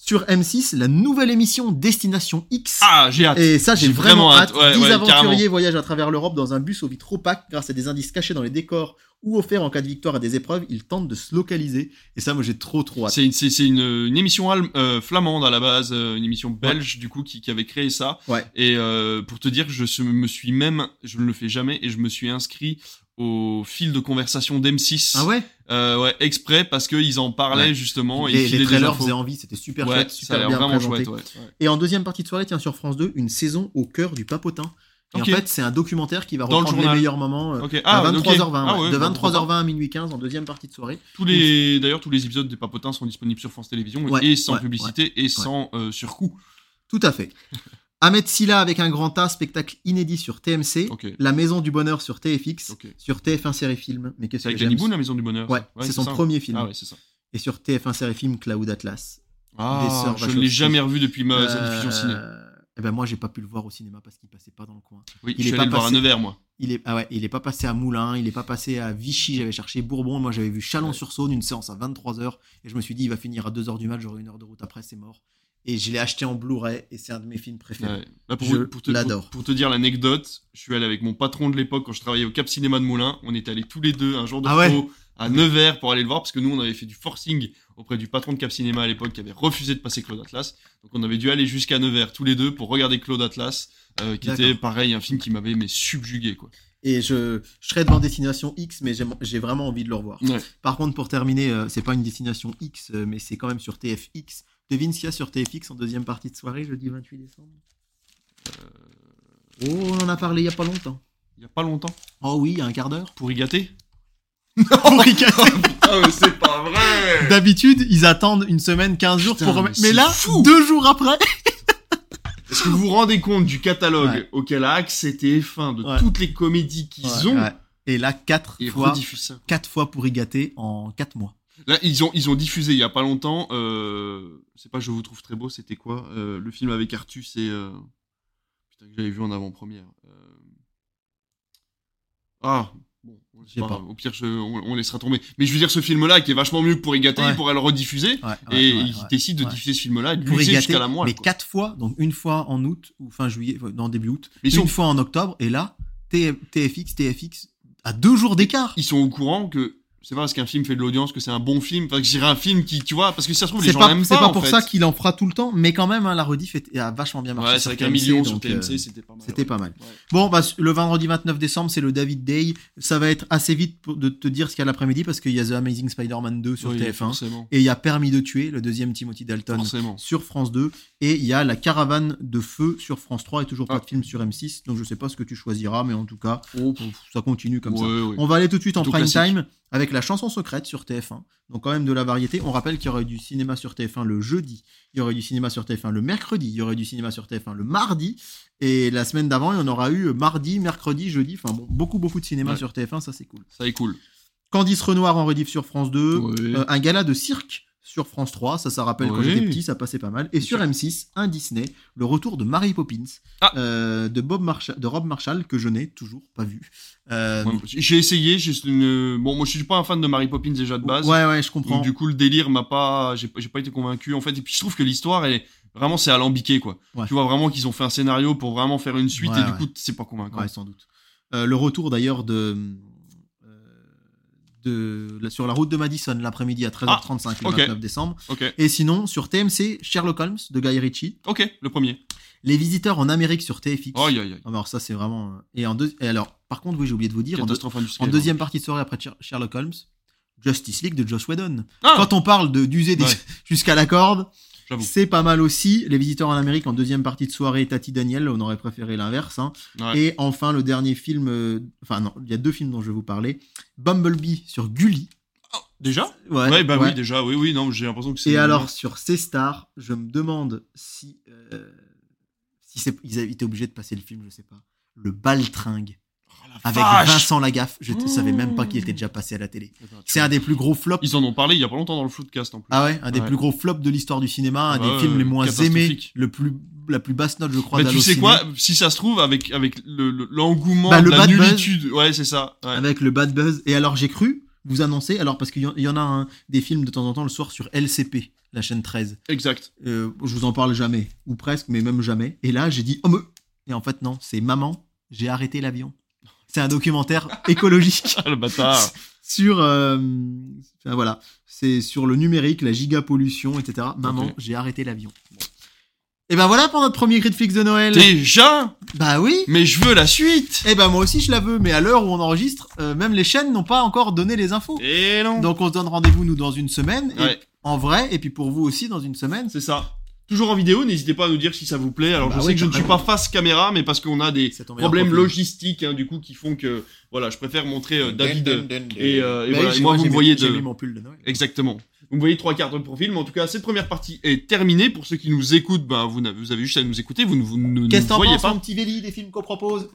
B: Sur M6, la nouvelle émission Destination X.
A: Ah, j'ai hâte.
B: Et ça, j'ai
A: J'ai
B: vraiment
A: vraiment
B: hâte.
A: hâte. Ouais,
B: 10
A: ouais,
B: aventuriers
A: carrément.
B: voyagent à travers l'Europe dans un bus au vitre opaque grâce à des indices cachés dans les décors ou offerts en cas de victoire à des épreuves. Ils tentent de se localiser. Et ça, moi, j'ai trop, trop hâte.
A: C'est une, c'est- c'est une, une émission allem- euh, flamande à la base, euh, une émission belge du coup qui, qui avait créé ça.
B: Ouais.
A: Et euh, pour te dire, je se- me suis même, je ne le fais jamais, et je me suis inscrit au fil de conversation d'M6.
B: Ah ouais
A: Euh, ouais, exprès parce qu'ils en parlaient
B: Ouais.
A: justement. et
B: les,
A: filaient
B: les
A: des
B: trailers
A: infos.
B: faisaient envie. C'était super
A: Ouais,
B: chouette,
A: ça a
B: super
A: l'air
B: bien
A: vraiment
B: présenté.
A: chouette. ouais, ouais.
B: Et en deuxième partie de soirée, tiens, sur France 2, une saison au cœur du papotin. Et
A: Ok.
B: en fait, c'est un documentaire qui va
A: Dans le
B: reprendre les
A: journal.
B: meilleurs moments euh,
A: Ok.
B: à
A: ok.
B: 23h20.
A: Ah
B: ouais,
A: ouais,
B: de
A: bah,
B: 23h20 à minuit 15 en deuxième partie de soirée.
A: Tous les, d'ailleurs, tous les épisodes des Papotins sont disponibles sur France Télévisions
B: Ouais,
A: et sans
B: ouais,
A: publicité et sans euh, surcoût.
B: Tout à fait. Ahmed Silla avec un grand A, spectacle inédit sur TMC.
A: Ok.
B: La Maison du Bonheur sur TFX.
A: Ok.
B: Sur TF1 Série Film. Mais qu'est-ce
A: C'est
B: que
A: avec
B: j'aime
A: Danny Boone,
B: ce-
A: la Maison du Bonheur.
B: Ouais,
A: ça
B: c'est son
A: ça.
B: premier film.
A: Ah ouais, c'est ça.
B: Et sur TF1 Série Film, Cloud Atlas.
A: Ah,
B: sœurs
A: je ne
B: Wachowski.
A: l'ai jamais revu depuis ma, sa diffusion ciné.
B: Et ben moi, j'ai pas pu le voir au cinéma parce qu'il passait pas dans le coin.
A: Oui,
B: il
A: je
B: est
A: suis
B: pas
A: allé le voir à
B: passé.
A: Nevers, moi.
B: Il est, ah ouais, il est pas passé à Moulins, il est pas passé à Vichy, j'avais cherché Bourbon, moi j'avais vu Chalon-sur-Saône, une séance à 23h, et je me suis dit, il va finir à 2h du mat, j'aurai une heure de route après, c'est mort. Et je l'ai acheté en Blu-ray, et c'est un de mes films préférés.
A: Ouais. Là, pour,
B: Je
A: vous- pour te,
B: l'adore.
A: pour- pour te dire l'anecdote, je suis allé avec mon patron de l'époque quand je travaillais au Cap Cinéma de Moulins. On était allés tous les deux un jour de
B: Ah ouais.
A: repos à Nevers pour aller le voir parce que nous, on avait fait du forcing auprès du patron de Cap Cinéma à l'époque qui avait refusé de passer Claude Atlas. Donc, on avait dû aller jusqu'à Nevers tous les deux pour regarder Claude Atlas, euh, qui
B: D'accord.
A: était pareil, un film qui m'avait mais subjugué quoi.
B: Et je, je serai devant Destination X, mais j'aime- j'ai vraiment envie de le revoir.
A: Ouais.
B: Par contre, pour terminer, euh, c'est pas une Destination X, euh, mais c'est quand même sur TFX. Devine ce qu'il y a sur TFX en deuxième partie de soirée, jeudi 28 décembre.
A: Euh.
B: Oh, on en a parlé il y a pas longtemps.
A: Il y a pas longtemps.
B: Oh oui, il y a un quart d'heure.
A: Pour y gâter
B: Oh, Ricardo.
A: Ah, mais c'est pas vrai
B: D'habitude, ils attendent une semaine, 15 jours
A: Putain,
B: pour
A: mais
B: remettre. Mais,
A: c'est
B: là,
A: fou.
B: deux jours après.
A: Est-ce que vous vous rendez compte du catalogue
B: Ouais.
A: auquel a accès TF1 de
B: Ouais.
A: toutes les comédies qu'ils ont
B: Et là, quatre
A: et
B: fois,
A: rediffusent ça
B: quatre fois pour y gâter en quatre mois.
A: Là, ils ont, ils ont diffusé il y a pas longtemps. Euh, c'est pas Je vous trouve très beau, c'était quoi Euh, Le film avec Artus et. euh, Putain, que j'avais vu en avant-première. Euh, Ah Bon,
B: Je sais
A: c'est pas
B: pas.
A: grave. Au pire, je- on, on laissera tomber. Mais je veux dire, ce film-là, qui est vachement mieux que pour y gâter,
B: Ouais.
A: il pourrait le rediffuser.
B: Ouais,
A: et
B: ouais, ouais,
A: ils
B: ouais.
A: décident de diffuser ce film-là et de
B: Pour y
A: l'user
B: gâter,
A: jusqu'à la moelle.
B: mais
A: quoi.
B: quatre fois, donc une fois en août ou fin juillet, euh, non début août,
A: Mais ils
B: une
A: sont-
B: fois en octobre, et là, T- TFX, TFX, à deux jours d'écart.
A: Ils sont au courant que. C'est pas parce qu'un film fait de l'audience que c'est un bon film. Enfin, que je dirais un film qui, tu vois, parce que si ça se trouve, les
B: C'est
A: gens
B: pas,
A: l'aiment
B: c'est
A: pas.
B: pas
A: en
B: pour
A: fait.
B: ça qu'il en fera tout le temps, mais quand même, hein, la rediff est- a vachement bien marché.
A: Ouais, c'est
B: sur
A: avec un
B: TMC,
A: million sur
B: donc, euh,
A: TMC, c'était pas mal.
B: c'était pas mal.
A: Ouais.
B: Bon, bah, le vendredi 29 décembre, c'est le David Day. Ça va être assez vite pour- de te dire ce qu'il y a l'après-midi parce qu'il y a The Amazing Spider-Man 2 sur
A: Oui,
B: TF1.
A: Forcément.
B: Et il y a Permis de tuer, le deuxième Timothy Dalton
A: Forcément.
B: sur France 2. Et il y a La caravane de feu sur France 3 et toujours pas
A: Ah.
B: de film sur M6. Donc je sais pas ce que tu choisiras, mais en tout cas, ça continue comme ça.
A: Ouais, ouais.
B: On va aller tout de suite en
A: Plutôt
B: prime
A: classique.
B: time avec la chanson secrète sur TF1. Donc quand même de la variété. On rappelle qu'il y aurait du cinéma sur TF1 le jeudi, il y aurait du cinéma sur TF1 le mercredi, il y aurait du cinéma sur TF1 le mardi. Et la semaine d'avant, il y en aura eu mardi, mercredi, jeudi. Enfin bon, beaucoup, beaucoup de cinéma
A: Ouais.
B: sur TF1, ça c'est cool.
A: Ça est cool.
B: Candice Renoir en rediff sur France 2.
A: Ouais.
B: Euh, un gala de cirque sur France 3, ça, ça rappelle quand
A: Oui.
B: j'étais petit, ça passait pas mal. Et sur M6, un Disney, le retour de Mary Poppins,
A: Ah.
B: euh, de, Bob Marshall, de Rob Marshall, que je n'ai toujours pas vu. Euh,
A: Ouais, J'ai essayé, j'ai une... bon, moi je suis pas un fan de Mary Poppins déjà de base.
B: Ouais, ouais, je
A: Donc
B: comprends.
A: du coup le délire m'a pas, j'ai j'ai pas été convaincu en fait. Et puis je trouve que l'histoire elle est vraiment c'est alambiqué quoi.
B: Ouais.
A: Tu vois vraiment qu'ils ont fait un scénario pour vraiment faire une suite
B: Ouais,
A: et du
B: ouais.
A: coup c'est pas convaincant.
B: Ouais, sans doute. Euh, le retour d'ailleurs de, euh, de là, sur la route de Madison l'après-midi à 13h35 le
A: Ah, ok.
B: 29 décembre.
A: Ok,
B: Et sinon, sur TMC, Sherlock Holmes de Guy Ritchie,
A: ok, le premier.
B: Les Visiteurs en Amérique sur TFX.
A: Aïe, aïe, aïe.
B: Ah, mais Alors ça, c'est vraiment. euh, Et en deux. Et alors, par contre, oui, j'ai oublié de vous dire, en, deux-
A: Catastrophe
B: en
A: industrielle.
B: deuxième partie de soirée après Cher- Sherlock Holmes, Justice League de Joss Whedon.
A: Ah,
B: Quand on parle de d'user des-
A: Ouais.
B: jusqu'à la corde,
A: j'avoue.
B: c'est pas mal aussi. Les visiteurs en Amérique en deuxième partie de soirée, Tati Daniel, on aurait préféré l'inverse. hein.
A: Ouais.
B: Et enfin, le dernier film, euh, enfin non, il y a deux films dont je vais vous parler. Bumblebee sur Gulli.
A: Ah, déjà
B: Ouais,
A: Ouais, bah
B: ouais.
A: oui, déjà, oui, oui, non, j'ai l'impression que c'est.
B: Et alors, sur C-Star, je me demande si, euh, si c'est- ils avaient été obligés de passer le film, je sais pas. Le Baltringue
A: Oh, la
B: avec
A: vache
B: Vincent Lagaffe. Je ne
A: Mmh.
B: savais même pas qu'il était déjà passé à la télé. C'est un des plus gros flops.
A: Ils en ont parlé il y a pas longtemps dans le Floodcast en plus.
B: Ah ouais, un des
A: Ouais.
B: plus gros flops de l'histoire du cinéma, un
A: Ah
B: des
A: ouais,
B: films les moins aimés,
A: catastrophique.
B: le plus, la plus basse note, je crois,
A: Mais Bah, tu sais
B: d'Allociné.
A: quoi, si ça se trouve, avec, avec le- le- l'engouement,
B: Bah, le
A: la
B: bad buzz. Ah,
A: nullitude, ouais, c'est ça. ouais.
B: avec le bad buzz. Et alors j'ai cru vous annoncer, alors parce qu'il y en- il y en a un, des films de temps en temps le soir sur LCP, la chaîne 13.
A: Exact.
B: Euh, je vous en parle jamais, ou presque, mais même jamais. Et là j'ai dit, oh me Et en fait non, c'est Maman, j'ai arrêté l'avion. C'est un documentaire écologique
A: Ah, le bâtard.
B: sur... euh, enfin, voilà, c'est sur le numérique, la gigapollution, etc. Maman,
A: Ok.
B: j'ai arrêté l'avion. Et ben voilà pour notre premier cri de fixe de Noël.
A: Déjà
B: Bah oui
A: Mais je veux la suite
B: Eh ben moi aussi je la veux, mais à l'heure où on enregistre, euh, même les chaînes n'ont pas encore donné les infos.
A: Et non
B: Donc on se donne rendez-vous nous dans une semaine, et-
A: Ouais,
B: en vrai, et puis pour vous aussi dans une semaine.
A: c'est ça. Toujours en vidéo, n'hésitez pas à nous dire si ça vous plaît. Alors
B: Bah
A: je sais
B: oui,
A: que je ne suis
B: carrément.
A: pas face caméra, mais parce qu'on a des
B: C'est ton meilleur
A: problèmes
B: profil.
A: logistiques hein, du coup qui font que voilà, je préfère montrer euh, David euh, et, euh, et
B: Bah
A: voilà,
B: oui,
A: et
B: j'ai-
A: moi vous
B: j'ai
A: me
B: mis-
A: voyez
B: J'ai mis
A: de
B: mon pull de Noël.
A: exactement. Vous me voyez trois quarts de profil, mais en tout cas cette première partie est terminée. Pour ceux qui nous écoutent, bah vous, n'avez- vous avez juste à nous écouter, vous ne vous ne- nous
B: Qu'est-ce que t'en
A: voyez
B: penses,
A: pas.
B: mon petit Véli, des films qu'on propose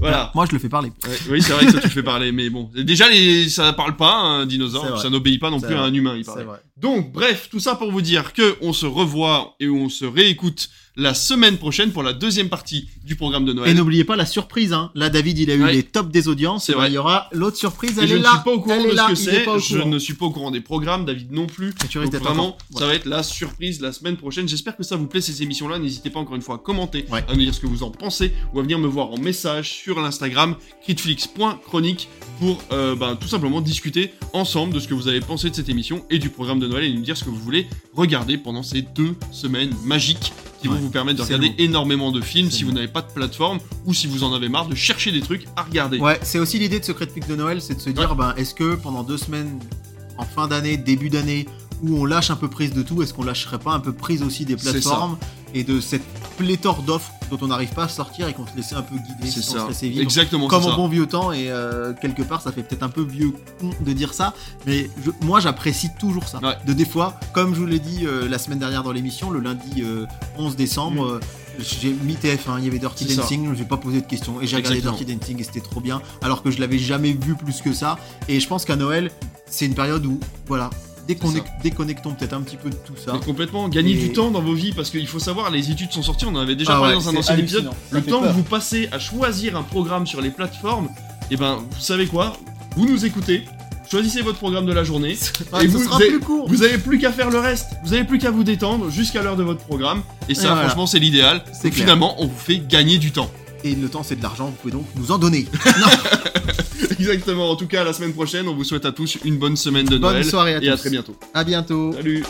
A: Voilà.
B: Moi je le fais parler.
A: Ouais, oui, c'est vrai que ça te fait parler, mais bon. Déjà, les... ça parle pas à un
B: C'est
A: dinosaure,
B: vrai.
A: ça n'obéit pas non
B: C'est
A: plus à
B: vrai.
A: un humain, il
B: C'est
A: paraît.
B: vrai.
A: Donc, bref, tout ça pour vous dire que on se revoit et on se réécoute la semaine prochaine pour la deuxième partie du programme de
B: Et
A: Noël.
B: n'oubliez pas la surprise, hein. Là, David, il a eu
A: Ouais.
B: les tops des audiences.
A: C'est
B: Et ben,
A: vrai.
B: Il y aura l'autre surprise.
A: Et
B: Elle
A: je
B: est
A: ne
B: là.
A: suis pas au courant
B: Elle
A: de
B: est
A: ce
B: là.
A: que
B: il est
A: c'est,
B: pas au
A: je
B: courant.
A: ne suis pas au courant des programmes, David non plus.
B: Et tu
A: Donc
B: risques d'être
A: vraiment,
B: attentif.
A: ça va être la surprise la semaine prochaine. J'espère que ça vous plaît ces émissions-là. N'hésitez pas encore une fois à commenter,
B: Ouais.
A: à nous dire ce que vous en pensez ou à venir me voir en message sur l'Instagram critflix.chronique pour euh, bah, tout simplement discuter ensemble de ce que vous avez pensé de cette émission et du programme de Noël et nous dire ce que vous voulez regarder pendant ces deux semaines magiques qui vont
B: Ouais,
A: vous permettre de
B: c'est
A: regarder
B: long.
A: énormément de films
B: C'est
A: si vous
B: long.
A: n'avez pas de plateforme ou si vous en avez marre de chercher des trucs à regarder.
B: Ouais, c'est aussi l'idée de Secret Pic de Noël, c'est de se dire, ben, est-ce que pendant deux semaines, en fin d'année, début d'année, où on lâche un peu prise de tout, est-ce qu'on lâcherait pas un peu prise aussi des
A: C'est
B: plateformes et de cette pléthore d'offres dont on n'arrive pas à sortir et qu'on se laissait un peu guider,
A: C'est
B: qu'on
A: ça.
B: se laissait vivre
A: Exactement,
B: comme
A: c'est
B: au
A: ça.
B: bon vieux temps et euh, quelque part ça fait peut-être un peu vieux con de dire ça mais je- moi j'apprécie toujours ça
A: Ouais.
B: de des fois comme je vous l'ai dit euh, la semaine dernière dans l'émission le lundi euh, 11 décembre euh, j'ai mis TF1 il y avait Dirty
A: Mm. C'est ça.
B: Dancing j'ai pas posé de questions et j'ai regardé
A: Exactement.
B: Dirty Dancing et c'était trop bien alors que je l'avais jamais vu plus que ça et je pense qu'à Noël c'est une période où voilà déconnect- déconnectons peut-être un petit peu de tout ça
A: Mais complètement, gagner
B: Et-
A: du temps dans vos vies parce qu'il faut savoir, les études sont sorties, on en avait déjà
B: Ah
A: parlé
B: ouais,
A: dans un
B: c'est
A: ancien épisode.
B: hallucinant, ça
A: Le
B: fait
A: temps
B: peur.
A: que vous passez à choisir un programme sur les plateformes, et ben vous savez quoi Vous nous écoutez, choisissez votre programme de la journée,
B: Enfin,
A: Et
B: ce
A: vous-
B: sera
A: vous avez-
B: plus court
A: vous avez plus qu'à faire le reste, vous avez plus qu'à vous détendre jusqu'à l'heure de votre programme, et ça,
B: Et voilà.
A: franchement, c'est l'idéal.
B: C'est clair.
A: Finalement, on vous fait gagner du temps.
B: et le temps c'est de l'argent vous pouvez donc nous en donner
A: Exactement, en tout cas, à la semaine prochaine, on vous souhaite à tous une bonne semaine de
B: bonne
A: Noël,
B: soirée à
A: et à
B: tous
A: très bientôt.
B: à bientôt
A: Salut